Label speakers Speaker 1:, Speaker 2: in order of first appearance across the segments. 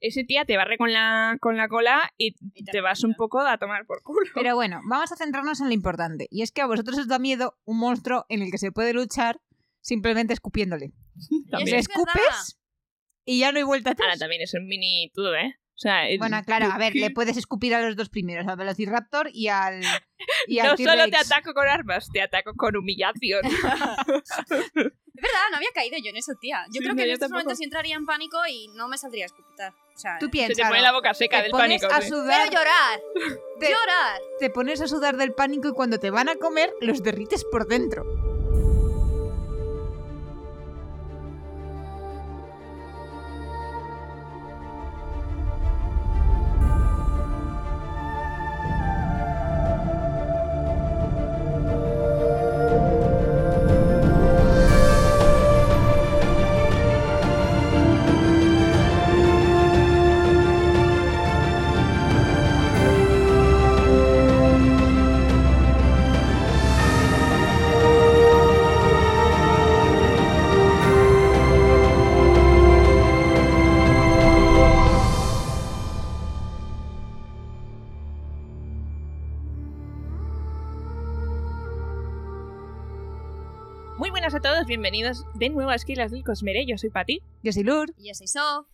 Speaker 1: ese tía te barre con la, con la cola y
Speaker 2: Y te
Speaker 1: te vas
Speaker 2: arruina.
Speaker 1: un poco a tomar por culo.
Speaker 2: Pero bueno, vamos a centrarnos en lo importante. Y es que a vosotros os da miedo un monstruo en el que se puede luchar simplemente escupiéndole.
Speaker 1: también.
Speaker 2: Le
Speaker 3: es verdad.
Speaker 2: escupes y ya no hay vuelta atrás.
Speaker 1: Ahora también es un mini todo, ¿eh? O sea, el-
Speaker 2: Bueno, claro, a ver, le puedes escupir a los dos primeros, al Velociraptor y al. Y al
Speaker 1: no solo te
Speaker 2: T-Rex.
Speaker 1: ataco con armas, te ataco con humillación.
Speaker 3: Es verdad, no había caído yo en eso, tía.
Speaker 1: Sí,
Speaker 3: Yo creo
Speaker 1: no,
Speaker 3: que en
Speaker 1: yo
Speaker 3: estos
Speaker 1: tampoco.
Speaker 3: momentos yo entraría en pánico y no me saldría a escupitar. O sea,
Speaker 2: Tú
Speaker 1: Se
Speaker 2: piensas.
Speaker 1: te pone la boca seca
Speaker 2: te
Speaker 1: del
Speaker 2: pones
Speaker 1: pánico. ¿eh?
Speaker 2: a
Speaker 1: sí.
Speaker 2: sudar,
Speaker 3: pero llorar,
Speaker 2: te,
Speaker 3: llorar.
Speaker 2: te pones a sudar del pánico y cuando te van a comer los derrites por dentro.
Speaker 1: Muy buenas a todos, bienvenidos de nuevo a Esquilas del Cosmere. Yo soy Pati.
Speaker 2: Yo soy Lur.
Speaker 3: Y yo soy Sof.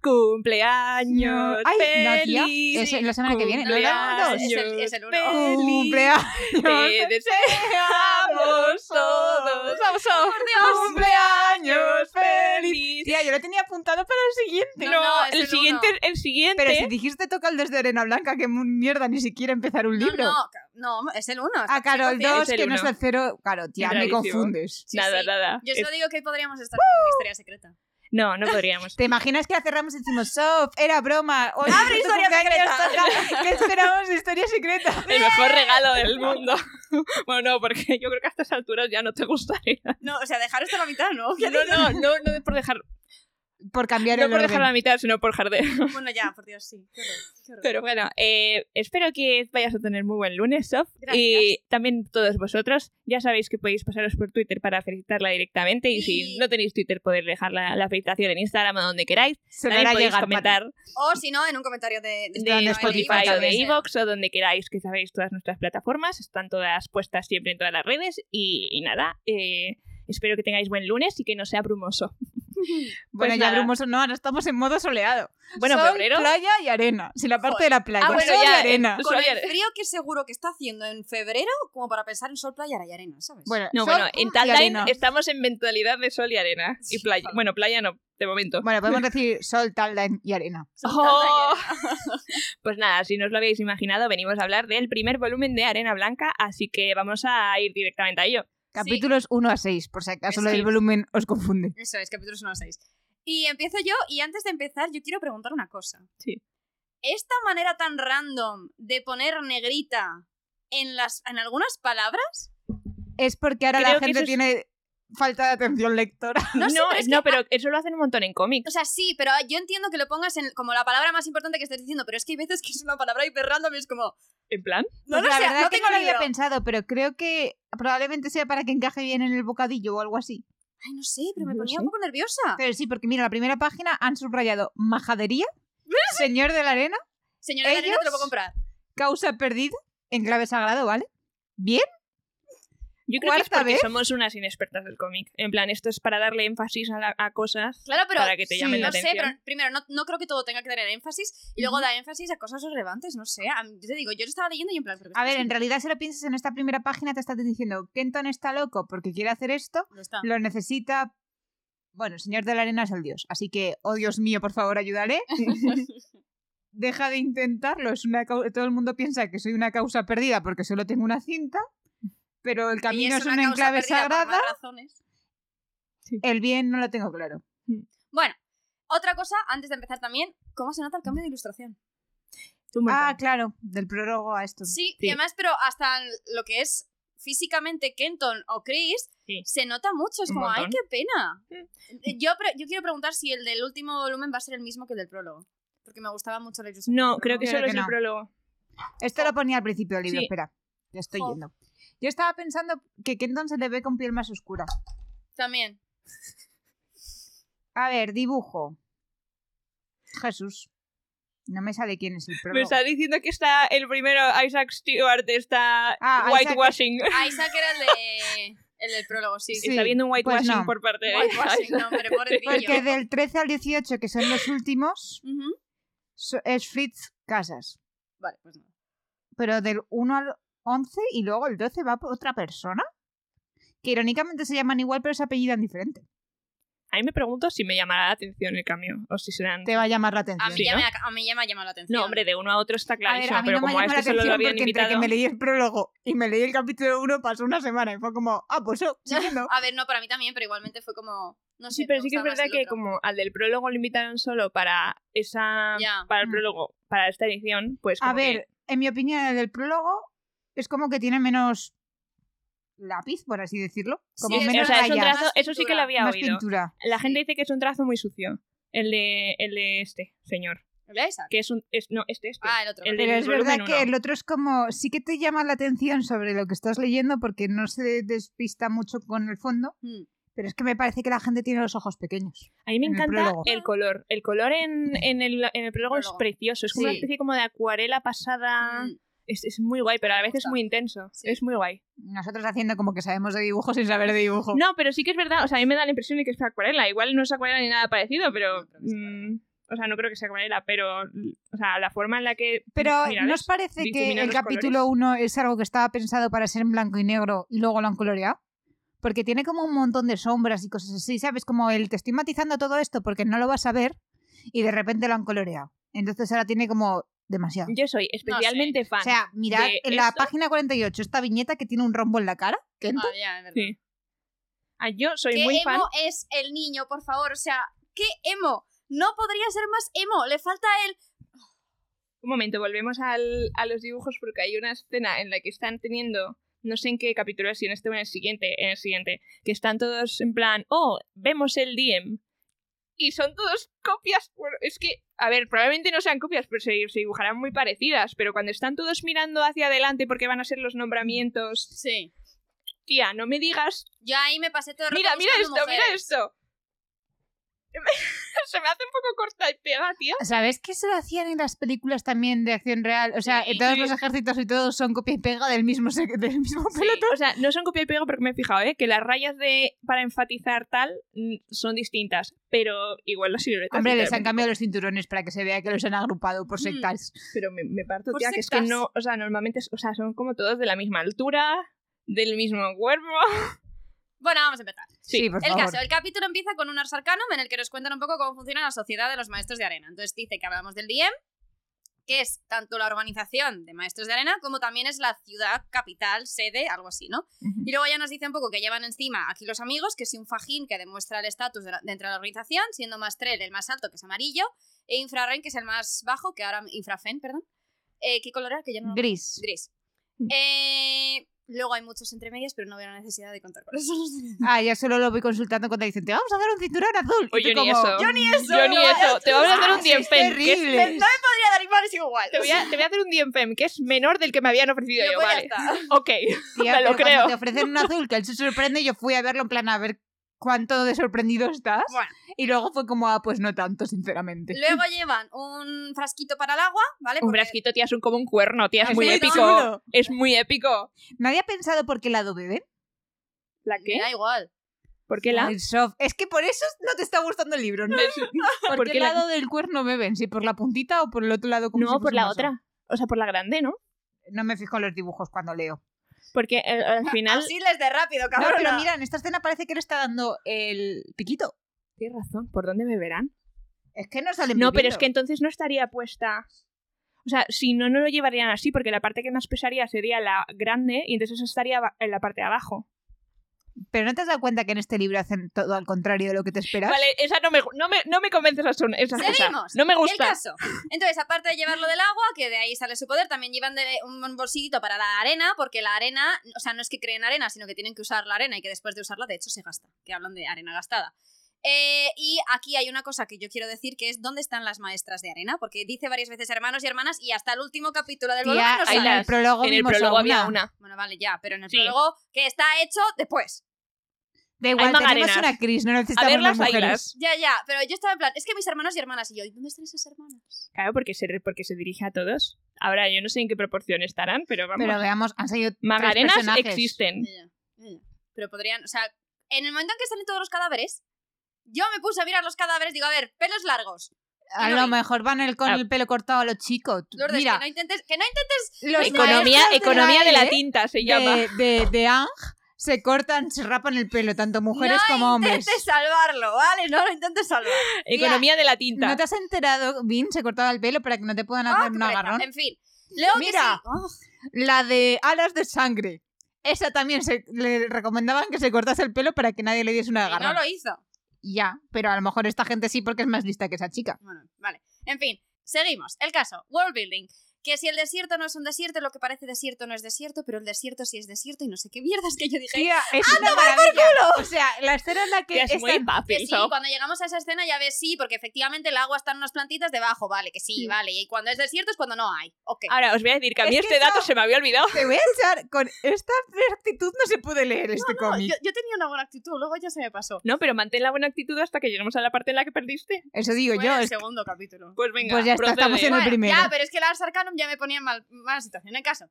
Speaker 1: Cumpleaños
Speaker 2: Ay, no, tía.
Speaker 1: feliz.
Speaker 2: Es la semana que viene. No, no, no,
Speaker 3: es el- es el uno.
Speaker 1: Cumpleaños
Speaker 2: Oh, ¡Cumpleaños!
Speaker 1: Te deseamos todos.
Speaker 2: ¡Vamos, vamos!
Speaker 1: ¡Cumpleaños feliz!
Speaker 2: Tía, yo lo tenía apuntado para el siguiente.
Speaker 1: No,
Speaker 3: No, no, es
Speaker 1: el,
Speaker 3: el
Speaker 1: siguiente, el siguiente.
Speaker 2: Pero si dijiste toca el desde Arena Blanca, que mu- mierda, ni siquiera empezar un libro.
Speaker 3: No, no, ca- no, es el uno.
Speaker 2: A Carol
Speaker 3: sí,
Speaker 2: 2,
Speaker 1: es el
Speaker 2: que no es
Speaker 1: uno.
Speaker 2: el 0. Claro, tía, me
Speaker 1: Clarísimo.
Speaker 2: confundes.
Speaker 3: Sí,
Speaker 1: nada,
Speaker 3: sí.
Speaker 1: nada.
Speaker 3: Yo
Speaker 1: Es-
Speaker 3: solo digo que hoy podríamos estar con una historia secreta.
Speaker 1: No, no podríamos.
Speaker 2: ¿Te imaginas que la cerramos y decimos, Sof, era broma? Hoy
Speaker 3: Abre
Speaker 2: es tu
Speaker 3: historia
Speaker 2: cumpleaños, toca- ¿Qué esperamos de historia secreta?
Speaker 1: el mejor regalo del mundo. bueno, no, porque yo creo que a estas alturas ya no te gustaría.
Speaker 3: No, o sea, dejar esto a la mitad, ¿no?
Speaker 1: No, no, no, no, por dejar,
Speaker 2: Por cambiar
Speaker 1: no
Speaker 2: el
Speaker 1: por
Speaker 2: orden.
Speaker 1: dejar la mitad, sino por jardín.
Speaker 3: Bueno, ya, por Dios, sí. Qué horror, qué horror.
Speaker 1: Pero bueno, eh, espero que vayas a tener muy buen lunes, Sof.
Speaker 3: Gracias.
Speaker 1: Y también todos vosotros. Ya sabéis que podéis pasaros por Twitter para felicitarla directamente. Y, si
Speaker 3: Y-
Speaker 1: no tenéis Twitter, podéis dejar la, la felicitación en Instagram o donde queráis.
Speaker 2: Se lo
Speaker 1: También
Speaker 2: hará
Speaker 1: podéis
Speaker 2: llegar,
Speaker 1: comentar
Speaker 3: O si no, en un comentario de,
Speaker 1: de,
Speaker 2: Instagram, de
Speaker 1: Spotify
Speaker 2: iVoox,
Speaker 1: o de
Speaker 3: también.
Speaker 1: Evox o donde queráis, que sabéis todas nuestras plataformas. Están todas puestas siempre en todas las redes. Y, y nada, eh, espero que tengáis buen lunes y que no sea brumoso.
Speaker 2: Pati. Bueno,
Speaker 1: Pues
Speaker 2: ya
Speaker 1: nada.
Speaker 2: brumoso no, ahora estamos en modo soleado.
Speaker 1: Bueno,
Speaker 2: Sol,
Speaker 1: febrero.
Speaker 2: playa y arena. Si la parte de la playa.
Speaker 3: Ah, bueno,
Speaker 2: sol y
Speaker 1: ya, eh.
Speaker 2: arena.
Speaker 1: Sol
Speaker 3: Con
Speaker 1: y
Speaker 3: el
Speaker 1: are-
Speaker 3: frío que seguro que está haciendo en febrero, como para pensar en sol, playa y arena, ¿sabes?
Speaker 2: Bueno,
Speaker 1: No,
Speaker 2: sol uh,
Speaker 1: bueno, en
Speaker 2: y
Speaker 1: Tandine
Speaker 2: arena.
Speaker 1: estamos en mentalidad de sol y arena. y
Speaker 3: Sí,
Speaker 1: playa.
Speaker 3: joder.
Speaker 1: Bueno, playa no, de momento.
Speaker 2: Bueno, podemos decir sol, Tandine y arena.
Speaker 3: Sol,
Speaker 1: Oh.
Speaker 3: playa y arena.
Speaker 1: Pues nada, si no os lo habéis imaginado, venimos a hablar del primer volumen de Arena Blanca, así que vamos a ir directamente a ello.
Speaker 2: Capítulos 1 a 6, por si acaso
Speaker 3: Es
Speaker 2: lo del
Speaker 3: que-
Speaker 2: volumen os confunde.
Speaker 3: Eso es, capítulos 1 a 6. Y empiezo yo, y antes de empezar, yo quiero preguntar una cosa.
Speaker 1: Sí.
Speaker 3: Esta manera tan random de poner negrita en, las, en algunas palabras.
Speaker 2: Es porque ahora
Speaker 1: Creo
Speaker 2: la
Speaker 1: que
Speaker 2: gente
Speaker 1: eso es-
Speaker 2: tiene falta de atención lectora.
Speaker 3: No, sé,
Speaker 1: no,
Speaker 3: pero es
Speaker 1: no,
Speaker 3: que-
Speaker 1: pero eso lo hacen un montón en
Speaker 3: O
Speaker 1: cómics.
Speaker 3: sea, sí, pero yo entiendo que lo pongas en, como la palabra más importante que estés diciendo, pero es que hay veces que es una palabra hiper random y es como.
Speaker 1: En plan,
Speaker 3: No
Speaker 2: Pues
Speaker 3: lo
Speaker 2: la
Speaker 3: sé,
Speaker 2: verdad
Speaker 3: no
Speaker 2: es que
Speaker 3: tengo
Speaker 2: no lo había
Speaker 3: libro.
Speaker 2: pensado, pero creo que probablemente sea para que encaje bien en el bocadillo o algo así.
Speaker 3: Ay, no sé, pero me
Speaker 1: No
Speaker 3: ponía
Speaker 1: sé.
Speaker 3: un poco nerviosa.
Speaker 2: Pero sí, porque mira, la primera página han subrayado majadería, señor de la arena,
Speaker 3: Señora de arena,
Speaker 2: ¿Ellos?
Speaker 3: te lo puedo comprar.
Speaker 2: causa perdida, enclave sagrado, ¿vale? Bien,
Speaker 1: yo creo que es
Speaker 2: ¿Cuarta
Speaker 1: porque
Speaker 2: vez?
Speaker 1: somos unas inexpertas del cómic. En plan, esto es para darle énfasis a, la- a cosas.
Speaker 3: Claro, pero.
Speaker 1: Para que te llamen
Speaker 2: sí,
Speaker 1: la
Speaker 3: no sé,
Speaker 1: atención.
Speaker 3: pero primero, no, no creo que todo tenga que tener énfasis y luego da énfasis a cosas relevantes, no sé. a mí- yo te digo, yo lo estaba leyendo y en plan. pero
Speaker 2: a
Speaker 3: esto
Speaker 2: ver,
Speaker 3: sí
Speaker 2: en realidad si lo piensas en esta primera página te estás diciendo, Kenton está loco porque quiere hacer esto,
Speaker 3: no está.
Speaker 2: lo necesita... Bueno, el señor de la arena es el dios, así que, oh Dios mío, por favor, ayúdale. deja de intentarlo. Es una cau- todo el mundo piensa que soy una causa perdida porque solo tengo una cinta, pero el
Speaker 3: Y
Speaker 2: camino es,
Speaker 3: una
Speaker 2: una
Speaker 3: causa
Speaker 2: enclave
Speaker 3: perdida por
Speaker 2: sagrada.
Speaker 3: más razones.
Speaker 2: El bien no lo tengo claro.
Speaker 3: Bueno, otra cosa, antes de empezar también, ¿cómo se nota el cambio de ilustración?
Speaker 1: Un montón.
Speaker 2: Ah, claro, del prólogo a esto.
Speaker 3: Sí,
Speaker 1: Sí.
Speaker 3: y además, pero hasta lo que es físicamente Kenton o Chris,
Speaker 1: Sí.
Speaker 3: se nota mucho. Es
Speaker 1: Un
Speaker 3: como, ay,
Speaker 1: montón.
Speaker 3: qué pena.
Speaker 1: Mm.
Speaker 3: Eh, Yo, pre- yo quiero preguntar si el del último volumen va a ser el mismo que el del prólogo. Porque me gustaba mucho la ilustración.
Speaker 1: no,
Speaker 3: del
Speaker 1: creo que
Speaker 2: creo
Speaker 3: prólogo.
Speaker 1: solo
Speaker 2: que
Speaker 1: es el
Speaker 2: no.
Speaker 1: prólogo.
Speaker 2: Esto lo ponía al principio del libro,
Speaker 1: Sí.
Speaker 2: espera. Ya estoy
Speaker 3: Jo.
Speaker 2: yendo. Yo estaba pensando que Kenton se le ve con piel más oscura.
Speaker 3: También.
Speaker 2: A ver, dibujo. Jesús. No me sale quién es el
Speaker 1: Me
Speaker 2: prólogo.
Speaker 1: está diciendo que está el primero Isaac Stewart está
Speaker 2: Ah, Isaac-
Speaker 1: whitewashing.
Speaker 3: Isaac era el, de, el del prólogo, sí.
Speaker 2: Sí.
Speaker 1: Está viendo un whitewashing
Speaker 2: pues no.
Speaker 1: por parte de
Speaker 3: Whitewashing, no, hombre, pobrecillo.
Speaker 2: Porque del 13 al 18, que son los últimos,
Speaker 3: Ujú.
Speaker 2: so- es Fritz Casas.
Speaker 3: Vale, pues no.
Speaker 2: Pero del 1 al 11 y luego el 12 va por otra persona. Que irónicamente se llaman igual, pero se apellidan diferente.
Speaker 1: A mí me pregunto si me llamará la atención el cambio o si serán...
Speaker 2: Te va a llamar la
Speaker 3: A
Speaker 2: atención.
Speaker 3: mí,
Speaker 1: Sí,
Speaker 3: ya
Speaker 1: ¿no?
Speaker 3: me, ha- a mí ya me ha llamado la atención.
Speaker 1: No, hombre, de uno a otro está
Speaker 2: A ver,
Speaker 1: clarísimo,
Speaker 2: a mí
Speaker 1: pero
Speaker 2: no me
Speaker 1: como a
Speaker 2: llama la
Speaker 1: este solo lo
Speaker 2: atención
Speaker 1: habían
Speaker 2: porque entre que
Speaker 1: invitado...
Speaker 2: me leí el prólogo y me leí el capítulo 1 pasó una semana y fue como, ah, pues eso, siguiendo.
Speaker 3: A ver, no, para mí también, pero igualmente fue como. No sé.
Speaker 1: Sí, pero
Speaker 3: me
Speaker 1: sí que es
Speaker 3: gustaba más
Speaker 1: verdad
Speaker 3: el
Speaker 1: que
Speaker 3: otro.
Speaker 1: como al del prólogo lo invitaron solo para esa...
Speaker 3: Ya.
Speaker 1: Para el
Speaker 2: Mm.
Speaker 1: prólogo, para esta edición, pues
Speaker 2: A
Speaker 1: como que-
Speaker 2: ver, en mi opinión, el del prólogo es como que tiene menos lápiz, por así decirlo. Como
Speaker 3: Sí,
Speaker 1: o
Speaker 2: menos
Speaker 1: sea, es un
Speaker 2: rayas,
Speaker 1: trazo,
Speaker 3: Más
Speaker 1: eso sí que
Speaker 3: pintura,
Speaker 1: lo había
Speaker 2: más
Speaker 1: oído.
Speaker 2: pintura.
Speaker 1: La
Speaker 3: Sí.
Speaker 1: gente dice que es un trazo muy sucio. El de, el de este señor.
Speaker 3: ¿El de Isaac?
Speaker 1: Que es un. es- no, este, este.
Speaker 3: Ah, el otro.
Speaker 1: El
Speaker 3: vale.
Speaker 2: Pero
Speaker 1: del
Speaker 2: es verdad
Speaker 1: volumen
Speaker 2: que
Speaker 1: uno.
Speaker 2: el otro es como, sí que te llama la atención sobre lo que estás leyendo porque no se despista mucho con el fondo,
Speaker 3: Mm.
Speaker 2: pero es que me parece que la gente tiene los ojos pequeños.
Speaker 1: A mí me
Speaker 2: en el
Speaker 1: encanta
Speaker 2: prólogo.
Speaker 1: el, color. El color en, en el, en el prólogo es
Speaker 3: Prólogo.
Speaker 1: precioso. Es como una
Speaker 3: Sí.
Speaker 1: especie como de acuarela pasada.
Speaker 3: Mm.
Speaker 1: Es, es muy guay, pero a veces
Speaker 3: gusta.
Speaker 1: muy intenso.
Speaker 3: Sí.
Speaker 1: Es muy guay.
Speaker 2: Nosotros haciendo como que sabemos de dibujo sin saber de dibujo.
Speaker 1: No, pero sí que es verdad. O sea, a mí me da la impresión de que es acuarela. Igual no es acuarela ni nada parecido, pero.
Speaker 3: No creo que sea acuarela.
Speaker 1: mm, o sea, no creo que sea acuarela, pero. O sea, la forma en la que.
Speaker 2: Pero
Speaker 1: Mira,
Speaker 2: ¿no
Speaker 1: ¿ves?
Speaker 2: os parece que
Speaker 1: Difuminar
Speaker 2: el
Speaker 1: los
Speaker 2: capítulo 1 es algo que estaba pensado para ser en blanco y negro y luego lo han coloreado? Porque tiene como un montón de sombras y cosas así, ¿sabes? Como el te estoy matizando todo esto porque no lo vas a ver y de repente lo han coloreado. Entonces ahora tiene como demasiado.
Speaker 1: Yo soy especialmente fan.
Speaker 2: O sea, mirad
Speaker 1: de
Speaker 2: en la
Speaker 1: esto-
Speaker 2: página 48 esta viñeta que tiene un rombo en la cara. que
Speaker 3: Ah, ya, es verdad.
Speaker 1: Sí. Ah, yo soy
Speaker 3: ¿Qué
Speaker 1: muy fan.
Speaker 3: emo es el niño, por favor? O sea, ¿qué emo? No podría ser más emo. Le falta el.
Speaker 1: Un momento, volvemos al- a los dibujos porque hay una escena en la que están teniendo, no sé en qué capítulo es, si en este o en el siguiente, en el siguiente, que están todos en plan, oh, vemos el DM. Y son todos copias. Bueno, es que, a ver, probablemente no sean copias, pero se, se dibujarán muy parecidas. Pero cuando están todos mirando hacia adelante porque van a ser los nombramientos,
Speaker 3: Sí.
Speaker 1: tía, no me digas,
Speaker 3: Yo ahí me pasé todo el rato
Speaker 1: mira, mira esto,
Speaker 3: buscando
Speaker 1: mira
Speaker 3: mujeres.
Speaker 1: esto. se me hace un poco corta y pega, tía.
Speaker 2: ¿Sabes que eso lo hacían en las películas también de acción real? O sea,
Speaker 1: Sí,
Speaker 2: en todos
Speaker 1: sí.
Speaker 2: los ejércitos y todos son copia y pega del mismo, se- del mismo
Speaker 3: Sí.
Speaker 2: pelotón.
Speaker 1: O sea, no son copia y pega porque me he fijado, ¿eh? Que las rayas de para enfatizar tal mm, son distintas, pero igual las siluetas.
Speaker 2: Hombre,
Speaker 1: y
Speaker 2: les
Speaker 1: tal,
Speaker 2: han cambiado los cinturones para que se vea que los han agrupado por sectas.
Speaker 1: Pero me, me parto,
Speaker 3: Por
Speaker 1: tía, que es que
Speaker 3: sectas.
Speaker 1: no. O sea, normalmente es- o sea, son como todos de la misma altura, del mismo cuerpo.
Speaker 3: Bueno, vamos a empezar.
Speaker 2: Sí, por
Speaker 3: El
Speaker 2: favor.
Speaker 3: caso, el capítulo empieza con un Ars Arcanum en el que nos cuentan un poco cómo funciona la sociedad de los maestros de arena. Entonces dice que hablamos del DM, que es tanto la organización de maestros de arena como también es la ciudad, capital, sede, algo así, ¿no? Y luego ya nos dice un poco que llevan encima aquí los amigos, que es un fajín que demuestra el estatus de la- dentro de la organización, siendo Mastrel el más alto, que es amarillo, e Infraren, que es el más bajo, que ahora... Infrafen, perdón. Eh, ¿Qué color era? Que yo no...
Speaker 2: Gris.
Speaker 3: Gris.
Speaker 1: Mm.
Speaker 3: Eh, luego hay muchos entre medias, pero no veo la necesidad de contar con eso.
Speaker 2: Ah, ya solo lo voy consultando cuando dicen, te vamos a dar un cinturón azul.
Speaker 1: O
Speaker 2: Y tú
Speaker 1: yo ni
Speaker 2: como,
Speaker 1: eso.
Speaker 2: "Yo
Speaker 1: ni
Speaker 3: eso,
Speaker 1: Yo ni
Speaker 3: no,
Speaker 1: eso. Te vamos a hacer
Speaker 2: Ah,
Speaker 1: un
Speaker 2: sí, es
Speaker 1: diempen. que es-
Speaker 2: terrible.
Speaker 1: te-
Speaker 3: No me podría dar igual, es igual.
Speaker 1: Te voy, a, te voy a hacer un diempen que es menor del que me habían ofrecido
Speaker 3: Yo
Speaker 1: yo,
Speaker 3: voy a
Speaker 1: vale.
Speaker 3: estar.
Speaker 1: Ok.
Speaker 2: tía,
Speaker 1: me lo
Speaker 2: pero cuando
Speaker 1: creo".
Speaker 2: Te ofrecen un azul que él se sorprende. Yo fui a verlo en plan a ver cuánto de sorprendido estás.
Speaker 3: Bueno.
Speaker 2: Y luego fue como, ah, pues no tanto, sinceramente.
Speaker 3: Luego llevan un frasquito para el agua, ¿vale?
Speaker 1: Un
Speaker 3: Porque-
Speaker 1: frasquito, tía, es un, como un cuerno, tía. Es
Speaker 2: Es
Speaker 1: muy
Speaker 2: muy
Speaker 1: épico.
Speaker 2: chulo.
Speaker 1: Es muy épico.
Speaker 2: Nadie ha pensado por qué lado beben.
Speaker 1: ¿La
Speaker 3: Me da igual.
Speaker 1: ¿Por qué la?
Speaker 2: Ay, Sof, Es que por eso no te está gustando el libro. ¿no? ¿Por,
Speaker 1: ¿Por
Speaker 2: qué,
Speaker 1: qué la-
Speaker 2: lado del cuerno beben? ¿Si por la puntita o por el otro lado? como si
Speaker 1: No, por
Speaker 2: fuese
Speaker 1: la
Speaker 2: un vaso?
Speaker 1: otra. O sea, por la grande, ¿no?
Speaker 2: No me fijo en los dibujos cuando leo.
Speaker 1: Porque eh, al final.
Speaker 3: Así les de rápido,
Speaker 2: No,
Speaker 3: cabrón.
Speaker 2: pero mira, en esta escena parece que le está dando el piquito.
Speaker 1: Tienes razón, ¿por dónde beberán?
Speaker 2: Es que no sale
Speaker 1: No,
Speaker 2: muy
Speaker 1: pero es que
Speaker 2: bien.
Speaker 1: entonces no estaría puesta. O sea, si no, no lo llevarían así, porque la parte que más pesaría sería la grande y entonces estaría ba- en la parte de abajo.
Speaker 2: Pero no te has dado cuenta que en este libro hacen todo al contrario de lo que te esperas.
Speaker 1: Vale, esa no me, gu- no me, no me convences a son, esa cosa.
Speaker 3: Seguimos.
Speaker 1: No me
Speaker 3: El
Speaker 1: gusta.
Speaker 3: caso. Entonces, aparte de llevarlo del agua, que de ahí sale su poder, también llevan de- un bolsillito para la arena, porque la arena, o sea, no es que creen arena, sino que tienen que usar la arena y que después de usarla, de hecho, se gasta. Que hablan de arena gastada. Eh, y aquí hay una cosa que yo quiero decir, que es dónde están las maestras de arena, porque dice varias veces hermanos y hermanas, y hasta el último capítulo del volumen
Speaker 2: Tía,
Speaker 3: no
Speaker 1: ahí
Speaker 2: en
Speaker 3: sale.
Speaker 1: las-
Speaker 2: el prólogo
Speaker 1: En el
Speaker 2: vimos
Speaker 1: prólogo
Speaker 2: a
Speaker 1: había una.
Speaker 3: Bueno, vale, ya, pero en el
Speaker 1: Sí.
Speaker 3: prólogo que está hecho después.
Speaker 2: Da igual,
Speaker 1: Alma
Speaker 2: tenemos
Speaker 1: Arenas.
Speaker 2: una Cris, no necesitamos
Speaker 1: ver las
Speaker 2: más mujeres.
Speaker 1: bailas.
Speaker 3: Ya, ya, pero yo estaba en plan, es que mis hermanos y hermanas, y yo, ¿y dónde están esas hermanas?
Speaker 1: Claro, porque se, re- porque se dirige a todos. Ahora, yo no sé en qué proporción estarán, pero vamos.
Speaker 2: Pero veamos, han salido tres
Speaker 1: Magarenas
Speaker 2: personajes.
Speaker 1: existen.
Speaker 3: Ya, ya, ya, ya. Pero podrían, o sea, en el momento en que salen todos los cadáveres, yo me puse a mirar los cadáveres, digo, a ver, pelos largos.
Speaker 2: A
Speaker 3: No,
Speaker 2: lo
Speaker 3: y-
Speaker 2: mejor van el, con
Speaker 1: Ah.
Speaker 2: el pelo cortado a los chicos. Tú-
Speaker 3: Lourdes,
Speaker 2: Mira,
Speaker 3: que no intentes, que no intentes,
Speaker 2: los
Speaker 1: Economía,
Speaker 2: maestros
Speaker 1: economía de la
Speaker 2: baile
Speaker 1: tinta se llama.
Speaker 2: de, E. de, de Ang se cortan, se rapan el pelo, tanto mujeres
Speaker 3: no
Speaker 2: como hombres.
Speaker 3: intentes salvarlo, ¿vale? No lo intentes salvar.
Speaker 1: Economía de la tinta.
Speaker 2: ¿No te has enterado, Vin? Se cortaba el pelo para que no te puedan
Speaker 3: Ah,
Speaker 2: hacer
Speaker 3: qué
Speaker 2: un
Speaker 3: pereza.
Speaker 2: agarrón.
Speaker 3: En fin. Luego que
Speaker 2: Mira.
Speaker 3: sí. Oh,
Speaker 2: La de alas de sangre. Esa también se, le recomendaban que se cortase el pelo para que nadie le diese una
Speaker 3: y no
Speaker 2: agarrón.
Speaker 3: lo hizo.
Speaker 2: Ya, pero a lo mejor esta gente sí porque es más lista que esa chica.
Speaker 3: Bueno, vale. En fin, seguimos. El caso, world building. Que si el desierto no es un desierto, lo que parece desierto no es desierto, pero el desierto sí es desierto y no sé qué mierdas que yo dije.
Speaker 2: Tía, es una maravilla. O sea, la escena en la que
Speaker 1: Tía, es muy
Speaker 2: están-
Speaker 1: fácil.
Speaker 3: Que sí,
Speaker 1: Sof.
Speaker 3: cuando llegamos a esa escena ya ves sí, porque efectivamente el agua está en unas plantitas debajo, vale, que sí, Ah,
Speaker 2: Sí.
Speaker 3: vale. Y cuando es desierto es cuando no hay. Ok.
Speaker 1: Ahora, os voy a decir que a mí
Speaker 2: Es que
Speaker 1: este dato
Speaker 2: eso-
Speaker 1: se me había olvidado.
Speaker 2: Te voy a echar. Con esta actitud no se puede leer este
Speaker 3: No,
Speaker 2: cómic.
Speaker 3: yo, yo tenía una buena actitud, luego ya se me pasó.
Speaker 1: No, pero mantén la buena actitud hasta que lleguemos a la parte en la que perdiste.
Speaker 2: Eso digo
Speaker 3: Fue
Speaker 2: yo.
Speaker 3: en el
Speaker 2: es-
Speaker 3: segundo capítulo.
Speaker 1: Pues venga,
Speaker 2: Pues ya está,
Speaker 1: procede.
Speaker 2: estamos en el-
Speaker 3: Bueno,
Speaker 2: primero.
Speaker 3: Ya, pero es que el Ars Arcanum ya me ponía en mal, mala situación. El caso.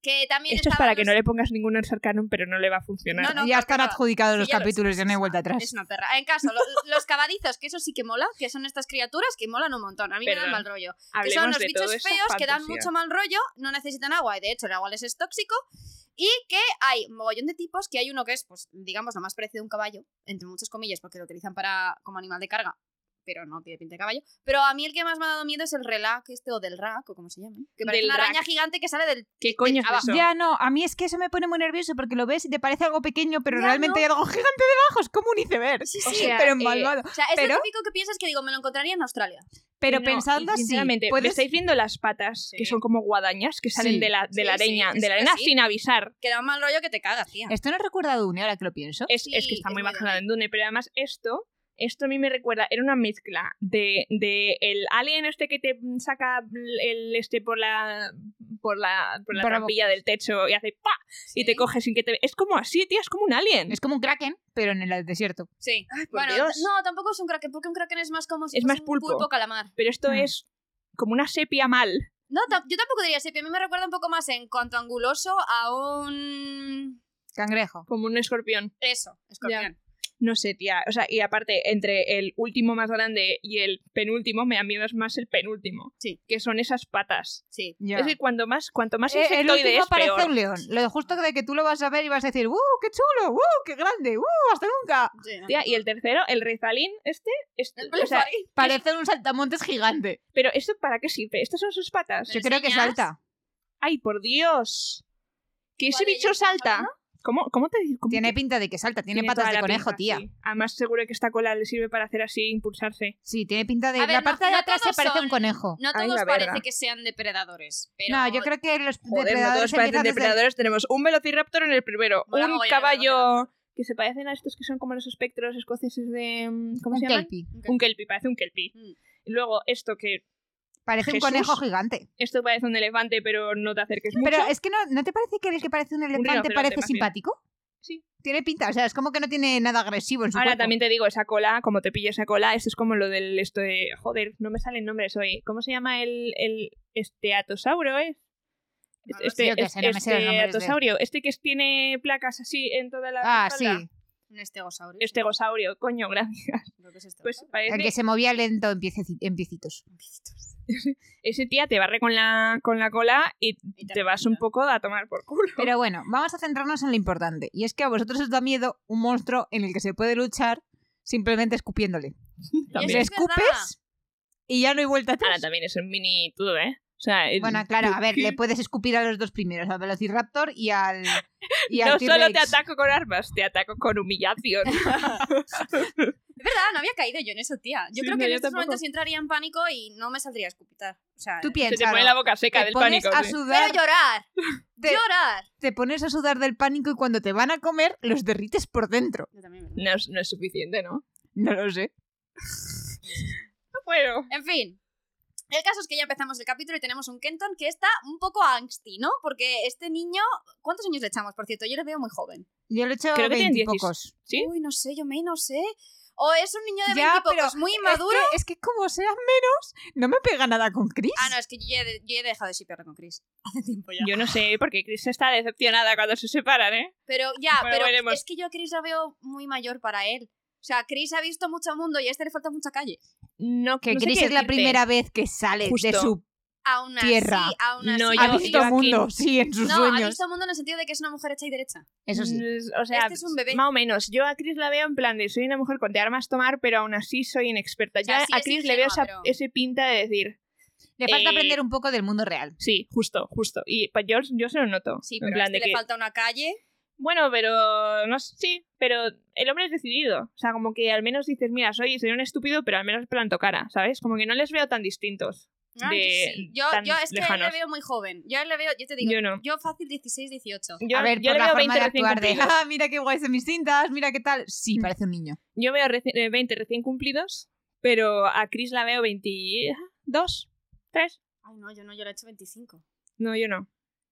Speaker 3: Que también
Speaker 1: Esto es
Speaker 3: estaban
Speaker 1: para que
Speaker 3: los-
Speaker 1: no le pongas ningún Arcanum, pero no le va a funcionar.
Speaker 3: No,
Speaker 2: ya
Speaker 3: no, claro que
Speaker 2: están
Speaker 3: no.
Speaker 2: adjudicados
Speaker 3: Sí,
Speaker 2: los
Speaker 3: ya lo
Speaker 2: capítulos, ya no hay vuelta atrás.
Speaker 3: Es una perra. En caso, lo- los cavadizos, que eso sí que mola, que son estas criaturas que molan un montón. A mí me
Speaker 1: Perdón.
Speaker 3: dan mal rollo. Que
Speaker 1: Hablemos
Speaker 3: son los
Speaker 1: de
Speaker 3: bichos
Speaker 1: todo eso,
Speaker 3: feos que dan
Speaker 1: fantasía.
Speaker 3: mucho mal rollo, no necesitan agua y de hecho el agua les es tóxico. Y que hay un mogollón de tipos, que hay uno que es, pues, digamos, lo más parecido a un caballo, entre muchas comillas, porque lo utilizan para como animal de carga, pero no tiene pinta de caballo. Pero a mí el que más me ha dado miedo es el relac este, o del rack, o como se llama, que parece
Speaker 1: Del
Speaker 3: una araña
Speaker 1: rack.
Speaker 3: gigante que sale del...
Speaker 1: ¿Qué coño es
Speaker 3: abajo.
Speaker 1: eso?
Speaker 2: Ya no, a mí es que eso me pone muy nervioso porque lo ves y te parece algo pequeño, pero
Speaker 3: Ya
Speaker 2: realmente hay
Speaker 3: no.
Speaker 2: algo gigante debajo, es como un iceberg.
Speaker 1: O sea,
Speaker 2: pero
Speaker 1: eh,
Speaker 2: malvado.
Speaker 3: O sea, es
Speaker 2: Pero-
Speaker 3: lo típico que piensas que digo, me lo encontraría en Australia.
Speaker 2: Pero
Speaker 1: No,
Speaker 2: pensando
Speaker 1: y
Speaker 2: así,
Speaker 1: sinceramente, ¿me
Speaker 2: puedes...
Speaker 1: estáis viendo las patas, que
Speaker 3: Sí.
Speaker 1: son como guadañas, que salen
Speaker 2: Sí.
Speaker 1: de la, de la
Speaker 3: Sí, sí,
Speaker 1: arena,
Speaker 3: es
Speaker 1: de la
Speaker 3: que
Speaker 1: arena
Speaker 3: sí.
Speaker 1: sin avisar.
Speaker 3: Que da un mal rollo que te cagas, tía.
Speaker 2: Esto no recuerda a Dune, ahora que lo pienso.
Speaker 1: Es,
Speaker 3: Sí,
Speaker 1: es que está
Speaker 3: es
Speaker 1: muy
Speaker 3: muy
Speaker 1: imaginado en Dune, pero además esto, esto a mí me recuerda, era una mezcla de, de el alien este que te saca el este por la por la, por la
Speaker 2: Por la
Speaker 1: trampilla del techo y hace pa y te
Speaker 3: Sí.
Speaker 1: coge sin que te es como así, tía, es como un alien.
Speaker 2: Es como un kraken, pero en el desierto.
Speaker 3: Sí.
Speaker 1: por
Speaker 3: bueno,
Speaker 1: Dios.
Speaker 3: no, tampoco es un kraken, porque un kraken es más como si
Speaker 1: Es
Speaker 3: fuese
Speaker 1: más
Speaker 3: un
Speaker 1: pulpo.
Speaker 3: calamar.
Speaker 1: Pero esto
Speaker 2: Mm.
Speaker 1: es como una sepia mal.
Speaker 3: No, tam- yo tampoco diría sepia, a mí me recuerda un poco más en cuanto a anguloso a un
Speaker 2: Cangrejo.
Speaker 1: Como un escorpión.
Speaker 3: eso, escorpión.
Speaker 1: No sé, tía. O sea, y aparte, entre el último más grande y el penúltimo, me da miedo es más el penúltimo.
Speaker 3: Sí.
Speaker 1: Que son esas patas.
Speaker 3: Sí.
Speaker 2: Ya.
Speaker 1: Es que cuando más, cuanto más
Speaker 2: Eh, el
Speaker 1: insectoide
Speaker 2: último
Speaker 1: es,
Speaker 2: parece
Speaker 1: peor.
Speaker 2: un león. Lo de justo de que tú lo vas a ver y vas a decir, ¡uh, qué chulo! ¡uh, qué grande! ¡uh, hasta nunca!
Speaker 3: sí, no.
Speaker 1: Tía, y el tercero, el rezalín, este, es-
Speaker 3: El
Speaker 1: o sea,
Speaker 3: Blefari.
Speaker 2: Parece un saltamontes gigante.
Speaker 1: pero ¿esto para qué sirve? ¿Estas son sus patas?
Speaker 2: Yo
Speaker 3: ¿Me
Speaker 2: creo que
Speaker 3: enseñas?
Speaker 2: salta.
Speaker 1: ¡Ay, por Dios! ¿Que ese
Speaker 3: ¿Cuál de
Speaker 1: bicho
Speaker 3: ellos estamos
Speaker 1: salta?
Speaker 3: hablando?
Speaker 1: ¿Cómo, cómo te cómo
Speaker 2: Tiene
Speaker 1: te-
Speaker 2: pinta de que salta, tiene,
Speaker 1: toda
Speaker 2: patas de
Speaker 1: la
Speaker 2: conejo,
Speaker 1: pinta,
Speaker 2: tía.
Speaker 1: sí. Además, seguro que esta cola le sirve para hacer así e impulsarse.
Speaker 2: Sí, tiene pinta de.
Speaker 3: A ver,
Speaker 2: la
Speaker 3: no-
Speaker 2: parte de
Speaker 3: no
Speaker 2: atrás se
Speaker 3: todos
Speaker 2: parece a un
Speaker 3: son-
Speaker 2: conejo.
Speaker 3: No
Speaker 1: Ay,
Speaker 3: todos
Speaker 1: la verga.
Speaker 3: parece que sean depredadores, pero
Speaker 2: No, yo creo que los
Speaker 1: Joder, no
Speaker 2: depredadores
Speaker 1: todos parecen
Speaker 2: empiezan desde-
Speaker 1: depredadores. Tenemos un velociraptor en el primero,
Speaker 3: Mola
Speaker 1: un
Speaker 3: mogollón el
Speaker 1: caballo que se parecen a estos que son como los espectros escoceses de... mm, ¿Cómo
Speaker 2: un
Speaker 1: se llaman?
Speaker 2: kelpie.
Speaker 3: Ok.
Speaker 1: Un kelpie, parece un kelpie.
Speaker 3: Mm.
Speaker 1: Y Luego, esto que...
Speaker 2: Parece
Speaker 1: Jesús.
Speaker 2: un conejo gigante.
Speaker 1: Esto parece un elefante, pero no te acerques mucho.
Speaker 2: Pero es que no, ¿no te parece que el que parece un elefante
Speaker 1: rinoceronte,
Speaker 2: parece
Speaker 1: más bien.
Speaker 2: simpático?
Speaker 1: Sí.
Speaker 2: Tiene pinta, o sea, es como que no tiene nada agresivo en su
Speaker 1: Ahora
Speaker 2: cuerpo.
Speaker 1: también te digo, esa cola, como te pilla esa cola, esto es como lo del esto de. Joder, no me salen nombres hoy. ¿Cómo se llama el, el esteatosauro, eh?
Speaker 3: No lo
Speaker 1: Este,
Speaker 2: sé, yo qué sé, no me sé los nombres de-
Speaker 1: esteatosaurio, este que tiene placas así en toda la.
Speaker 2: Ah,
Speaker 1: espalda.
Speaker 2: sí.
Speaker 3: un estegosaurio.
Speaker 1: Estegosaurio, coño, gracias.
Speaker 3: Creo que
Speaker 1: Pues
Speaker 3: es estegosaurio.
Speaker 1: parece.
Speaker 2: El que se movía lento en, piececi- en piecitos.
Speaker 1: Ese tía te barre con la, con la cola y
Speaker 3: Y
Speaker 1: te vas un
Speaker 3: arranca.
Speaker 1: poco a tomar por culo.
Speaker 2: Pero bueno, vamos a centrarnos en lo importante. Y es que a vosotros os da miedo un monstruo en el que se puede luchar simplemente escupiéndole.
Speaker 3: Eso
Speaker 2: Le
Speaker 1: también.
Speaker 3: es verdad.
Speaker 2: escupes y ya no hay vuelta atrás.
Speaker 1: Ahora también es un mini todo, ¿eh? O sea, el-
Speaker 2: Bueno, claro, a ver, le puedes escupir a los dos primeros, al Velociraptor y al. Y al
Speaker 1: no solo te
Speaker 2: T-Rex.
Speaker 1: ataco con armas, te ataco con humillación.
Speaker 3: Es verdad, no había caído yo en eso, tía. Yo
Speaker 1: Sí,
Speaker 3: creo
Speaker 1: no,
Speaker 3: que en
Speaker 1: yo
Speaker 3: estos
Speaker 1: tampoco.
Speaker 3: momentos yo entraría en pánico y no me saldría a escupitar. O sea,
Speaker 2: Tú
Speaker 1: Se te
Speaker 2: piensas.
Speaker 1: pone la boca seca
Speaker 2: Te
Speaker 1: del
Speaker 2: pones
Speaker 1: pánico.
Speaker 2: a
Speaker 1: sí.
Speaker 2: sudar,
Speaker 3: pero llorar,
Speaker 2: te,
Speaker 3: llorar.
Speaker 2: te pones a sudar del pánico y cuando te van a comer los derrites por dentro.
Speaker 3: Yo también, ¿verdad?
Speaker 1: No es, no es suficiente, ¿no?
Speaker 2: No lo sé.
Speaker 1: Bueno.
Speaker 3: En fin. El caso es que ya empezamos el capítulo y tenemos un Kenton que está un poco angsty, ¿no? Porque este niño. ¿Cuántos años le echamos, por cierto? Yo le veo muy joven.
Speaker 2: Yo le he hecho
Speaker 1: Creo que tienen
Speaker 2: 20 y
Speaker 1: 16.
Speaker 2: pocos.
Speaker 1: ¿Sí?
Speaker 3: Uy, no sé, yo me no sé. O es un niño de
Speaker 2: Ya,
Speaker 3: 20 y pocos,
Speaker 2: pero
Speaker 3: muy inmaduro.
Speaker 2: Es que, es que como sean menos, no me pega nada con Chris.
Speaker 3: Ah, no, es que yo ya he, de- yo ya he dejado de shipear con Chris. Hace tiempo ya.
Speaker 1: Yo no sé, porque Chris está decepcionada cuando se separan, ¿eh?
Speaker 3: Pero ya,
Speaker 1: Bueno,
Speaker 3: pero
Speaker 1: veremos.
Speaker 3: es que yo a Chris la veo muy mayor para él. O sea, Chris ha visto mucho mundo y a este le falta mucha calle.
Speaker 1: No,
Speaker 2: Que
Speaker 1: no sé
Speaker 2: Chris
Speaker 1: qué
Speaker 2: es la
Speaker 1: decirte.
Speaker 2: primera vez que sale de
Speaker 1: Justo.
Speaker 2: su...
Speaker 3: Aún así,
Speaker 2: Tierra.
Speaker 3: aún así.
Speaker 1: No,
Speaker 2: Ha
Speaker 1: yo-
Speaker 2: visto
Speaker 1: yo aquí-
Speaker 2: mundo, sí, en sus
Speaker 3: No, ha
Speaker 2: sueños.
Speaker 3: visto mundo en el sentido de que es una mujer hecha y derecha.
Speaker 2: Eso sí.
Speaker 1: Mm, O sea,
Speaker 3: Este es un bebé.
Speaker 1: más o menos. Yo a Chris la veo en plan de soy una mujer con de armas tomar, pero aún así soy inexperta.
Speaker 3: O sea,
Speaker 1: Ya
Speaker 3: sí
Speaker 1: a
Speaker 3: es
Speaker 1: Chris le veo
Speaker 3: ingenua,
Speaker 1: esa-
Speaker 3: pero-
Speaker 1: ese pinta de decir,
Speaker 2: Le falta
Speaker 1: Eh,
Speaker 2: aprender un poco del mundo real.
Speaker 1: sí, justo, justo. Y pues, yo, yo se lo noto.
Speaker 3: Sí,
Speaker 1: en
Speaker 3: pero a
Speaker 1: plan
Speaker 3: este
Speaker 1: de
Speaker 3: le
Speaker 1: que,
Speaker 3: falta una calle.
Speaker 1: Bueno, pero no sé, sí, pero el hombre es decidido. O sea, como que al menos dices, mira, soy, soy un estúpido, pero al menos planto cara, ¿sabes? Como que no les veo tan distintos.
Speaker 3: Ah,
Speaker 1: de-
Speaker 3: yo, sí. yo,
Speaker 1: tan
Speaker 3: yo es que a él le
Speaker 1: lejanos.
Speaker 3: veo muy joven. Yo a él le veo, yo te digo,
Speaker 1: Yo no.
Speaker 3: yo fácil 16, 18.
Speaker 1: Yo,
Speaker 2: a ver,
Speaker 1: yo
Speaker 2: por
Speaker 1: le
Speaker 2: la
Speaker 1: veo 20
Speaker 2: forma de
Speaker 1: recién
Speaker 2: actuar de,
Speaker 1: cumplidos.
Speaker 2: ah, mira qué guays son mis cintas, mira qué tal.
Speaker 1: Mm.
Speaker 2: Sí, parece un niño.
Speaker 1: Yo veo reci- eh, 20 recién cumplidos, pero a Chris la veo 22, 3.
Speaker 3: Ay, no, yo no, yo le he hecho 25.
Speaker 1: No, yo no.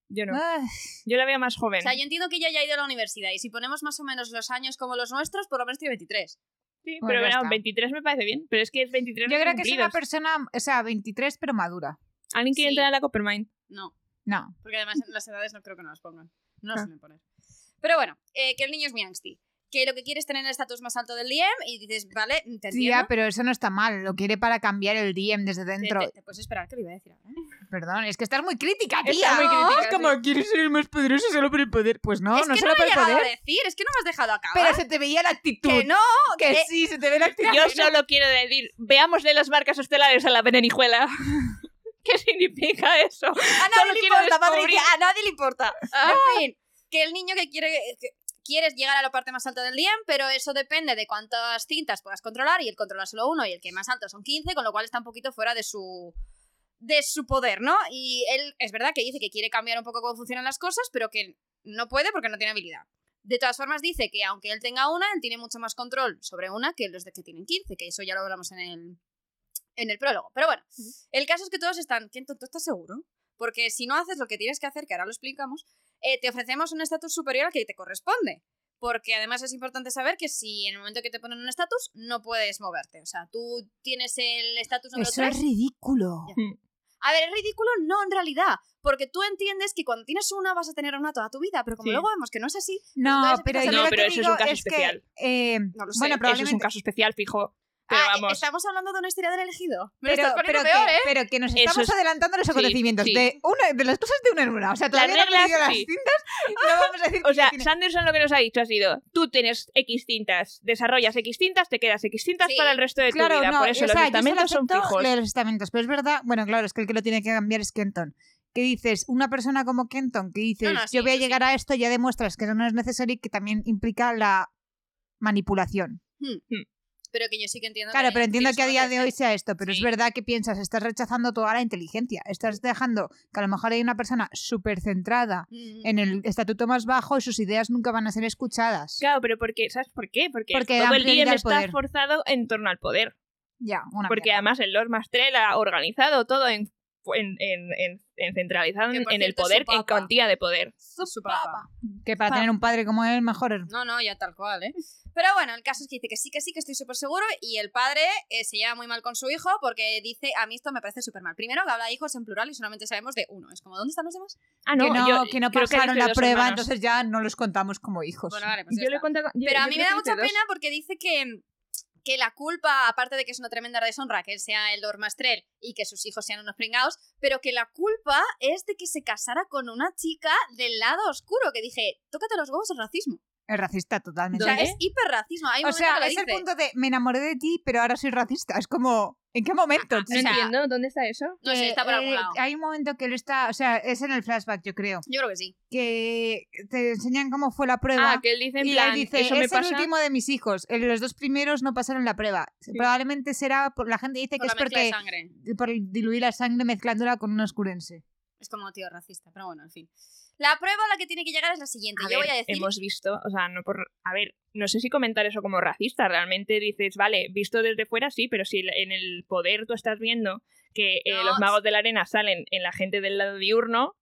Speaker 1: Yo no.
Speaker 2: Ah,
Speaker 1: Yo la veo más joven.
Speaker 3: O sea, yo entiendo que ella ya ha ido a la universidad y si ponemos más o menos los años como los nuestros, por lo menos tiene 23.
Speaker 1: Sí,
Speaker 2: Pues
Speaker 1: pero
Speaker 2: ya
Speaker 1: no,
Speaker 2: está.
Speaker 1: 23 me parece bien, pero es que es 23
Speaker 2: yo creo que es
Speaker 1: cumplidos.
Speaker 2: una persona, o sea, 23 pero madura.
Speaker 1: Alguien quiere
Speaker 3: Sí.
Speaker 1: entrar a la Coppermine.
Speaker 3: No,
Speaker 2: No.
Speaker 3: porque además las edades no creo que nos las pongan. No las
Speaker 1: Ah.
Speaker 3: suelen poner. Pero bueno, eh, que el niño es muy angsty. Que lo que quiere es tener el estatus más alto del DM y dices, vale, te entiendo.
Speaker 2: Tía, ah, pero eso no está mal. Lo quiere para cambiar el DM desde
Speaker 3: Te-
Speaker 2: dentro.
Speaker 3: Te, te puedes esperar que lo iba a decir ahora. ¿eh?
Speaker 2: Perdón, es que estás muy crítica, tía.
Speaker 1: Está muy crítica,
Speaker 2: Es como, ¿quieres ser el más poderoso solo por el poder? Pues no,
Speaker 3: es
Speaker 2: no
Speaker 3: que
Speaker 2: solo
Speaker 3: no
Speaker 2: por
Speaker 3: he
Speaker 2: el
Speaker 3: llegado
Speaker 2: poder.
Speaker 3: a decir, es que no me has dejado acabar.
Speaker 2: Pero se te veía la actitud.
Speaker 3: que no,
Speaker 2: que
Speaker 3: que-
Speaker 2: sí, se te ve la actitud.
Speaker 1: Yo solo quiero decir, veámosle las marcas estelares a la venenijuela. ¿Qué significa eso?
Speaker 3: a
Speaker 1: solo
Speaker 3: nadie le
Speaker 1: quiero
Speaker 3: importa, madre
Speaker 1: descubrir- Ah.
Speaker 3: mía, a nadie le importa. En fin, que el niño que quiere... que- Quieres llegar a la parte más alta del DM, pero eso depende de cuántas cintas puedas controlar y él controla solo uno y el que más alto son 15, con lo cual está un poquito fuera de su de su poder, ¿no? Y él es verdad que dice que quiere cambiar un poco cómo funcionan las cosas, pero que no puede porque no tiene habilidad. De todas formas dice que aunque él tenga una, él tiene mucho más control sobre una que los de que tienen 15, que eso ya lo hablamos en el en el prólogo. Pero bueno, el caso es que todos están, ¿quién tonto está seguro? Porque si no haces lo que tienes que hacer, que ahora lo explicamos, eh, te ofrecemos un estatus superior al que te corresponde. Porque además es importante saber que si en el momento que te ponen un estatus, no puedes moverte. O sea, tú tienes el estatus número
Speaker 2: Eso
Speaker 3: 3.
Speaker 2: es ridículo.
Speaker 3: Ya. A ver, es ridículo, no en realidad. Porque tú entiendes que cuando tienes una vas a tener una toda tu vida, pero como
Speaker 1: Sí.
Speaker 3: luego vemos que no es así,
Speaker 2: No,
Speaker 3: Entonces
Speaker 2: pero,
Speaker 3: empiezas
Speaker 2: yo
Speaker 3: a-
Speaker 2: lo
Speaker 3: No,
Speaker 2: que
Speaker 1: pero eso es un
Speaker 2: digo
Speaker 1: caso
Speaker 2: es que,
Speaker 1: especial.
Speaker 2: eh,
Speaker 3: no lo sé.
Speaker 1: Eso es
Speaker 2: bueno,
Speaker 1: un
Speaker 2: probablemente-
Speaker 1: caso especial, fijo. Pero
Speaker 3: Ah, eh,
Speaker 1: vamos.
Speaker 3: Estamos hablando de una historia del elegido. Me lo
Speaker 2: pero,
Speaker 3: estás poniendo
Speaker 2: pero
Speaker 3: peor,
Speaker 2: que,
Speaker 3: ¿eh?
Speaker 2: pero que nos
Speaker 1: Eso
Speaker 2: estamos
Speaker 1: es-
Speaker 2: adelantando los
Speaker 1: sí,
Speaker 2: acontecimientos
Speaker 1: sí.
Speaker 2: de una de las cosas de una en una. O sea, todavía no
Speaker 1: reglas,
Speaker 2: hemos leído las
Speaker 1: sí.
Speaker 2: cintas, no vamos a decir
Speaker 1: O sea,
Speaker 2: que tiene-
Speaker 1: Sanderson lo que nos ha dicho ha sido, tú tienes X cintas, desarrollas X cintas, te quedas X cintas
Speaker 3: Sí.
Speaker 1: para el resto de tu
Speaker 2: claro,
Speaker 1: vida.
Speaker 2: no,
Speaker 1: Por eso
Speaker 2: o
Speaker 1: los
Speaker 2: sea, yo
Speaker 1: estamentos
Speaker 2: solo
Speaker 1: son
Speaker 2: acepto
Speaker 1: fijos.
Speaker 2: lo de los estamentos, pero es verdad, bueno, claro, es que el que lo tiene que cambiar es Kenton. Que dices, una persona como Kenton, que dices,
Speaker 3: No, no, sí,
Speaker 2: yo voy a
Speaker 3: eso sí.
Speaker 2: llegar a esto, ya demuestras que eso no es necesario y que también implica la manipulación.
Speaker 3: Pero que yo sí que entiendo.
Speaker 1: eh,
Speaker 2: Claro, pero entiendo
Speaker 3: tienes
Speaker 2: que a
Speaker 3: una
Speaker 2: día de
Speaker 3: tercera.
Speaker 2: hoy sea esto, pero
Speaker 3: Sí.
Speaker 2: es verdad que piensas, estás rechazando toda la inteligencia, estás dejando que a lo mejor hay una persona súper centrada
Speaker 3: Mm.
Speaker 2: en el estatuto más bajo y sus ideas nunca van a ser escuchadas.
Speaker 1: Claro, pero porque, ¿sabes por qué? Porque,
Speaker 2: Porque
Speaker 1: todo
Speaker 2: dan
Speaker 1: el
Speaker 2: prioridad
Speaker 1: día
Speaker 2: al
Speaker 1: está
Speaker 2: poder. Ah,
Speaker 1: forzado en torno al poder.
Speaker 2: Ya, una
Speaker 1: porque
Speaker 2: mierda.
Speaker 1: además el Lord Mastrel ha organizado todo en, en, en, en- en centralizado
Speaker 3: Que,
Speaker 1: en,
Speaker 3: por
Speaker 1: en el
Speaker 3: cierto, es
Speaker 1: poder,
Speaker 3: su
Speaker 1: en
Speaker 3: papa.
Speaker 1: cuantía de poder.
Speaker 3: Su papá.
Speaker 2: que para
Speaker 1: Pa.
Speaker 2: tener un padre como él mejor es-
Speaker 3: No, no, ya tal cual, ¿eh? Pero bueno, el caso es que dice que sí, que sí, que estoy súper seguro y el padre eh, se lleva muy mal con su hijo porque dice, a mí esto me parece súper mal. Primero que habla de hijos en plural y solamente sabemos de uno. Es como, ¿dónde están los demás?
Speaker 1: Ah,
Speaker 2: que no,
Speaker 1: yo
Speaker 2: que no
Speaker 1: creo
Speaker 2: pasaron
Speaker 1: dice
Speaker 2: la
Speaker 1: dos
Speaker 2: prueba,
Speaker 1: hermanos.
Speaker 2: entonces ya no los contamos como hijos.
Speaker 3: Bueno, vale, pues ya
Speaker 1: Yo lo he
Speaker 3: está.
Speaker 1: contado- yo-
Speaker 3: Pero
Speaker 1: yo
Speaker 3: a mí me
Speaker 1: creo
Speaker 3: da
Speaker 1: que dice
Speaker 3: mucha
Speaker 1: dos.
Speaker 3: pena porque dice que, que la culpa, aparte de que es una tremenda deshonra que él sea el Lord Mastrel y que sus hijos sean unos pringados, pero que la culpa es de que se casara con una chica del lado oscuro, que dije, tócate los huevos el racismo.
Speaker 2: Es racista totalmente.
Speaker 3: O sea,
Speaker 1: ¿Dónde?
Speaker 3: es hiperracismo. Hay un
Speaker 2: O
Speaker 3: momento
Speaker 2: sea,
Speaker 3: que lo
Speaker 2: es el
Speaker 3: dice.
Speaker 2: punto de me enamoré de ti, pero ahora soy racista. Es como, ¿en qué momento?
Speaker 1: No
Speaker 3: O sea,
Speaker 1: entiendo, ¿dónde está eso?
Speaker 3: No sé, está por
Speaker 2: Eh,
Speaker 3: algún
Speaker 2: eh,
Speaker 3: lado.
Speaker 2: Hay un momento que él está, o sea, es en el flashback, yo creo,
Speaker 3: Yo creo que sí.
Speaker 2: que te enseñan cómo fue la prueba.
Speaker 1: Ah, que él dice en
Speaker 2: y
Speaker 1: plan,
Speaker 2: él dice,
Speaker 1: eso
Speaker 2: es
Speaker 1: me
Speaker 2: el
Speaker 1: pasa...
Speaker 2: último de mis hijos. Eh, Los dos primeros no pasaron la prueba. Probablemente será, por- la gente dice
Speaker 3: Por
Speaker 2: que
Speaker 3: la
Speaker 2: es
Speaker 3: mezcla de
Speaker 2: porque
Speaker 3: sangre.
Speaker 2: por diluir la sangre mezclándola con un oscurense.
Speaker 3: Es como tío racista, pero bueno, en fin. La prueba a la que tiene que llegar es la siguiente.
Speaker 1: A
Speaker 3: Yo
Speaker 1: ver,
Speaker 3: voy a decir.
Speaker 1: hemos visto, o sea, no por, a ver, no sé si comentar eso como racista, realmente dices, vale, visto desde fuera sí, pero si el- en el poder tú estás viendo que eh,
Speaker 3: No,
Speaker 1: los magos de la arena salen en la gente del lado diurno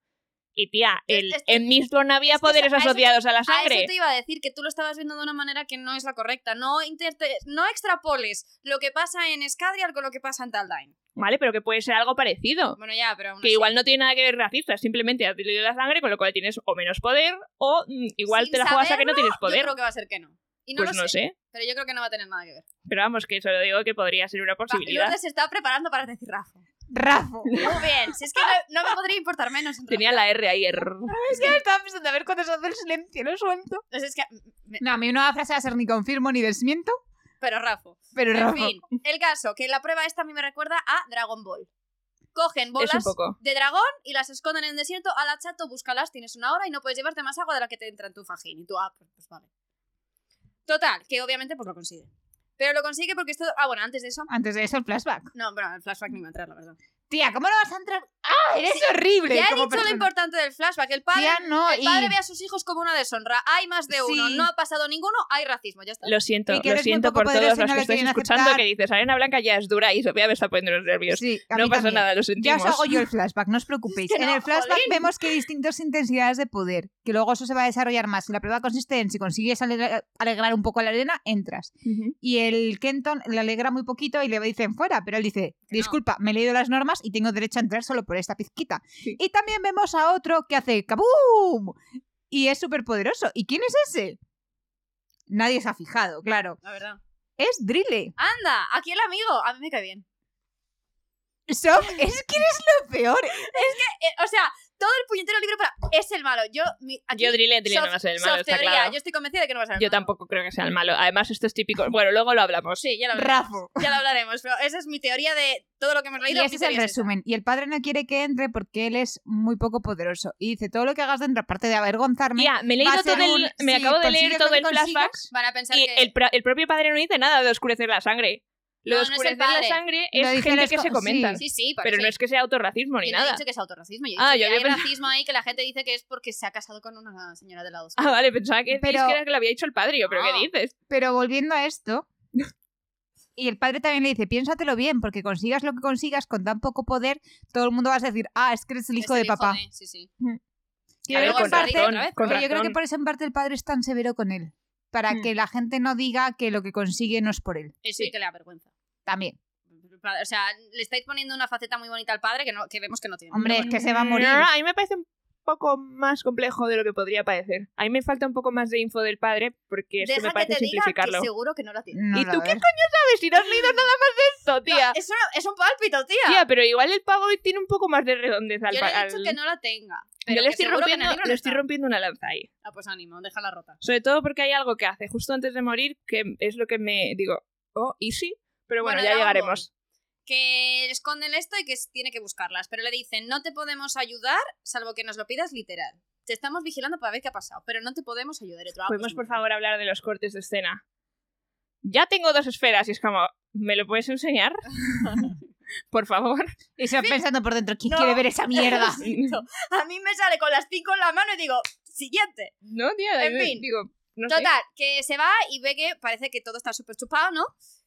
Speaker 1: y tía,
Speaker 3: Es-
Speaker 1: el,
Speaker 3: es que-
Speaker 1: en Mistborn había
Speaker 3: es que
Speaker 1: poderes
Speaker 3: eso- a eso-
Speaker 1: asociados a la
Speaker 3: A eso
Speaker 1: sangre.
Speaker 3: te iba a decir que tú lo estabas viendo de una manera que no es la correcta. No, interte- no extrapoles lo que pasa en Scadrial con lo que pasa en Taldine.
Speaker 1: Vale, pero que puede ser algo parecido.
Speaker 3: Bueno, ya, pero aún
Speaker 1: Que
Speaker 3: así.
Speaker 1: igual no tiene nada que ver racista, simplemente has diluido la sangre, con lo cual tienes o menos poder, o mm, igual
Speaker 3: Sin
Speaker 1: te la juegas a que no tienes
Speaker 3: Yo
Speaker 1: poder.
Speaker 3: creo que va a ser que no. Y no
Speaker 1: pues
Speaker 3: lo
Speaker 1: no
Speaker 3: sé,
Speaker 1: sé.
Speaker 3: Pero yo creo que no va a tener nada que ver.
Speaker 1: Pero vamos, que solo digo que podría ser una
Speaker 3: Va,
Speaker 1: posibilidad.
Speaker 3: Lourdes se está preparando para decir Rafa.
Speaker 2: Rafo.
Speaker 3: Muy bien. Si es que no, no me podría importar menos. en
Speaker 1: Tenía la R ahí. err.
Speaker 2: Es que estaba pensando a ver cuándo se hace el silencio, lo suelto.
Speaker 3: realidad. Es que, me-
Speaker 2: No, a mí no va a frase va a ser ni confirmo ni desmiento,
Speaker 3: pero Rafa.
Speaker 2: pero
Speaker 3: En
Speaker 2: Rafo.
Speaker 3: fin, el caso, que la prueba esta a mí me recuerda a Dragon Ball. Cogen
Speaker 1: Es un
Speaker 3: bolas
Speaker 1: poco.
Speaker 3: de dragón y las esconden en el desierto, al achato, búscalas, tienes una hora y no puedes llevarte más agua de la que te entra en tu fajín. Y tú, ah, pues, pues vale. Total, que obviamente pues lo consigue. Pero lo consigue porque esto... Ah, bueno, antes de eso...
Speaker 2: Antes de eso, el flashback.
Speaker 3: No, bueno, el flashback ni me va a entrar, la verdad.
Speaker 2: Tía, ¿cómo no vas a entrar? ¡Ah! Eres horrible.
Speaker 3: Ya he
Speaker 2: como
Speaker 3: dicho lo
Speaker 2: persona.
Speaker 3: importante del flashback. El padre,
Speaker 2: Tía, no.
Speaker 3: el
Speaker 2: y-
Speaker 3: padre ve a sus hijos como una deshonra. Hay más de uno,
Speaker 2: Sí.
Speaker 3: no ha pasado ninguno, hay racismo, ya está.
Speaker 1: Lo siento,
Speaker 2: Y que
Speaker 1: lo
Speaker 2: eres muy
Speaker 1: siento por
Speaker 2: poco
Speaker 1: todos
Speaker 2: poderosa
Speaker 1: los
Speaker 2: y no
Speaker 1: que
Speaker 2: le
Speaker 1: estáis
Speaker 2: quieren
Speaker 1: escuchando
Speaker 2: aceptar.
Speaker 1: que dices, Arena Blanca ya es dura y Sofía me está poniendo los nervios.
Speaker 2: Sí, a
Speaker 1: no
Speaker 2: mí
Speaker 1: pasa
Speaker 2: también.
Speaker 1: nada, lo
Speaker 2: Ya
Speaker 1: sentimos.
Speaker 2: os hago yo el flashback, no os preocupéis.
Speaker 3: Es que
Speaker 2: en
Speaker 3: no,
Speaker 2: el flashback
Speaker 3: jolín.
Speaker 2: vemos que hay distintas intensidades de poder, que luego eso se va a desarrollar más. Y la prueba consiste en si consigues ale- alegrar un poco a la arena, entras.
Speaker 1: Ujú.
Speaker 2: Y el Kenton le alegra muy poquito y le dicen fuera, pero él dice,
Speaker 3: no.
Speaker 2: disculpa, me he leído las normas y tengo derecho a entrar solo por esta pizquita.
Speaker 1: Sí.
Speaker 2: Y también vemos a otro que hace ¡kaboom! Y es súper poderoso. ¿Y quién es ese? Nadie se ha fijado, claro.
Speaker 3: La verdad.
Speaker 2: Es Drille.
Speaker 3: Anda, aquí el amigo, a mí me cae bien.
Speaker 2: Sof, es que eres lo peor.
Speaker 3: Eh, o sea, todo el puñetero libro para... es el malo. Yo, mi, aquí-
Speaker 1: Yo Drille, Drille no
Speaker 3: soft-
Speaker 1: va a ser el malo,
Speaker 3: soft
Speaker 1: está
Speaker 3: teoría.
Speaker 1: claro.
Speaker 3: Yo estoy convencida de que no va a ser el
Speaker 1: Yo
Speaker 3: malo.
Speaker 1: tampoco creo que sea el malo. Además, esto es típico. Bueno, luego lo hablamos.
Speaker 3: Sí, ya lo hablaremos.
Speaker 2: Rafo.
Speaker 3: Ya lo hablaremos, pero esa es mi teoría de todo lo que hemos
Speaker 2: Y
Speaker 3: leído. mi
Speaker 2: ese es el
Speaker 3: teoría esa.
Speaker 2: resumen. Y el padre no quiere que entre porque él es muy poco poderoso. Y dice, todo lo que hagas dentro, aparte de avergonzarme...
Speaker 1: Tía, me he
Speaker 2: va a
Speaker 1: leído
Speaker 2: ser
Speaker 1: todo el.
Speaker 2: un-
Speaker 1: Me
Speaker 2: si
Speaker 1: acabo de leer
Speaker 2: consigues
Speaker 1: todo
Speaker 2: lo que
Speaker 1: el flashback
Speaker 2: consigas,
Speaker 3: Van a pensar
Speaker 1: y
Speaker 3: que.
Speaker 1: el, pro- el propio padre no dice nada de oscurecer la sangre. Lo de
Speaker 3: No, no es el
Speaker 1: oscurecer la
Speaker 3: padre.
Speaker 1: sangre
Speaker 2: Lo
Speaker 1: es
Speaker 2: dicen
Speaker 1: gente
Speaker 2: los
Speaker 1: que
Speaker 2: co-
Speaker 1: se
Speaker 2: sí.
Speaker 1: comenta.
Speaker 3: Sí, sí, por
Speaker 1: Pero
Speaker 3: eso
Speaker 1: no es que sea autorracismo ni
Speaker 3: yo no he
Speaker 1: nada.
Speaker 3: dicho que es autorracismo. Yo he
Speaker 1: Ah,
Speaker 3: dicho
Speaker 1: yo
Speaker 3: que
Speaker 1: había
Speaker 3: hay
Speaker 1: pensado-
Speaker 3: racismo ahí que la gente dice que es porque se ha casado con una señora de la
Speaker 1: Ah, vale, pensaba que,
Speaker 2: Pero-
Speaker 1: es que era que lo había dicho el padre. Yo, ¿pero
Speaker 3: No.
Speaker 1: qué dices?
Speaker 2: Pero volviendo a esto, y el padre también le dice, piénsatelo bien, porque consigas lo que consigas con tan poco poder, todo el mundo vas a decir, ah, es que eres el hijo de papá.
Speaker 3: Sí, sí.
Speaker 2: Yo
Speaker 1: A ver,
Speaker 2: creo que
Speaker 1: con
Speaker 2: en parte-
Speaker 1: razón,
Speaker 3: otra vez,
Speaker 1: con
Speaker 2: pero yo creo que
Speaker 1: razón.
Speaker 2: por eso en parte el padre es tan severo con él, para
Speaker 1: Hmm.
Speaker 2: que la gente no diga que lo que consigue no es por él.
Speaker 3: Eso y que le da vergüenza.
Speaker 2: También.
Speaker 3: O sea, le estáis poniendo una faceta muy bonita al padre que, no, que vemos que no tiene.
Speaker 2: Hombre, es que se va a morir.
Speaker 1: No, no, Mm, a mí me parece un poco más complejo de lo que podría parecer. A mí me falta un poco más de info del padre porque esto
Speaker 3: Deja
Speaker 1: me
Speaker 3: que
Speaker 1: parece
Speaker 3: te diga
Speaker 1: simplificarlo.
Speaker 3: que seguro que no la tiene.
Speaker 2: No
Speaker 1: ¿Y
Speaker 2: lo
Speaker 1: tú
Speaker 2: va a
Speaker 1: qué
Speaker 2: ver.
Speaker 1: coño sabes si no has leído nada más de esto, tía?
Speaker 3: No, es, una- es un pálpito, tía.
Speaker 1: Tía, pero igual el pavo tiene un poco más de redondez al...
Speaker 3: Yo le he
Speaker 1: al-
Speaker 3: dicho que no la tenga.
Speaker 1: Yo
Speaker 3: Pero
Speaker 1: le
Speaker 3: que
Speaker 1: estoy,
Speaker 3: seguro que en el
Speaker 1: rompiendo,
Speaker 3: libro no
Speaker 1: le estoy
Speaker 3: está.
Speaker 1: rompiendo una lanza ahí.
Speaker 3: Ah, pues ánimo, déjala rota.
Speaker 1: Sobre todo porque hay algo que hace justo antes de morir que es lo que me digo, oh, easy, pero bueno,
Speaker 3: Bueno,
Speaker 1: ya
Speaker 3: Dragon
Speaker 1: llegaremos.
Speaker 3: que esconden esto y que s- tiene que buscarlas, pero le dicen, no te podemos ayudar, salvo que nos lo pidas literal. Te estamos vigilando para ver qué ha pasado, pero no te podemos ayudar. Y otro, "Ah, pues
Speaker 1: Podemos,
Speaker 3: muy
Speaker 1: por
Speaker 3: bien".
Speaker 1: favor, hablar de los cortes de escena. Ya tengo dos esferas y es como, ¿me lo puedes enseñar? por favor.
Speaker 2: Y se va pensando por dentro, ¿quién
Speaker 3: No.
Speaker 2: quiere ver esa mierda?
Speaker 3: A mí me sale con las cinco en la mano y digo, siguiente.
Speaker 1: No, tía,
Speaker 3: En
Speaker 1: yo
Speaker 3: fin.
Speaker 1: digo, no sé.
Speaker 3: Total, que se va y ve que parece que todo está súper chupado, ¿no?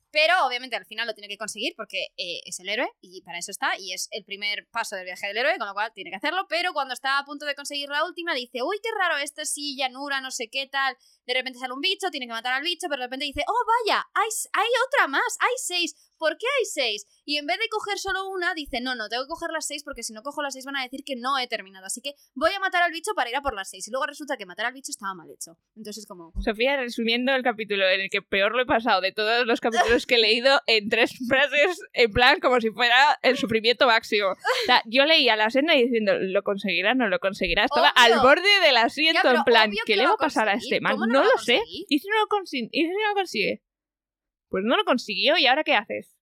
Speaker 3: Pero obviamente al final lo tiene que conseguir porque eh, es el héroe y para eso está y es el primer paso del viaje del héroe, con lo cual tiene que hacerlo. Pero cuando está a punto de conseguir la última, dice: Uy, qué raro esto, sí, llanura, no sé qué tal. De repente sale un bicho, tiene que matar al bicho, pero de repente dice: Oh, vaya, hay, s- hay otra más, hay seis. ¿Por qué hay seis? Y en vez de coger solo una, dice: No, no, tengo que coger las seis porque si no cojo las seis van a decir que no he terminado. Así que voy a matar al bicho para ir a por las seis. Y luego resulta que matar al bicho estaba mal hecho. Entonces, es como.
Speaker 1: Sofía, resumiendo el capítulo en el que peor lo he pasado de todos los capítulos que he leído en tres frases, en plan como si fuera el sufrimiento máximo. O sea, yo leía la escena y diciendo, ¿lo conseguirá? ¿No lo conseguirá? Estaba
Speaker 3: Obvio.
Speaker 1: al borde del asiento,
Speaker 3: Ya, pero
Speaker 1: en plan,
Speaker 3: obvio que
Speaker 1: ¿qué
Speaker 3: lo
Speaker 1: le
Speaker 3: va
Speaker 1: va
Speaker 3: a
Speaker 1: a pasar a
Speaker 3: conseguir.
Speaker 1: este man?
Speaker 3: ¿Cómo
Speaker 1: No,
Speaker 3: no lo va
Speaker 1: lo
Speaker 3: a
Speaker 1: sé.
Speaker 3: conseguir?
Speaker 1: ¿Y si, no lo consi- ¿Y si no lo consigue? Pues no lo consiguió, ¿y ahora qué haces?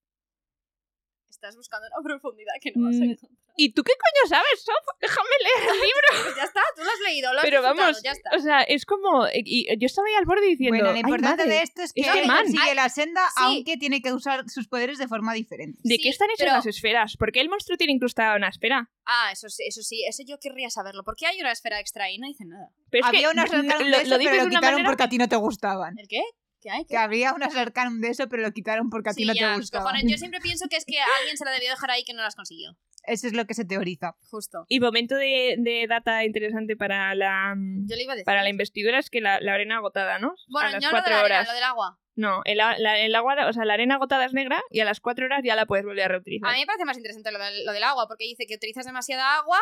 Speaker 3: Estás buscando una profundidad que no vas a
Speaker 1: Mm.
Speaker 3: encontrar.
Speaker 1: ¿Y tú qué coño sabes, Sof? Déjame leer el libro.
Speaker 3: Pues ya está, tú lo has leído, lo has
Speaker 1: Pero
Speaker 3: disfrutado,
Speaker 1: vamos,
Speaker 3: ya está.
Speaker 1: o sea, es como. y- y yo estaba ahí al borde diciendo.
Speaker 2: Bueno, lo
Speaker 1: "Ay,
Speaker 2: importante
Speaker 1: madre,
Speaker 2: de esto es que
Speaker 1: este
Speaker 2: él
Speaker 1: man-
Speaker 2: sigue la senda,
Speaker 3: Sí.
Speaker 2: aunque tiene que usar sus poderes de forma diferente.
Speaker 1: ¿De
Speaker 3: Sí,
Speaker 1: qué están hechas
Speaker 3: pero-
Speaker 1: las esferas? ¿Por qué el monstruo tiene incrustada una esfera?
Speaker 3: Ah, eso sí, eso sí, eso yo querría saberlo. ¿Por qué hay una esfera extra ahí? No dice nada.
Speaker 1: Pero es
Speaker 2: había
Speaker 1: que
Speaker 2: unas
Speaker 1: no-
Speaker 2: arcanum
Speaker 1: lo,
Speaker 2: de eso,
Speaker 1: lo
Speaker 2: pero
Speaker 1: dices de
Speaker 2: lo
Speaker 1: una
Speaker 2: quitaron
Speaker 1: manera...
Speaker 2: porque a ti no te gustaban.
Speaker 3: ¿El qué? ¿Qué hay?
Speaker 2: Que
Speaker 3: ¿Qué?
Speaker 2: había unas arcanum de eso, pero lo quitaron porque a ti
Speaker 3: Sí,
Speaker 2: no
Speaker 3: ya,
Speaker 2: te
Speaker 3: los
Speaker 2: gustaban.
Speaker 3: cojones. Yo siempre pienso que es que alguien se la debió dejar ahí que no las consiguió.
Speaker 2: Eso es lo que se teoriza.
Speaker 3: Justo.
Speaker 1: Y momento de, de data interesante para la mm,
Speaker 3: Yo le iba a decir.
Speaker 1: para la investidura es que la, la arena agotada, ¿no? a
Speaker 3: bueno,
Speaker 1: las
Speaker 3: yo lo, de
Speaker 1: cuatro
Speaker 3: la arena,
Speaker 1: horas.
Speaker 3: lo del agua.
Speaker 1: No, el, a- la- el agua, o sea, la arena agotada es negra y a las cuatro horas ya la puedes volver a
Speaker 3: A
Speaker 1: reutilizar.
Speaker 3: mí me parece más interesante lo del, lo del agua, porque dice que utilizas demasiada agua,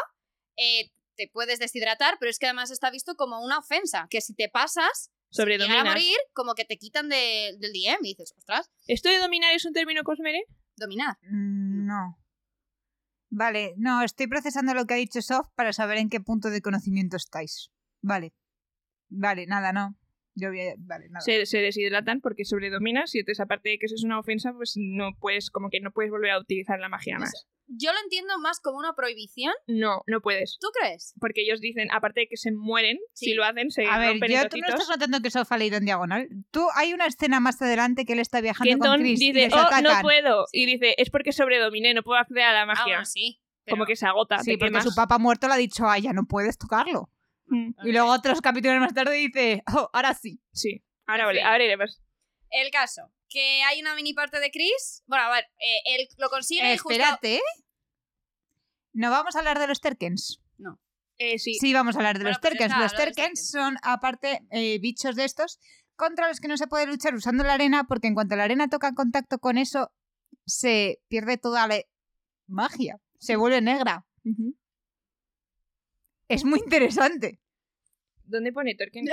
Speaker 3: eh, te puedes deshidratar, pero es que además está visto como una ofensa, que si te pasas,
Speaker 1: Sobre
Speaker 3: llegar a
Speaker 1: dominar.
Speaker 3: morir, como que te quitan de- del DM y dices, ostras,
Speaker 1: ¿Esto de dominar es un término cosmere?
Speaker 3: dominar.
Speaker 2: Mm, No. Vale, no, estoy procesando lo que ha dicho Soft para saber en qué punto de conocimiento estáis. Vale. Vale, nada, no. Yo voy a... Vale, nada.
Speaker 1: Se, se deshidratan porque sobredominas y entonces aparte de que eso es una ofensa, pues no puedes, como que no puedes volver a utilizar la magia
Speaker 3: No
Speaker 1: más.
Speaker 3: Yo lo entiendo más como una prohibición,
Speaker 1: No, no puedes.
Speaker 3: ¿tú crees?
Speaker 1: Porque ellos dicen, aparte de que se mueren,
Speaker 3: Sí.
Speaker 1: si lo hacen, se
Speaker 2: A ver,
Speaker 1: rompen en
Speaker 2: yo tú me
Speaker 1: trocitos.
Speaker 2: estás contando que Sof ha leído en diagonal. Tú, hay una escena más adelante que él está viajando con
Speaker 1: Kenton
Speaker 2: Chris y
Speaker 1: dice,
Speaker 2: les
Speaker 1: oh,
Speaker 2: atacan.
Speaker 1: no puedo. Y dice, es porque sobredominé, no puedo acceder a la
Speaker 3: Ah,
Speaker 1: magia.
Speaker 3: bueno, sí. pero-
Speaker 1: como que se agota,
Speaker 2: Sí,
Speaker 1: te
Speaker 2: porque
Speaker 1: quemas.
Speaker 2: su papá muerto le ha dicho, ah, ya no puedes tocarlo.
Speaker 1: Mm,
Speaker 3: Ok.
Speaker 2: Y luego otros capítulos más tarde dice, oh, ahora sí.
Speaker 1: Sí. Ahora,
Speaker 3: En
Speaker 1: vale,
Speaker 3: fin.
Speaker 1: ahora iremos.
Speaker 3: El caso, que hay una mini parte de Chris. Bueno, a ver, eh, él lo consigue y justo...
Speaker 2: Espérate. ¿eh? No vamos a hablar de los Terkens.
Speaker 1: Eh, sí.
Speaker 2: Sí, vamos a hablar de
Speaker 3: Bueno,
Speaker 2: los
Speaker 3: pues ya
Speaker 2: Terkens.
Speaker 3: está,
Speaker 2: los
Speaker 3: habla de los
Speaker 2: Terkens son, aparte, eh, bichos de estos contra los que no se puede luchar usando la arena, porque en cuanto la arena toca contacto con eso, se pierde toda la magia. Se vuelve negra.
Speaker 1: Ujú.
Speaker 2: Es muy interesante.
Speaker 1: ¿Dónde pone Torquen?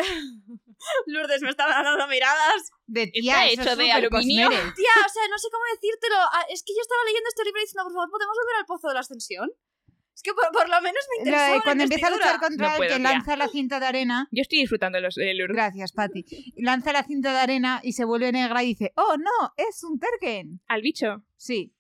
Speaker 3: Lourdes me está dando miradas.
Speaker 2: De
Speaker 1: Está
Speaker 2: tía, eso es
Speaker 1: hecho de
Speaker 2: súper
Speaker 1: aluminio.
Speaker 2: cosmere.
Speaker 3: Tía, o sea, no sé cómo decírtelo. Ah, Es que yo estaba leyendo este libro diciendo, por favor, ¿podemos volver al pozo de la ascensión? Es que por, por lo menos me
Speaker 2: La
Speaker 3: interesa.
Speaker 2: de Eh, Cuando empieza a luchar contra
Speaker 1: No
Speaker 2: el
Speaker 1: puedo,
Speaker 2: que
Speaker 1: tía.
Speaker 2: lanza la cinta de arena,
Speaker 1: Yo estoy disfrutando de los de Lourdes.
Speaker 2: Gracias, Patti. Lanza la cinta de arena y se vuelve negra y dice, oh no, es un terken.
Speaker 1: Al bicho.
Speaker 2: Sí.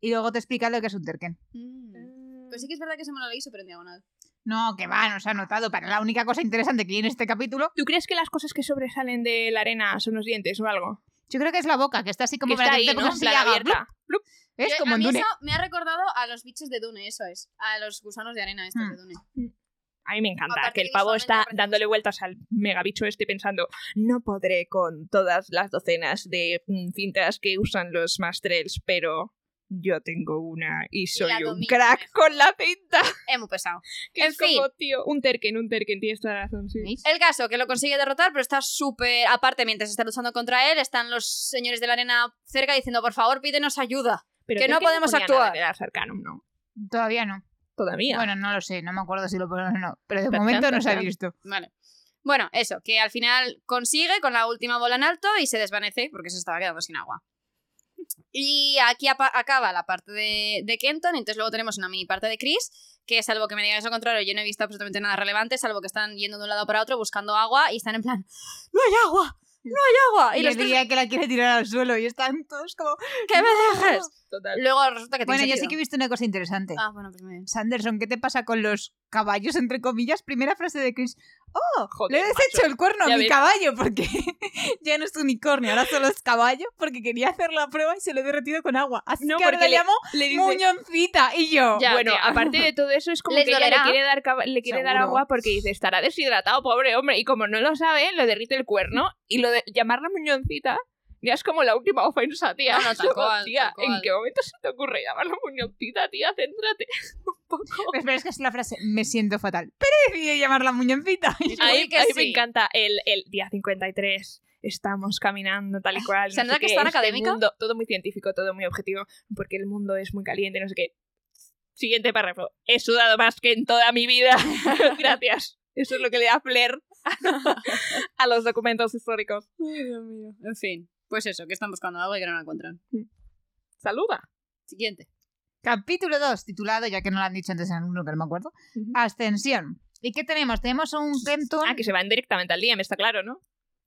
Speaker 2: Y luego te explica lo que es un terken.
Speaker 1: Mm.
Speaker 2: Eh,
Speaker 3: Pues sí que es verdad que se me lo leí súper en diagonal.
Speaker 2: No, que va, nos ha notado. Para la única cosa interesante que hay en este capítulo,
Speaker 1: ¿Tú crees que las cosas que sobresalen de la arena son los dientes o algo?
Speaker 2: yo creo que es la boca, que está así como
Speaker 1: que está
Speaker 2: para que
Speaker 1: ahí,
Speaker 2: te
Speaker 1: ¿no?
Speaker 2: pongas
Speaker 1: En
Speaker 2: así ah,
Speaker 1: plan
Speaker 2: y haga
Speaker 1: abierta. Plup.
Speaker 2: blup. Es
Speaker 3: Yo-
Speaker 2: como
Speaker 3: a
Speaker 2: en
Speaker 3: mí
Speaker 2: Dune.
Speaker 3: eso me ha recordado a los bichos de Dune, eso es. A los gusanos de arena estos
Speaker 2: Hmm.
Speaker 3: de Dune.
Speaker 1: A mí me encanta
Speaker 3: Aparte
Speaker 1: que el
Speaker 3: que
Speaker 1: pavo
Speaker 3: visualmente
Speaker 1: está
Speaker 3: parece
Speaker 1: dándole vueltas al megabicho este pensando no podré con todas las docenas de mm, cintas que usan los mastrels, pero yo tengo una y soy
Speaker 3: la
Speaker 1: un
Speaker 3: domino
Speaker 1: crack
Speaker 3: mejor".
Speaker 1: con la cinta.
Speaker 3: Es muy pesado.
Speaker 1: Que
Speaker 3: En
Speaker 1: es como, tío, un terken, un terken, tienes toda la razón, sí.
Speaker 2: ¿Veis?
Speaker 3: El caso, que lo consigue derrotar, pero está súper... Aparte, mientras está luchando contra él, están los señores de la arena cerca diciendo, por favor, pídenos ayuda.
Speaker 1: Pero
Speaker 3: que no
Speaker 1: Tolkien
Speaker 3: podemos
Speaker 1: ponía nada
Speaker 3: actuar.
Speaker 1: de Dark Arcanum, no.
Speaker 2: Todavía no.
Speaker 1: Todavía.
Speaker 2: Bueno, no lo sé, no me acuerdo si lo ponen o no. Pero de
Speaker 1: Tachán,
Speaker 2: momento no se ha
Speaker 1: tachán.
Speaker 2: visto.
Speaker 3: Vale. Bueno, eso, que al final consigue con la última bola en alto y se desvanece porque se estaba quedando sin agua. Y aquí apa- acaba la parte de, de Kenton, entonces luego tenemos una mini parte de Chris, que salvo que me digáis lo contrario, yo no he visto absolutamente nada relevante, salvo que están yendo de un lado para otro buscando agua y están en plan, ¡No hay agua! ¡No hay agua!
Speaker 2: Y,
Speaker 3: Y,
Speaker 2: le
Speaker 3: los tres,
Speaker 2: diría que la quiere tirar al suelo y están todos como...
Speaker 3: ¡Que me dejes!
Speaker 1: Total.
Speaker 3: Luego resulta que tiene
Speaker 2: Bueno, yo sí
Speaker 3: sentido.
Speaker 2: que he visto una cosa interesante.
Speaker 3: Ah, bueno, pues muy bien.
Speaker 2: Sanderson, ¿qué te pasa con los caballos, entre comillas? Primera frase de Chris. ¡Oh!
Speaker 1: Joder,
Speaker 2: le he
Speaker 1: macho.
Speaker 2: deshecho el cuerno a
Speaker 1: Ya
Speaker 2: mi
Speaker 1: ves.
Speaker 2: caballo porque ya no es unicornio, ahora solo es caballo porque quería hacer la prueba y se lo he derretido con agua. Así
Speaker 1: No,
Speaker 2: que ahora
Speaker 1: porque
Speaker 2: le
Speaker 1: le-
Speaker 2: llamo
Speaker 1: Le dice-
Speaker 2: muñoncita y yo.
Speaker 3: Ya,
Speaker 1: bueno,
Speaker 3: tía.
Speaker 1: aparte de todo eso, es como
Speaker 3: Les
Speaker 1: que ella le
Speaker 3: dolerá.
Speaker 1: quiere, dar, caba- le quiere dar
Speaker 2: Seguro.
Speaker 1: agua porque dice, estará deshidratado, pobre hombre. Y como no lo sabe, lo derrite el cuerno. Y lo de llamarla muñoncita ya es como la última ofensa, tía.
Speaker 3: No, no,
Speaker 1: Es
Speaker 3: tal
Speaker 1: como,
Speaker 3: cual,
Speaker 1: tía,
Speaker 3: tal cual.
Speaker 1: Ah, ¿en qué momento se te ocurre llamarla muñoncita, tía? Céntrate un poco.
Speaker 2: Pero es que es la frase, me siento fatal. Pero decidí llamarla muñoncita.
Speaker 1: Ahí,
Speaker 3: que
Speaker 1: ahí
Speaker 3: sí.
Speaker 1: me encanta el, el día 53. Estamos caminando tal y cual.
Speaker 3: Ah, ¿Se
Speaker 1: no
Speaker 3: nota
Speaker 1: sé
Speaker 3: que
Speaker 1: qué,
Speaker 3: es tan
Speaker 1: este
Speaker 3: académica?
Speaker 1: mundo- todo muy científico, todo muy objetivo, porque el mundo es muy caliente, no sé qué. Siguiente párrafo. He sudado más que en toda mi vida. Gracias. Eso es lo que le da flair a los documentos históricos.
Speaker 3: En fin, pues eso, que están buscando agua y que no la encuentran.
Speaker 1: Saluda.
Speaker 3: Siguiente.
Speaker 2: Capítulo 2, titulado, ya que no lo han dicho antes en alguno que no me acuerdo, Ascensión. ¿Y qué tenemos? Tenemos un Kenton
Speaker 1: Ah, que se van directamente al DM, está claro, ¿no?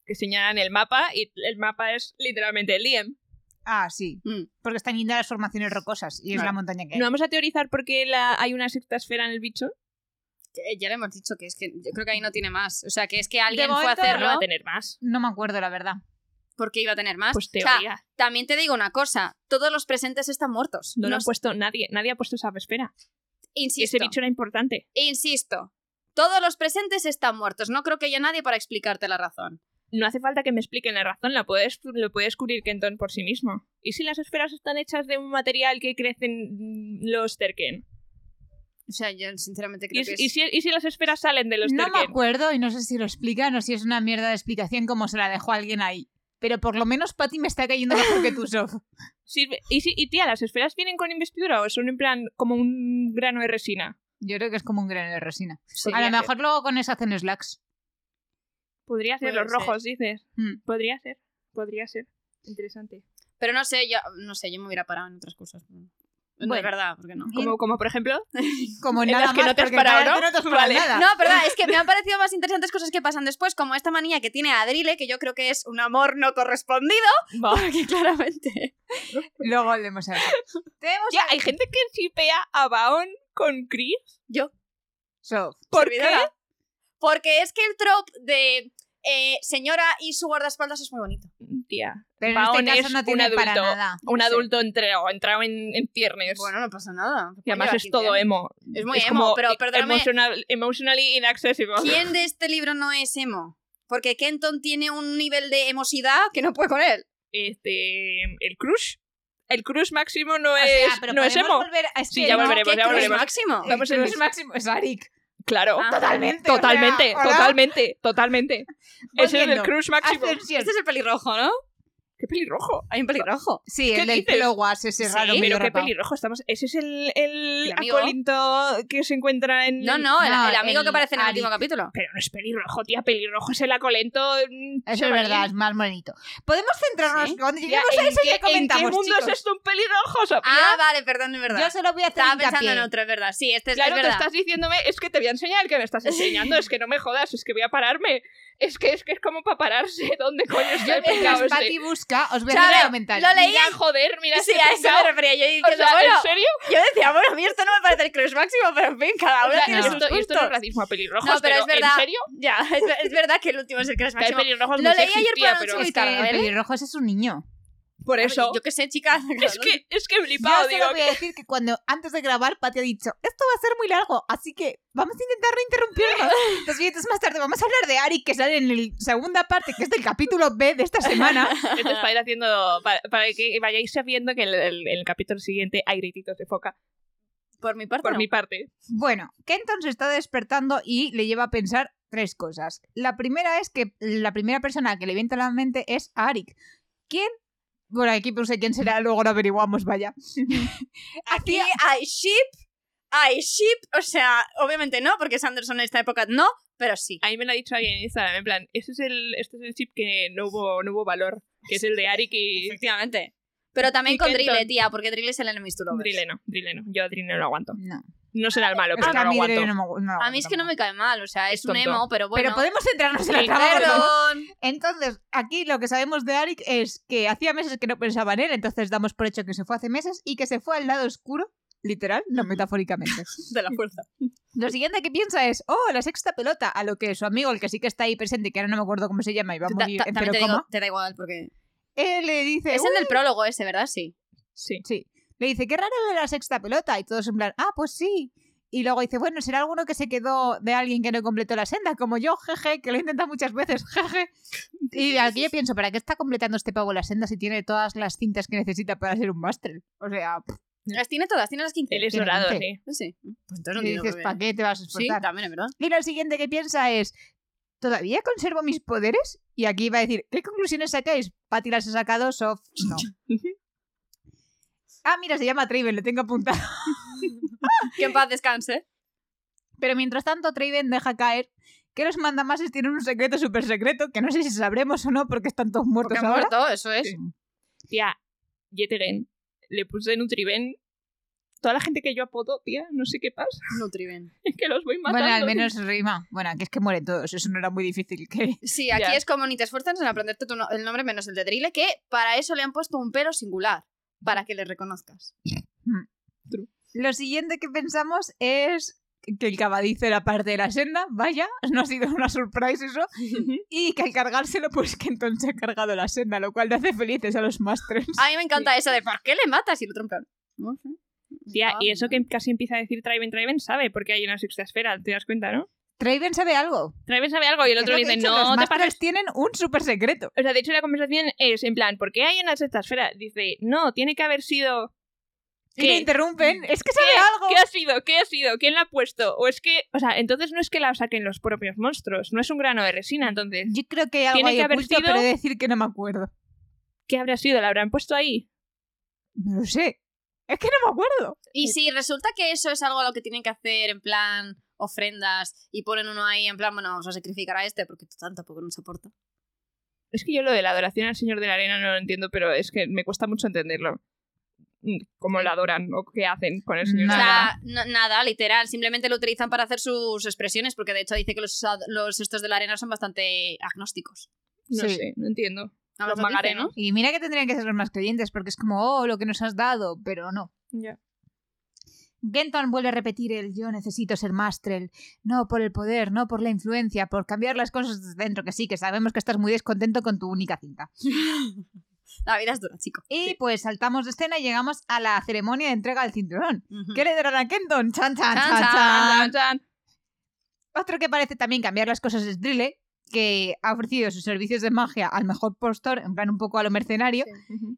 Speaker 1: Que señalan el E mapa y el mapa es literalmente el DM.
Speaker 2: Ah, sí.
Speaker 3: Mm.
Speaker 2: Porque están lindas las formaciones rocosas y es
Speaker 3: Vale.
Speaker 2: la montaña que hay.
Speaker 1: ¿No vamos a teorizar por qué la- hay una sexta esfera en el bicho?
Speaker 3: Eh, Ya le hemos dicho que es que yo creo que ahí no tiene más. O sea, que es que alguien fue a
Speaker 2: momento,
Speaker 1: Pero no
Speaker 3: hacerlo
Speaker 1: va a tener más.
Speaker 2: No me acuerdo, la verdad.
Speaker 3: porque iba a tener más.
Speaker 1: Pues
Speaker 3: O sea,
Speaker 1: teoría.
Speaker 3: también te digo una cosa, todos los presentes están muertos.
Speaker 1: No lo
Speaker 3: Nos-
Speaker 1: han puesto nadie. Nadie ha puesto esa esfera. Y
Speaker 3: insisto,
Speaker 1: ese bicho era importante.
Speaker 3: insisto, todos los presentes están muertos. No creo que haya nadie para explicarte la razón.
Speaker 1: No hace falta que me expliquen la razón. La puede, descu- lo puede descubrir Kenton por sí mismo. ¿Y si las esferas están hechas de un material que crecen los Terken?
Speaker 3: O sea, yo sinceramente creo
Speaker 1: ¿Y,
Speaker 3: que
Speaker 1: si-
Speaker 3: es...
Speaker 1: y si, y si las esferas salen de los
Speaker 2: no me
Speaker 1: Terken?
Speaker 2: acuerdo y no sé si lo explican o si es una mierda de explicación como se la dejó alguien ahí. Pero por lo menos Patty me está cayendo mejor que tú, Sof.
Speaker 1: Sirve- y, si- y tía, ¿las esferas vienen con investidura o son en plan como un grano de resina?
Speaker 2: Yo creo que es como un grano de resina. A
Speaker 1: Podría
Speaker 2: lo
Speaker 1: ser.
Speaker 2: mejor luego con eso hacen slacks.
Speaker 1: Podría ser,
Speaker 3: Puede
Speaker 1: los
Speaker 3: ser.
Speaker 1: rojos, dices.
Speaker 2: Mm.
Speaker 1: Podría ser, podría ser. Interesante.
Speaker 3: Pero no sé, yo no sé, yo me hubiera parado en otras cosas. No es
Speaker 2: Bueno.
Speaker 3: verdad, porque no.
Speaker 1: Como, como por ejemplo,
Speaker 2: Como
Speaker 1: En
Speaker 2: nada
Speaker 1: las que
Speaker 2: más,
Speaker 1: no te has
Speaker 2: porque
Speaker 1: parado,
Speaker 2: realmente
Speaker 1: ¿no?
Speaker 2: no te has parado
Speaker 1: Vale.
Speaker 2: nada.
Speaker 3: No, verdad, es que me han parecido más interesantes cosas que pasan después, como esta manía que tiene Adrile, que yo creo que es un amor no correspondido, porque claramente.
Speaker 2: Luego volvemos a ver. Tenemos
Speaker 1: ya hay gente que chipea a Baon con Chris.
Speaker 2: Sof.
Speaker 1: ¿Por qué?
Speaker 3: servidora. Porque es que el trope de eh, señora y su guardaespaldas es muy bonito.
Speaker 1: Tía,
Speaker 2: Pero
Speaker 1: Baon
Speaker 2: en este
Speaker 1: es
Speaker 2: caso no
Speaker 1: un
Speaker 2: tiene para
Speaker 1: adulto.
Speaker 2: nada.
Speaker 1: un
Speaker 3: Sí.
Speaker 1: adulto entrado, entrado en, en tiernes.
Speaker 3: Bueno, no pasa nada.
Speaker 1: y además es todo emo.
Speaker 3: em- Es muy emo,
Speaker 1: como
Speaker 3: pero
Speaker 1: e-
Speaker 3: perdóname.
Speaker 1: emotional- emotionally inaccessible.
Speaker 3: ¿Quién de este libro no es emo? Porque Kenton tiene un nivel de emosidad que no puede con él.
Speaker 1: Este, el crush. El crush máximo no
Speaker 2: O
Speaker 1: es,
Speaker 2: sea, Ah, pero
Speaker 1: Pues no es
Speaker 2: podemos
Speaker 1: emo.
Speaker 2: volver a- es
Speaker 1: Sí,
Speaker 2: que
Speaker 1: ya
Speaker 2: no,
Speaker 1: volveremos,
Speaker 3: ¿Qué
Speaker 1: ya
Speaker 3: cruz
Speaker 1: volveremos.
Speaker 3: máximo?
Speaker 2: el
Speaker 1: Vamos en
Speaker 2: crush
Speaker 1: eso.
Speaker 2: máximo es Arik.
Speaker 1: Claro.
Speaker 3: Ah,
Speaker 2: Totalmente.
Speaker 1: Totalmente,
Speaker 2: o sea, hola.
Speaker 1: totalmente, totalmente. Ese es el
Speaker 2: Volviendo.
Speaker 1: crush máximo.
Speaker 2: Ascensión.
Speaker 3: Este es el pelirrojo, ¿no?
Speaker 1: ¡Qué pelirrojo!
Speaker 3: Hay un pelirrojo.
Speaker 2: Sí,
Speaker 1: ¿Qué
Speaker 2: el del
Speaker 1: dices?
Speaker 2: pelo guas, ese
Speaker 3: Sí,
Speaker 2: raro. medio
Speaker 1: pero qué
Speaker 2: rapado.
Speaker 1: pelirrojo estamos. Ese es el, el
Speaker 3: El amigo.
Speaker 1: acólinto que se encuentra en.
Speaker 3: No, no, el,
Speaker 2: No,
Speaker 3: el amigo
Speaker 2: el
Speaker 3: que aparece en el
Speaker 2: Ari.
Speaker 3: último capítulo.
Speaker 1: Pero no es pelirrojo, tía. Pelirrojo es el acolento. mm,
Speaker 2: Eso es
Speaker 1: chavalín.
Speaker 2: verdad, es más bonito. Podemos centrarnos
Speaker 3: Sí.
Speaker 2: cuando
Speaker 1: Ya,
Speaker 2: lleguemos a
Speaker 1: ¿en,
Speaker 2: eso
Speaker 1: qué,
Speaker 2: ya
Speaker 1: en qué
Speaker 2: comentamos,
Speaker 1: mundo
Speaker 2: chicos.
Speaker 1: es esto un pelirrojo, Sofía?
Speaker 3: Ah, vale, perdón, es verdad.
Speaker 2: Yo solo voy a hacer
Speaker 3: Estaba pensando
Speaker 2: hincapié.
Speaker 3: en otro, es verdad. Sí, este es,
Speaker 1: Claro,
Speaker 3: es
Speaker 1: tú
Speaker 3: verdad.
Speaker 1: estás diciéndome, es que te voy a enseñar el que me estás enseñando, es que no me jodas, es que voy a pararme. Es que es, que es como para pararse. ¿Dónde coño está el
Speaker 2: Yo mientras
Speaker 1: pecado ese?
Speaker 2: Patty busca, os voy a
Speaker 3: Chávez,
Speaker 2: hacer comentarios.
Speaker 3: lo leí.
Speaker 1: Mira, joder, mira
Speaker 3: Sí,
Speaker 1: este
Speaker 3: a eso
Speaker 1: pecado.
Speaker 3: me refería yo.
Speaker 1: O
Speaker 3: diciendo,
Speaker 1: sea,
Speaker 3: bueno,
Speaker 1: ¿en serio?
Speaker 3: yo decía, bueno, a mí esto no me parece el crush máximo, pero en fin, cada
Speaker 1: O
Speaker 3: uno
Speaker 1: sea,
Speaker 3: tiene
Speaker 1: esto,
Speaker 3: sus
Speaker 1: y esto no es
Speaker 3: gustos.
Speaker 1: racismo a pelirrojos,
Speaker 3: No, pero
Speaker 1: pero,
Speaker 3: es verdad.
Speaker 1: ¿en serio?
Speaker 3: Ya, es, ver- es verdad que el último es el crush
Speaker 1: Que hay
Speaker 3: máximo.
Speaker 1: pelirrojos
Speaker 3: Lo
Speaker 1: muy
Speaker 3: leí
Speaker 1: sexys,
Speaker 3: ayer
Speaker 1: tía,
Speaker 3: por
Speaker 1: pero
Speaker 3: un
Speaker 2: Es que
Speaker 3: Buscarlo,
Speaker 2: el
Speaker 3: ¿eh?
Speaker 2: pelirrojo ese es un niño.
Speaker 1: por eso...
Speaker 3: Yo qué sé, chicas.
Speaker 1: Es que, es que he
Speaker 2: Yo
Speaker 1: flipado,
Speaker 2: solo
Speaker 1: digo,
Speaker 2: voy a decir que cuando antes de grabar, Patty ha dicho, esto va a ser muy largo, así que vamos a intentar no interrumpirnos. Dos minutos más tarde vamos a hablar de Ari, que sale en la segunda parte, que es del capítulo B de esta semana.
Speaker 1: Esto es para ir haciendo. Para, para que vayáis sabiendo que en el, el- el capítulo siguiente hay grititos de foca.
Speaker 3: Por mi parte,
Speaker 1: Por
Speaker 3: no.
Speaker 1: mi parte.
Speaker 2: Bueno, Kenton se está despertando y le lleva a pensar tres cosas. La primera es que la primera persona que le viene a la mente es Arik. ¿Quién? Bueno, aquí puse quién será, luego lo averiguamos, vaya.
Speaker 3: Aquí hay ship, hay ship, o sea, obviamente no, porque Sanderson en esta época no, pero sí.
Speaker 1: A mí me lo ha dicho alguien en Instagram, en plan, este es el, este es el chip que no hubo, no hubo valor, que es el de Arik y.
Speaker 3: Efectivamente. Pero también
Speaker 1: Y
Speaker 3: con
Speaker 1: Kenton.
Speaker 3: Drille, tía, porque Drille es el enemigo to lovers.
Speaker 1: Drileno, Drileno. Yo a Drileno lo aguanto.
Speaker 2: Ah, No.
Speaker 1: No será el malo,
Speaker 2: Es
Speaker 1: pero
Speaker 2: que
Speaker 1: no
Speaker 2: a
Speaker 1: lo
Speaker 2: mí
Speaker 1: aguanto.
Speaker 2: Irene no me-
Speaker 3: A mí es que no me cae mal, o sea, es,
Speaker 1: Es
Speaker 3: un
Speaker 1: tonto.
Speaker 3: emo, pero bueno.
Speaker 2: Pero podemos centrarnos en la
Speaker 1: Sí,
Speaker 2: trama. por favor.
Speaker 3: Perdón.
Speaker 2: Entonces, aquí lo que sabemos de Arik es que hacía meses que no pensaba en él, entonces damos por hecho que se fue hace meses y que se fue al lado oscuro, literal, no metafóricamente.
Speaker 3: De la fuerza.
Speaker 2: Lo siguiente que piensa es, oh, la sexta pelota, a lo que su amigo, el que sí que está ahí presente, que ahora no me acuerdo cómo se llama, y va a
Speaker 3: Ta-
Speaker 2: morir
Speaker 3: ta-
Speaker 2: en
Speaker 3: también
Speaker 2: cero
Speaker 3: te, digo,
Speaker 2: coma,
Speaker 3: te da igual, porque.
Speaker 2: él le dice,
Speaker 3: Es el del prólogo ese, ¿verdad? Sí.
Speaker 1: Sí.
Speaker 2: "Uh", sí, le dice, qué raro de la sexta pelota, y todos en plan, ah, pues sí. Y luego dice, bueno, será alguno que se quedó de alguien que no completó la senda, como yo, jeje, que lo he intentado muchas veces, jeje. Y aquí yo pienso, ¿para qué está completando este pavo la senda si tiene todas las cintas que necesita para ser un máster? O sea, pff,
Speaker 3: Las tiene todas, tiene las 15.
Speaker 1: Él es
Speaker 2: Tiene
Speaker 1: dorado,
Speaker 2: quince.
Speaker 1: sí.
Speaker 3: No sé. Pues entonces no
Speaker 2: y
Speaker 3: entiendo
Speaker 2: dices,
Speaker 3: muy
Speaker 2: ¿para
Speaker 3: bien.
Speaker 2: qué te vas a
Speaker 3: Sí,
Speaker 2: esforzar?
Speaker 3: también es verdad.
Speaker 2: Y lo siguiente que piensa es, ¿todavía conservo mis poderes? Y aquí va a decir, ¿qué conclusiones sacáis? Patty las ha sacado, Sof no. ah, mira, se llama Traven, le tengo apuntado.
Speaker 3: Que en paz descanse.
Speaker 2: Pero mientras tanto, Traven deja caer que los mandamases tienen un secreto súper secreto que no sé si sabremos o no porque están todos muertos
Speaker 3: Porque ha
Speaker 2: ahora.
Speaker 3: muerto, eso es.
Speaker 2: Sí.
Speaker 1: Tía, Yetegen. Le puse Nutriben Toda la gente que yo apodo, tía, no sé qué pasa,
Speaker 3: Nutriven.
Speaker 1: que los voy matando.
Speaker 2: Bueno, al
Speaker 1: tío.
Speaker 2: menos rima. Bueno, que es que mueren todos, eso no era muy difícil. Que...
Speaker 3: Sí, aquí
Speaker 1: Ya.
Speaker 3: es como ni te esfuerzas en aprenderte tu no- el nombre menos el de Drille, que para eso le han puesto un pero singular, para que le reconozcas.
Speaker 2: Lo siguiente que pensamos es que el cabadiz era parte de la senda, vaya, no ha sido una surprise eso, y que al cargárselo, pues que entonces ha cargado la senda, lo cual le hace felices a los masters.
Speaker 3: A mí me encanta esa de ¿por qué le matas? Y el otro en plan, "No sé".
Speaker 1: Tía, y
Speaker 3: Ah,
Speaker 1: eso que casi empieza a decir Traven, Traven, sabe porque hay una sexta esfera, ¿te das cuenta, no?
Speaker 2: Traven sabe algo.
Speaker 1: Traven sabe algo y el otro
Speaker 2: Es
Speaker 1: le
Speaker 2: lo que he
Speaker 1: dice,
Speaker 2: dicho, los
Speaker 1: no te
Speaker 2: masters
Speaker 1: pases.
Speaker 2: tienen un súper secreto.
Speaker 1: O sea, de hecho la conversación es en plan, ¿por qué hay una sexta esfera? Dice, no, tiene que haber sido...
Speaker 2: Y le
Speaker 1: ¿Qué?
Speaker 2: interrumpen, es que sabe algo.
Speaker 1: ¿Qué ha sido? ¿Qué ha sido? ¿Quién la ha puesto? O es que, o sea, entonces no es que la saquen los propios monstruos, no es un grano de resina, entonces,
Speaker 2: Yo creo que hay algo
Speaker 1: Tiene
Speaker 2: ahí
Speaker 1: que haber
Speaker 2: oculto,
Speaker 1: sido-
Speaker 2: pero he de decir que no me acuerdo.
Speaker 1: ¿qué habrá sido? ¿La habrán puesto ahí?
Speaker 2: No lo sé. Es que no me acuerdo.
Speaker 3: Y si resulta que eso es algo a lo que tienen que hacer en plan ofrendas y ponen uno ahí en plan, bueno, vamos a sacrificar a este porque total tampoco nos aporta.
Speaker 1: Es que yo lo de la adoración al Señor de la Arena no lo entiendo, pero es que me cuesta mucho entenderlo. Mm, Cómo la adoran o qué hacen con el Señor de la Arena.
Speaker 2: Nada.
Speaker 3: O sea, no- nada, literal, simplemente lo utilizan para hacer sus expresiones porque de hecho dice que los, ad- los estos de la arena son bastante agnósticos.
Speaker 1: No
Speaker 2: sí.
Speaker 1: sé, no entiendo.
Speaker 3: Además,
Speaker 1: Los
Speaker 3: lo dice,
Speaker 1: magarenos.
Speaker 3: ¿no?
Speaker 2: Y mira que tendrían que ser los más creyentes, porque es como, oh, lo que nos has dado, pero no. Genton vuelve a repetir el yo necesito ser Mastrel, no por el poder, no por la influencia, por cambiar las cosas desde dentro, que sí, que sabemos que estás muy descontento con tu única cinta.
Speaker 3: La vida es dura, chico.
Speaker 2: Y pues saltamos de escena y llegamos a la ceremonia de entrega del cinturón.
Speaker 3: Ujú.
Speaker 2: ¿Qué le darán a Genton? Chan, chan,
Speaker 3: Mm. Chan,
Speaker 2: chan,
Speaker 3: chan,
Speaker 1: Tan,
Speaker 2: chan.
Speaker 1: tan.
Speaker 2: Otro que parece también cambiar las cosas es Drille, que ha ofrecido sus servicios de magia al mejor postor, en plan un poco a lo mercenario,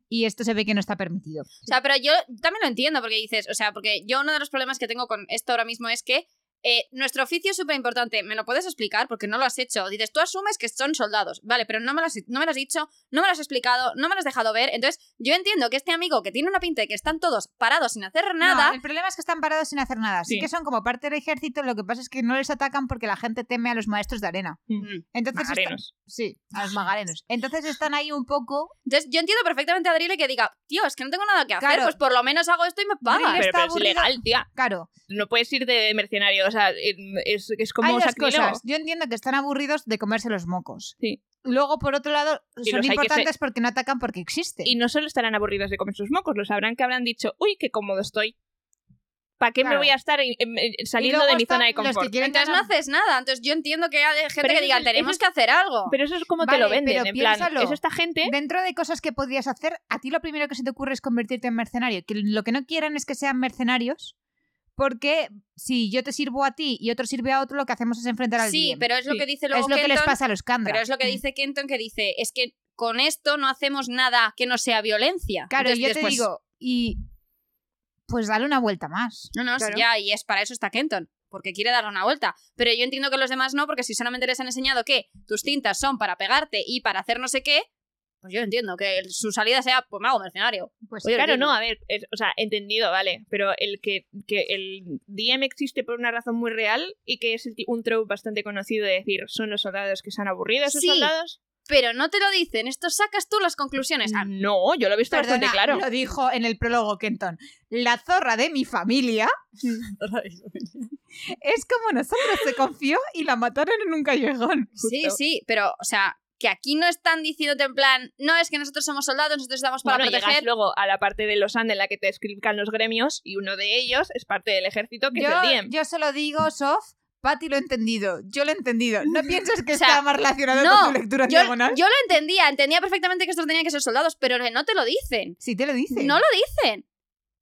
Speaker 2: y esto se ve que no está permitido.
Speaker 3: O sea, pero yo también lo entiendo porque dices, o sea, porque yo uno de los problemas que tengo con esto ahora mismo es que eh, nuestro oficio es súper importante. ¿Me lo puedes explicar? Porque no lo has hecho. Dices, tú asumes que son soldados. Vale, pero no me, lo has, no me lo has dicho, no me lo has explicado, no me lo has dejado ver. Entonces, yo entiendo que este amigo que tiene una pinta de que están todos parados sin hacer
Speaker 2: No,
Speaker 3: nada.
Speaker 2: el problema es que están parados sin hacer nada. Sí.
Speaker 1: Sí.
Speaker 2: que son como parte del ejército, lo que pasa es que no les atacan porque la gente teme a los maestros de arena.
Speaker 3: Mm.
Speaker 2: Entonces está-
Speaker 1: Magarenos.
Speaker 2: sí, a los magarenos. Entonces están ahí un poco.
Speaker 3: Entonces, yo entiendo perfectamente a Adrile que diga, tío, es que no tengo nada que hacer,
Speaker 2: Claro.
Speaker 3: pues por lo menos hago esto y me pagan.
Speaker 2: Adrile-
Speaker 1: Pero,
Speaker 2: está
Speaker 1: pero es
Speaker 2: aburrido.
Speaker 1: ilegal, tía.
Speaker 2: Claro,
Speaker 1: No puedes ir de mercenario, o sea, es, es como
Speaker 2: hay dos
Speaker 1: sacrilego.
Speaker 2: cosas. Yo entiendo que están aburridos de comerse los mocos.
Speaker 1: Sí.
Speaker 2: Luego, por otro lado,
Speaker 1: Y
Speaker 2: son
Speaker 1: los hay que
Speaker 2: importantes porque no atacan porque existen.
Speaker 1: Y no solo estarán aburridos de comer sus mocos, lo sabrán que habrán dicho, uy, qué cómodo estoy. ¿Para qué
Speaker 2: Claro.
Speaker 1: me voy a estar en- en- en- saliendo
Speaker 2: luego
Speaker 1: de mi
Speaker 2: están
Speaker 1: zona de
Speaker 2: los que
Speaker 1: confort?
Speaker 2: quieren
Speaker 3: Entonces no
Speaker 2: ganar-
Speaker 3: haces nada. Entonces yo entiendo que hay gente
Speaker 1: Pero
Speaker 3: que
Speaker 1: eso
Speaker 3: diga,
Speaker 1: es-
Speaker 3: tenemos
Speaker 1: eso es-
Speaker 3: que hacer algo.
Speaker 1: Pero eso es como te
Speaker 2: Vale,
Speaker 1: lo venden,
Speaker 2: pero
Speaker 1: en plan,
Speaker 2: piénsalo.
Speaker 1: es esta gente
Speaker 2: Dentro de cosas que podías hacer, a ti lo primero que se te ocurre es convertirte en mercenario. Que lo que no quieran es que sean mercenarios, porque si yo te sirvo a ti y otro sirve a otro, lo que hacemos es enfrentar al
Speaker 3: sí,
Speaker 2: bien.
Speaker 3: pero es lo
Speaker 1: Sí.
Speaker 3: que dice luego
Speaker 2: es lo que les
Speaker 3: Kenton,
Speaker 2: pasa a los Kandra.
Speaker 3: Pero es lo que dice Kenton, que dice, es que con esto no hacemos nada que no sea violencia.
Speaker 2: Claro,
Speaker 3: Entonces
Speaker 2: yo
Speaker 3: dices,
Speaker 2: te
Speaker 3: pues,
Speaker 2: digo, y pues dale una vuelta más.
Speaker 3: No, no, sí,
Speaker 1: Claro.
Speaker 3: ya, y es para eso está Kenton, porque quiere darle una vuelta. Pero yo entiendo que los demás no, porque si solamente les han enseñado que tus cintas son para pegarte y para hacer no sé qué, pues yo entiendo que el- su salida sea, pues mago mercenario.
Speaker 2: Pues
Speaker 3: Oye,
Speaker 1: Claro,
Speaker 3: entiendo.
Speaker 1: no, a ver, es- o sea, entendido, vale, pero el que, que el DM existe por una razón muy real y que es el ti- un trope bastante conocido de decir, son los soldados que se han aburrido, esos
Speaker 3: Sí.
Speaker 1: soldados.
Speaker 3: Pero no te lo dicen, esto sacas tú las
Speaker 1: Mm,
Speaker 3: conclusiones. Ah,
Speaker 1: No, yo lo he visto bastante
Speaker 2: Mm. Perdona,
Speaker 1: claro.
Speaker 2: lo dijo en el prólogo Kenton. La zorra de mi familia es como nosotros se confió y la mataron en un callejón.
Speaker 3: sí,
Speaker 1: justo.
Speaker 3: sí, pero, o sea, que aquí no están diciéndote en plan, no, es que nosotros somos soldados, nosotros estamos para
Speaker 1: Bueno, llegas
Speaker 3: proteger.
Speaker 1: luego a la parte de los Andes en la que te escriban los gremios y uno de ellos es parte del ejército que
Speaker 2: Yo,
Speaker 1: es el DM.
Speaker 2: yo solo digo, Sof, Patty lo he entendido, yo lo he entendido. ¿No piensas que
Speaker 3: O sea,
Speaker 2: estaba más relacionado
Speaker 3: no,
Speaker 2: con tu lectura
Speaker 3: Yo,
Speaker 2: diagonal?
Speaker 3: yo lo entendía, entendía perfectamente que estos tenían que ser soldados, pero no te lo dicen.
Speaker 2: Sí, te lo dice.
Speaker 3: No lo dicen.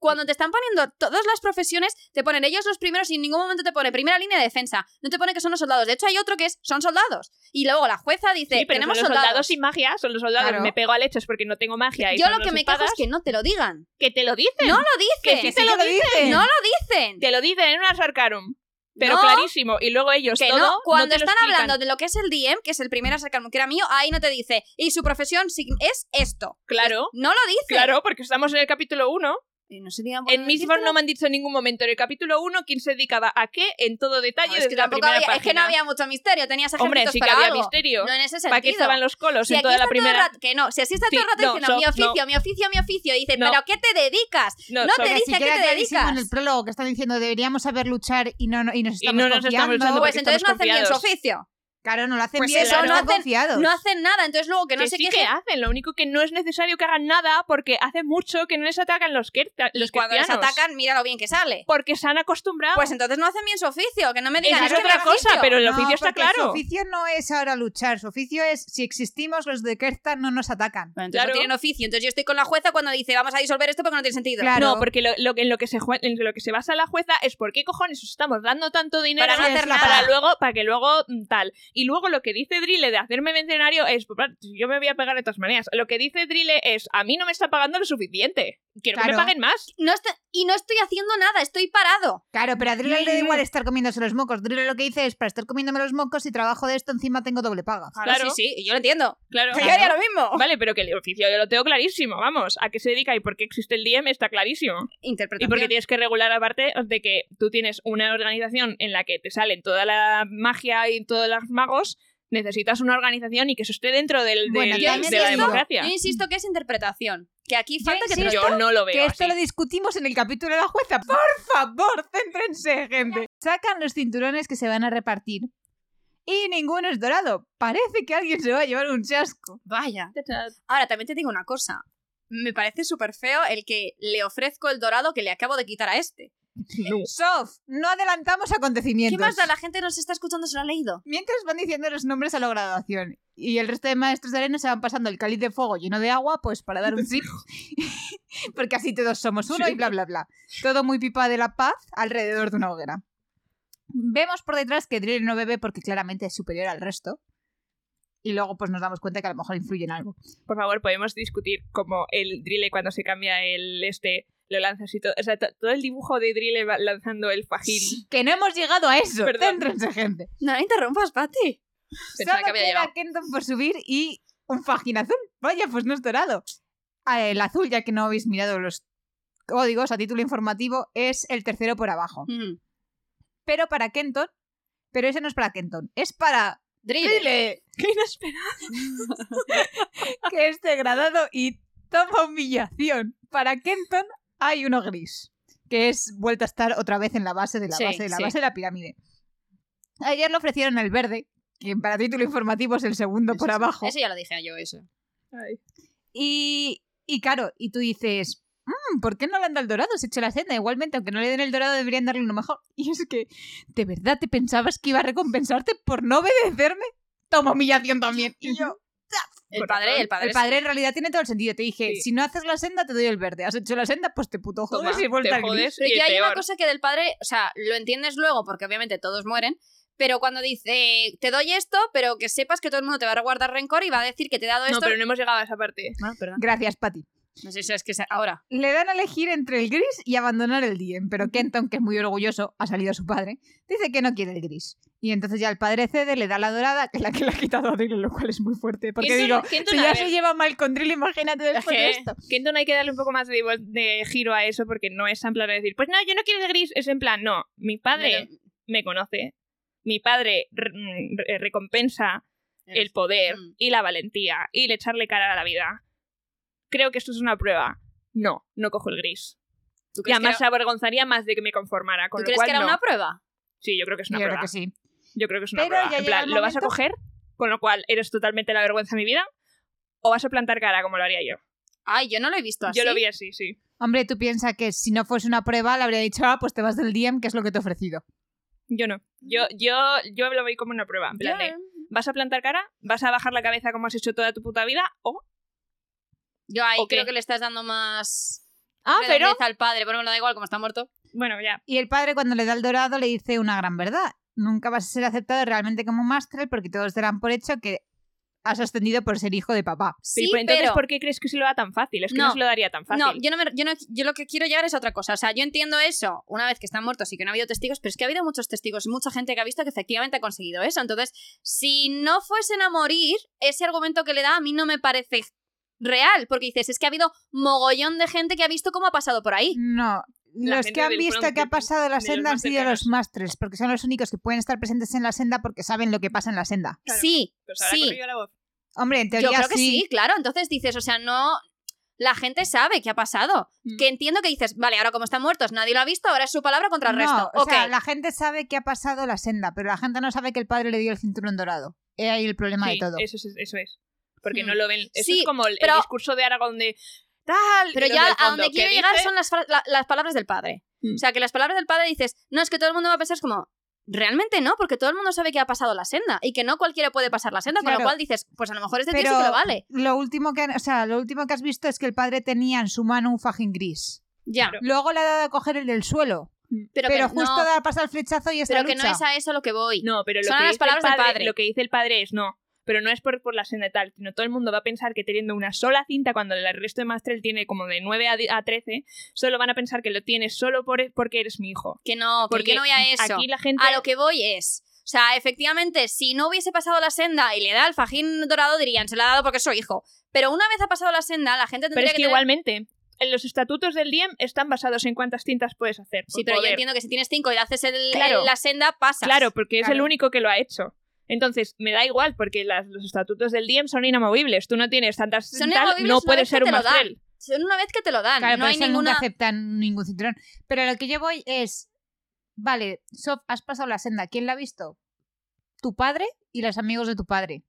Speaker 3: Cuando te están poniendo todas las profesiones, te ponen ellos los primeros y en ningún momento te pone primera línea de defensa. No te pone que son los soldados. De hecho, hay otro que es son soldados. Y luego la jueza dice,
Speaker 1: Sí, pero
Speaker 3: tenemos
Speaker 1: son los
Speaker 3: soldados.
Speaker 1: soldados sin magia, son los soldados.
Speaker 2: Claro.
Speaker 1: Me pego a lechos porque no tengo magia. Y
Speaker 3: Yo
Speaker 1: son
Speaker 3: lo que
Speaker 1: los
Speaker 3: me quejo es
Speaker 1: espadas
Speaker 3: que no te lo digan.
Speaker 1: que te lo dicen.
Speaker 3: No lo
Speaker 1: Que
Speaker 3: dicen.
Speaker 1: sí
Speaker 2: te lo dicen.
Speaker 3: No lo dicen.
Speaker 1: Te lo dicen en una Sarcarum. Pero
Speaker 3: No.
Speaker 1: clarísimo. Y luego ellos
Speaker 3: Que
Speaker 1: Pues todo,
Speaker 3: no, cuando
Speaker 1: te lo
Speaker 3: están
Speaker 1: explican.
Speaker 3: hablando de lo que es el DM, que es el primer acercamiento que era mío, ahí no te dice. Y su profesión sig- es esto.
Speaker 1: Claro.
Speaker 3: No lo dicen.
Speaker 1: Claro, porque estamos en el capítulo 1.
Speaker 3: Eh, No sería bueno
Speaker 1: En Mistborn
Speaker 3: decírtelo.
Speaker 1: no me han dicho en ningún momento en el capítulo 1 quién se dedicaba a qué en todo detalle
Speaker 3: No, es,
Speaker 1: desde
Speaker 3: que
Speaker 1: la
Speaker 3: tampoco
Speaker 1: primera
Speaker 3: había, es que no
Speaker 1: página.
Speaker 3: había mucho misterio, tenías ejércitos
Speaker 1: Hombre, sí que
Speaker 3: para
Speaker 1: había
Speaker 3: algo.
Speaker 1: misterio.
Speaker 3: No en ese sentido.
Speaker 1: ¿Para qué estaban los colos
Speaker 3: si
Speaker 1: en
Speaker 3: aquí
Speaker 1: toda
Speaker 3: está
Speaker 1: la
Speaker 3: todo el
Speaker 1: primera?
Speaker 3: rato, que no, si así está
Speaker 1: Sí,
Speaker 3: todo el rato
Speaker 1: no,
Speaker 3: diciendo
Speaker 1: so-
Speaker 3: mi oficio,
Speaker 1: no.
Speaker 3: mi oficio, mi oficio, y dices,
Speaker 1: No.
Speaker 3: ¿pero a qué te dedicas? no
Speaker 1: so-
Speaker 3: te di-
Speaker 2: Pero
Speaker 3: dice
Speaker 2: si
Speaker 3: a qué
Speaker 2: queda
Speaker 3: te
Speaker 2: clarísimo en
Speaker 3: dedicas.
Speaker 2: el prólogo que están diciendo deberíamos saber luchar y no, no- y nos
Speaker 1: Y
Speaker 2: estamos
Speaker 1: no nos estamos
Speaker 2: confiando.
Speaker 1: luchando
Speaker 3: Pues
Speaker 1: porque
Speaker 3: entonces no
Speaker 1: estamos
Speaker 3: hacen bien su
Speaker 1: confiados.
Speaker 3: oficio.
Speaker 2: Claro, no lo hacen
Speaker 1: Pues
Speaker 2: bien,
Speaker 1: eso,
Speaker 2: pero
Speaker 1: no
Speaker 2: están
Speaker 3: hacen-
Speaker 2: confiados.
Speaker 3: No hacen nada, entonces luego que no
Speaker 1: sí
Speaker 3: se quejen.
Speaker 1: que hacen, lo único que no es necesario que hagan nada porque hace mucho que no les atacan los, que, los
Speaker 3: y cuando les
Speaker 1: cristianos.
Speaker 3: atacan, mira lo bien que sale.
Speaker 1: Porque se han acostumbrado.
Speaker 3: Pues entonces no hacen bien su oficio, que no me digan
Speaker 1: Esa es
Speaker 3: "Es que
Speaker 1: otra
Speaker 3: mi
Speaker 1: cosa,
Speaker 3: oficio".
Speaker 1: pero el
Speaker 2: No,
Speaker 1: oficio está
Speaker 2: porque Su
Speaker 1: claro.
Speaker 2: oficio no es ahora luchar, su oficio es si existimos los de Kerta no nos atacan.
Speaker 3: Bueno, entonces
Speaker 1: Claro.
Speaker 3: no tienen oficio. Entonces yo estoy con la jueza cuando dice vamos a disolver esto porque no tiene sentido.
Speaker 2: Claro.
Speaker 1: No, porque lo, lo que- en, lo que se, jue- en lo que se basa la jueza es por qué cojones os estamos dando tanto dinero
Speaker 3: Para no
Speaker 2: Sí, es
Speaker 3: hacer
Speaker 2: la
Speaker 3: nada.
Speaker 1: para luego para que luego mm, tal y luego lo que dice Drille de hacerme mercenario es "Pues, va, yo me voy a pagar de todas maneras lo que dice Drille es a mí no me está pagando lo suficiente quiero que me
Speaker 2: Claro.
Speaker 1: paguen más
Speaker 3: No está- y no estoy haciendo nada, estoy parado.
Speaker 2: Claro, pero a Driller le da
Speaker 1: Mm.
Speaker 2: igual estar comiéndose los mocos. Driller lo que dice es, para estar comiéndome los mocos y trabajo de esto encima tengo doble paga.
Speaker 1: Claro.
Speaker 3: Sí, sí, yo lo entiendo.
Speaker 1: claro
Speaker 3: Yo haría lo mismo.
Speaker 1: vale pero que el oficio yo lo tengo clarísimo vamos a qué se dedica y por qué existe el DM está clarísimo Y
Speaker 3: Interpretación.
Speaker 1: porque tienes que regular aparte de que tú tienes una organización en la que te salen toda la magia y todos los magos, necesitas una organización y que eso esté dentro del,
Speaker 2: Bueno,
Speaker 1: del-
Speaker 3: yo,
Speaker 2: también
Speaker 1: de la
Speaker 2: es
Speaker 3: insisto,
Speaker 1: democracia.
Speaker 3: yo insisto que es interpretación. Que aquí falta que te lo
Speaker 1: Yo no lo veo.
Speaker 2: Que esto
Speaker 1: así.
Speaker 2: lo discutimos en el capítulo de la jueza. Por favor, céntrense, gente. Sacan los cinturones que se van a repartir. Y ninguno es dorado. Parece que alguien se va a llevar un chasco.
Speaker 3: Vaya. Ahora, también te digo una cosa. Me parece súper feo el que le ofrezco el dorado que le acabo de quitar a este.
Speaker 1: No.
Speaker 2: Sof, no adelantamos
Speaker 3: ¿Qué
Speaker 2: acontecimientos.
Speaker 3: más da? La gente nos está escuchando, se lo ha leído.
Speaker 2: Mientras van diciendo los nombres a la graduación y el resto de maestros de arena se van pasando el cáliz de fuego lleno de agua, pues para dar un zip. Porque así todos somos uno
Speaker 1: Sí.
Speaker 2: y bla, bla, bla. Todo muy pipa de la paz alrededor de una hoguera. Vemos por detrás que Drill no bebe porque claramente es superior al resto. Y luego pues nos damos cuenta que a lo mejor influye en algo.
Speaker 1: Por favor, podemos discutir como el drille cuando se cambia el este lo lanzas y todo. O sea, to- todo el dibujo de drille va lanzando el fajín.
Speaker 2: Que no hemos llegado a eso.
Speaker 1: Perdón.
Speaker 2: Céntrense, gente.
Speaker 3: No la interrumpas, Pati.
Speaker 1: Pensaba
Speaker 2: Solo
Speaker 1: que había
Speaker 2: queda
Speaker 1: llegado.
Speaker 2: Kenton por subir y un fagina azul. Vaya, pues no es dorado. Ah, El azul, ya que no habéis mirado los códigos a título informativo, es el tercero por abajo.
Speaker 1: Mm.
Speaker 2: Pero para Kenton, pero ese no es para Kenton, es para
Speaker 3: Drille.
Speaker 2: Trile,
Speaker 1: ¡Qué inesperado!
Speaker 2: que es degradado y toma humillación. Para Kenton hay uno gris, que es vuelta a estar otra vez en la base de la
Speaker 3: Sí,
Speaker 2: base de la
Speaker 3: sí.
Speaker 2: base de la pirámide. Ayer le ofrecieron el verde, que para título informativo es el segundo por abajo.
Speaker 3: Eso ya lo dije yo, eso.
Speaker 1: Ay.
Speaker 2: Y, y claro, y tú dices, "Mm, ¿por qué no le han dado el dorado? Se ha hecho la senda. Igualmente, aunque no le den el dorado, deberían darle uno mejor. Y es que, ¿de verdad te pensabas que iba a recompensarte por no obedecerme? Toma humillación también. Y yo,
Speaker 3: El
Speaker 1: Por
Speaker 3: padre,
Speaker 1: favor.
Speaker 3: el padre.
Speaker 2: el padre en realidad tiene todo el sentido. Te dije,
Speaker 1: Sí.
Speaker 2: si no haces la senda, te doy el verde. Has hecho la senda, pues te puto
Speaker 1: Toma,
Speaker 2: jodes y vuelta
Speaker 1: te
Speaker 2: al gris".
Speaker 1: jodes
Speaker 3: Pero
Speaker 1: y
Speaker 3: que
Speaker 1: el
Speaker 3: hay
Speaker 1: peor.
Speaker 3: una cosa que del padre, o sea, lo entiendes luego porque obviamente todos mueren, pero cuando dice, te doy esto, pero que sepas que todo el mundo te va a guardar rencor y va a decir que te he dado
Speaker 1: No,
Speaker 3: esto.
Speaker 1: pero no hemos llegado a esa parte.
Speaker 3: Ah, perdón.
Speaker 2: Gracias, Pati.
Speaker 3: No sé si es que se- ahora.
Speaker 2: Le dan a elegir entre el gris y abandonar el Diem, pero Kenton, que es muy orgulloso, ha salido a su padre, dice que no quiere el gris. Y entonces ya el padre cede, le da la dorada, que es la que le ha quitado a Drill, lo cual es muy fuerte. Porque
Speaker 1: Kenton-
Speaker 2: digo,
Speaker 1: Kenton,
Speaker 2: si
Speaker 1: a
Speaker 2: ya
Speaker 1: ver,
Speaker 2: se lleva mal con Drill, imagínate
Speaker 3: Pues
Speaker 1: Es
Speaker 2: después de
Speaker 1: que
Speaker 2: esto.
Speaker 1: Kenton hay que darle un poco más de, vol- de giro a eso porque no es en plan de decir, pues no, yo no quiero el gris. Es en plan, no, mi padre
Speaker 3: Pero-
Speaker 1: me conoce. Mi padre re- mm, re- recompensa el poder
Speaker 3: Mm.
Speaker 1: y la valentía y el echarle cara a la vida. Creo que esto es una prueba. No, no cojo el gris.
Speaker 3: ¿Tú
Speaker 1: Y
Speaker 3: crees, que
Speaker 1: además
Speaker 3: era,
Speaker 1: se avergonzaría más de que me conformara. Con
Speaker 3: tú
Speaker 1: lo
Speaker 3: crees
Speaker 1: cual,
Speaker 3: que era
Speaker 1: no.
Speaker 3: una prueba?
Speaker 1: Sí, yo creo que es
Speaker 2: Yo
Speaker 1: una
Speaker 2: creo
Speaker 1: prueba.
Speaker 2: que sí.
Speaker 1: Yo creo que es una
Speaker 2: Pero
Speaker 1: prueba.
Speaker 2: ya
Speaker 1: En
Speaker 2: llega
Speaker 1: plan,
Speaker 2: el
Speaker 1: ¿lo vas a
Speaker 2: momento-
Speaker 1: coger? Con lo cual, eres totalmente la vergüenza de mi vida. ¿O vas a plantar cara como lo haría yo?
Speaker 3: Ay, yo no lo he visto así.
Speaker 1: Yo lo vi así, sí.
Speaker 2: Hombre, tú piensas que si no fuese una prueba, le habría dicho, ah, pues te vas del Diem, que es lo que te he ofrecido.
Speaker 1: Yo
Speaker 3: Mm.
Speaker 1: no. Yo, yo, yo lo veis como una prueba. En plan de,
Speaker 3: Yo-
Speaker 1: ¿vas a plantar cara? ¿Vas a bajar la cabeza como has hecho toda tu puta vida? O.
Speaker 3: Yo ahí
Speaker 1: ¿O qué?
Speaker 3: creo que le estás dando más
Speaker 1: Ah,
Speaker 3: redondez al padre, pero me lo da igual, como está muerto.
Speaker 1: Bueno, ya.
Speaker 2: Y el padre, cuando le da el dorado, le dice una gran verdad. Nunca vas a ser aceptado realmente como máster porque todos darán por hecho que has ascendido por ser hijo de papá.
Speaker 3: Sí,
Speaker 1: pero entonces,
Speaker 3: pero-
Speaker 1: ¿por qué crees que se lo da tan fácil? Es que no,
Speaker 3: No.
Speaker 1: se lo daría tan fácil.
Speaker 3: No, yo, no me- yo, no- yo lo que quiero llegar es a otra cosa. O sea, yo entiendo eso una vez que están muertos y que no ha habido testigos, pero es que ha habido muchos testigos y mucha gente que ha visto que efectivamente ha conseguido eso. Entonces, si no fuesen a morir, ese argumento que le da a mí no me parece real, porque dices, es que ha habido mogollón de gente que ha visto cómo ha pasado por ahí.
Speaker 2: No.
Speaker 1: La
Speaker 2: los
Speaker 1: gente
Speaker 2: que han
Speaker 1: del
Speaker 2: visto
Speaker 1: front
Speaker 2: que ha
Speaker 1: de-
Speaker 2: pasado la
Speaker 1: de los
Speaker 2: senda han
Speaker 1: más
Speaker 2: sido
Speaker 1: cercanos.
Speaker 2: los másteres, porque son los únicos que pueden estar presentes en la senda porque saben lo que pasa en la senda.
Speaker 1: Claro.
Speaker 3: Sí,
Speaker 1: Pues ahora
Speaker 3: sí.
Speaker 1: corro yo la voz.
Speaker 2: Hombre, en
Speaker 3: Yo
Speaker 2: teoría
Speaker 3: creo que sí, claro. Entonces dices, o sea, no. La gente sabe qué ha pasado.
Speaker 1: Mm.
Speaker 3: Que entiendo que dices, vale, ahora como están muertos, nadie lo ha visto, ahora es su palabra contra el resto.
Speaker 2: No, o
Speaker 3: ok.
Speaker 2: sea, la gente sabe que ha pasado la senda, pero la gente no sabe que el padre le dio el cinturón dorado. He ahí el problema
Speaker 1: Sí,
Speaker 2: de todo.
Speaker 1: Eso es, eso es. Porque
Speaker 3: Hmm.
Speaker 1: no lo ven. Eso
Speaker 3: Sí,
Speaker 1: es como el, el
Speaker 3: pero-
Speaker 1: discurso de Aragón de tal. y
Speaker 3: Pero
Speaker 1: los
Speaker 3: ya
Speaker 1: del
Speaker 3: a
Speaker 1: fondo,
Speaker 3: donde
Speaker 1: ¿qué
Speaker 3: quiero llegar
Speaker 1: dice?
Speaker 3: son las, fa- la- las palabras del padre.
Speaker 1: Mm.
Speaker 3: O sea, que las palabras del padre dices, no, es que todo el mundo va a pensar es como, realmente no, porque todo el mundo sabe que ha pasado la senda y que no cualquiera puede pasar la senda, con
Speaker 2: Claro.
Speaker 3: lo cual dices, pues a lo mejor este tío sí
Speaker 2: Pero-
Speaker 3: que lo vale.
Speaker 2: Lo último que, han- o sea, lo último que has visto es que el padre tenía en su mano un fajín gris.
Speaker 3: Ya,
Speaker 1: Pero-
Speaker 2: Luego le ha dado a coger el del suelo,
Speaker 3: pero,
Speaker 2: pero,
Speaker 3: que,
Speaker 2: justo
Speaker 3: no,
Speaker 2: da pasa el flechazo y es
Speaker 3: pero
Speaker 2: la
Speaker 3: que
Speaker 2: lucha.
Speaker 3: no es a eso lo que voy.
Speaker 1: No, pero lo
Speaker 3: Son
Speaker 1: que
Speaker 3: las
Speaker 1: dice
Speaker 3: palabras
Speaker 1: el
Speaker 3: del
Speaker 1: padre,
Speaker 3: padre.
Speaker 1: Lo que dice el padre es no. Pero no es por, por la senda tal, sino todo el mundo va a pensar que teniendo una sola cinta, cuando el resto de Mastrel tiene como de 9 a, di- a 13, solo van a pensar que lo tienes solo por, porque eres mi hijo.
Speaker 3: Que no, que
Speaker 1: Porque
Speaker 3: yo no voy a eso.
Speaker 1: Aquí la gente.
Speaker 3: A lo que voy es. O sea, efectivamente, si no hubiese pasado la senda y le da el fajín dorado, dirían, se la ha dado porque es su hijo. Pero una vez ha pasado la senda, la gente
Speaker 1: Pero
Speaker 3: tendría
Speaker 1: es que,
Speaker 3: que tener-
Speaker 1: igualmente, en los estatutos del DIEM están basados en cuántas cintas puedes hacer.
Speaker 3: Sí,
Speaker 1: por
Speaker 3: pero yo
Speaker 1: poder.
Speaker 3: entiendo que si tienes cinco y le haces el-
Speaker 1: Claro.
Speaker 3: el- la senda, pasas.
Speaker 1: Claro, porque es el
Speaker 2: Claro.
Speaker 1: único que lo ha hecho. Entonces, me da igual, porque las- los estatutos del DIEM son inamovibles. Tú no tienes tantas
Speaker 3: Son
Speaker 1: cintas,
Speaker 3: inamovibles
Speaker 1: no
Speaker 3: una
Speaker 1: puedes
Speaker 3: vez que
Speaker 1: ser un
Speaker 3: te lo dan.
Speaker 1: Mastrel.
Speaker 3: Son una vez que te lo dan.
Speaker 2: Claro,
Speaker 3: no
Speaker 2: pero
Speaker 3: hay
Speaker 2: eso
Speaker 3: ninguna.
Speaker 2: nunca aceptan ningún cinturón. Pero lo que yo voy es, vale, Sof, has pasado la senda. ¿Quién la ha visto? Tu padre y los amigos de tu padre.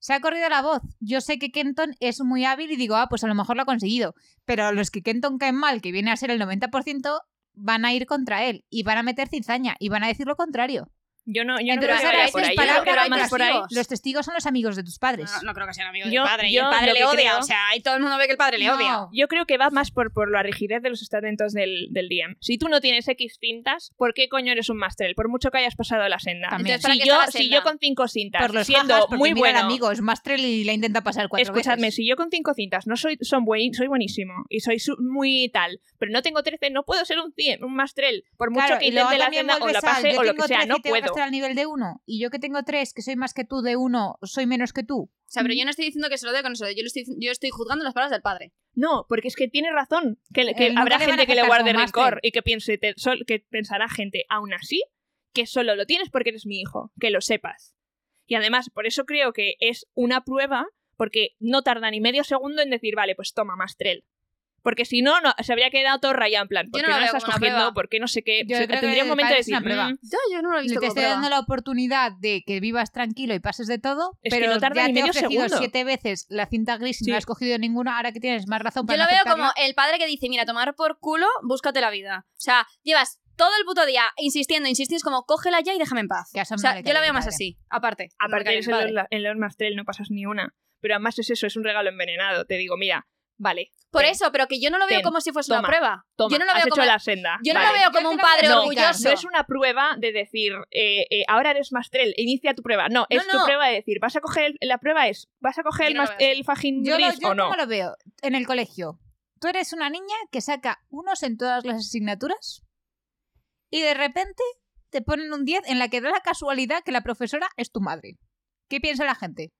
Speaker 2: Se ha corrido la voz. Yo sé que Kenton es muy hábil y digo, ah, pues a lo mejor lo ha conseguido. Pero a los que Kenton caen mal, que viene a ser el 90%, van a ir contra él y van a meter cizaña y van a decir lo contrario.
Speaker 1: Yo no, yo no
Speaker 2: Entonces,
Speaker 1: creo que
Speaker 3: ahora
Speaker 1: vaya
Speaker 3: dices
Speaker 1: por ahí. Yo creo
Speaker 3: palabra
Speaker 1: que va
Speaker 3: contra
Speaker 1: más por ahí.
Speaker 3: testigos.
Speaker 2: Los testigos son los amigos de tus padres.
Speaker 3: No, no creo que sean amigos
Speaker 1: Yo-
Speaker 3: del padre. y
Speaker 1: yo
Speaker 3: el padre
Speaker 1: lo
Speaker 3: le
Speaker 1: que
Speaker 3: odia.
Speaker 1: creo-
Speaker 3: O sea, y todo el mundo ve que el padre le odia.
Speaker 2: No.
Speaker 1: Yo creo que va más por, por la rigidez de los estamentos del, del DIEM. Si tú no tienes X cintas, ¿por qué coño eres un Mastrel? Por mucho que hayas pasado la senda.
Speaker 2: También.
Speaker 3: Entonces, ¿para
Speaker 1: Si
Speaker 3: qué
Speaker 1: yo,
Speaker 3: está la
Speaker 1: si
Speaker 3: senda?
Speaker 1: yo con cinco cintas,
Speaker 2: Por los
Speaker 1: siendo
Speaker 2: jajas, porque
Speaker 1: muy
Speaker 2: mira al
Speaker 1: bueno,
Speaker 2: amigo, es Mastrel y la intenta pasar cuatro
Speaker 1: escuchadme,
Speaker 2: veces.
Speaker 1: si yo con cinco cintas no soy, son buen- soy buenísimo y soy su- muy tal, pero no tengo 13, no puedo ser un 100, un Mastrel. Por mucho
Speaker 2: Claro,
Speaker 1: que
Speaker 2: y luego
Speaker 1: intente la
Speaker 2: también
Speaker 1: senda o la
Speaker 2: vuelves al,
Speaker 1: pase
Speaker 2: yo
Speaker 1: o lo
Speaker 2: tengo
Speaker 1: que sea,
Speaker 2: tres
Speaker 1: no
Speaker 2: y tengo que
Speaker 1: puedo.
Speaker 2: estar al nivel de uno. Y yo que tengo tres, que soy más que tú de uno, soy menos que tú.
Speaker 3: O sea, pero yo no estoy diciendo que se lo dé con eso. Yo, lo estoy, yo estoy juzgando las palabras del padre.
Speaker 1: No, porque es que tiene razón. Que, que
Speaker 2: Eh, nunca
Speaker 1: habrá
Speaker 2: te van a
Speaker 1: gente que le
Speaker 2: aceptar
Speaker 1: guarde
Speaker 2: como
Speaker 1: rencor
Speaker 2: máster.
Speaker 1: y que piense, te- sol- que pensará gente, aún así, que solo lo tienes porque eres mi hijo, que lo sepas. Y además, por eso creo que es una prueba, porque no tarda ni medio segundo en decir, vale, pues toma, Mastrel. Porque si no, no se habría quedado todo rayado en plan, ¿por
Speaker 3: Yo
Speaker 1: qué
Speaker 3: no
Speaker 1: no,
Speaker 3: lo
Speaker 1: la
Speaker 3: veo
Speaker 1: estás
Speaker 3: como una
Speaker 1: cogiendo?
Speaker 3: prueba.
Speaker 1: ¿Por qué no sé qué?
Speaker 2: Yo
Speaker 1: Se-
Speaker 2: creo
Speaker 1: tendría un
Speaker 2: que
Speaker 1: momento de
Speaker 2: parece
Speaker 1: decir,
Speaker 2: una prueba.
Speaker 1: "Mm,
Speaker 3: Yo, yo no lo he
Speaker 2: Le te
Speaker 3: visto como
Speaker 2: estoy
Speaker 3: prueba.
Speaker 2: dando la oportunidad de que vivas tranquilo y pases de todo,
Speaker 1: Es que
Speaker 2: pero
Speaker 1: no tarda
Speaker 2: ya
Speaker 1: ni
Speaker 2: te he
Speaker 1: medio
Speaker 2: ofrecido
Speaker 1: segundo.
Speaker 2: siete veces la cinta gris y
Speaker 1: Sí.
Speaker 2: no has cogido ninguna, ahora que tienes más razón
Speaker 3: Yo
Speaker 2: para
Speaker 3: lo
Speaker 2: no
Speaker 3: veo
Speaker 2: aceptarla.
Speaker 3: como el padre que dice, mira, tomar por culo, búscate la vida. O sea, llevas todo el puto día insistiendo, insistiendo, es como, cógela ya y déjame en paz.
Speaker 2: Que a Sam
Speaker 3: o
Speaker 2: no
Speaker 3: sea,
Speaker 2: le
Speaker 3: yo
Speaker 2: cae
Speaker 3: la
Speaker 2: bien
Speaker 3: veo más
Speaker 2: padre.
Speaker 3: así, aparte. no me
Speaker 1: Aparte
Speaker 3: cae
Speaker 1: de
Speaker 3: bien
Speaker 1: eso,
Speaker 3: padre.
Speaker 1: en los, en los Mastrel no pasas ni una. Pero además es eso, es un regalo envenenado. Te digo, mira, vale.
Speaker 3: Por
Speaker 1: ten,
Speaker 3: eso, pero que yo no lo veo
Speaker 1: Ten,
Speaker 3: como si fuese
Speaker 1: toma,
Speaker 3: una prueba.
Speaker 1: Toma,
Speaker 3: yo no lo
Speaker 1: has
Speaker 3: veo
Speaker 1: hecho
Speaker 3: como,
Speaker 1: la senda.
Speaker 3: yo no
Speaker 1: vale.
Speaker 3: lo veo como
Speaker 2: Yo te lo
Speaker 3: un
Speaker 2: voy a
Speaker 3: padre
Speaker 2: explicar.
Speaker 3: orgulloso.
Speaker 1: No es una prueba de decir, eh, eh, ahora eres Mastrel, inicia tu prueba. No, es
Speaker 3: No,
Speaker 1: tu
Speaker 3: no.
Speaker 1: prueba de decir, vas a coger, el- la prueba es, ¿vas a coger
Speaker 3: Yo
Speaker 1: el,
Speaker 3: no lo
Speaker 1: mas-
Speaker 3: veo así.
Speaker 1: el fajín
Speaker 2: Yo, lo,
Speaker 1: gris
Speaker 2: yo
Speaker 1: o no?
Speaker 2: cómo lo veo en el colegio. Tú eres una niña que saca unos en todas las asignaturas y de repente te ponen un 10 en la que da la casualidad que la profesora es tu madre. ¿Qué piensa la gente?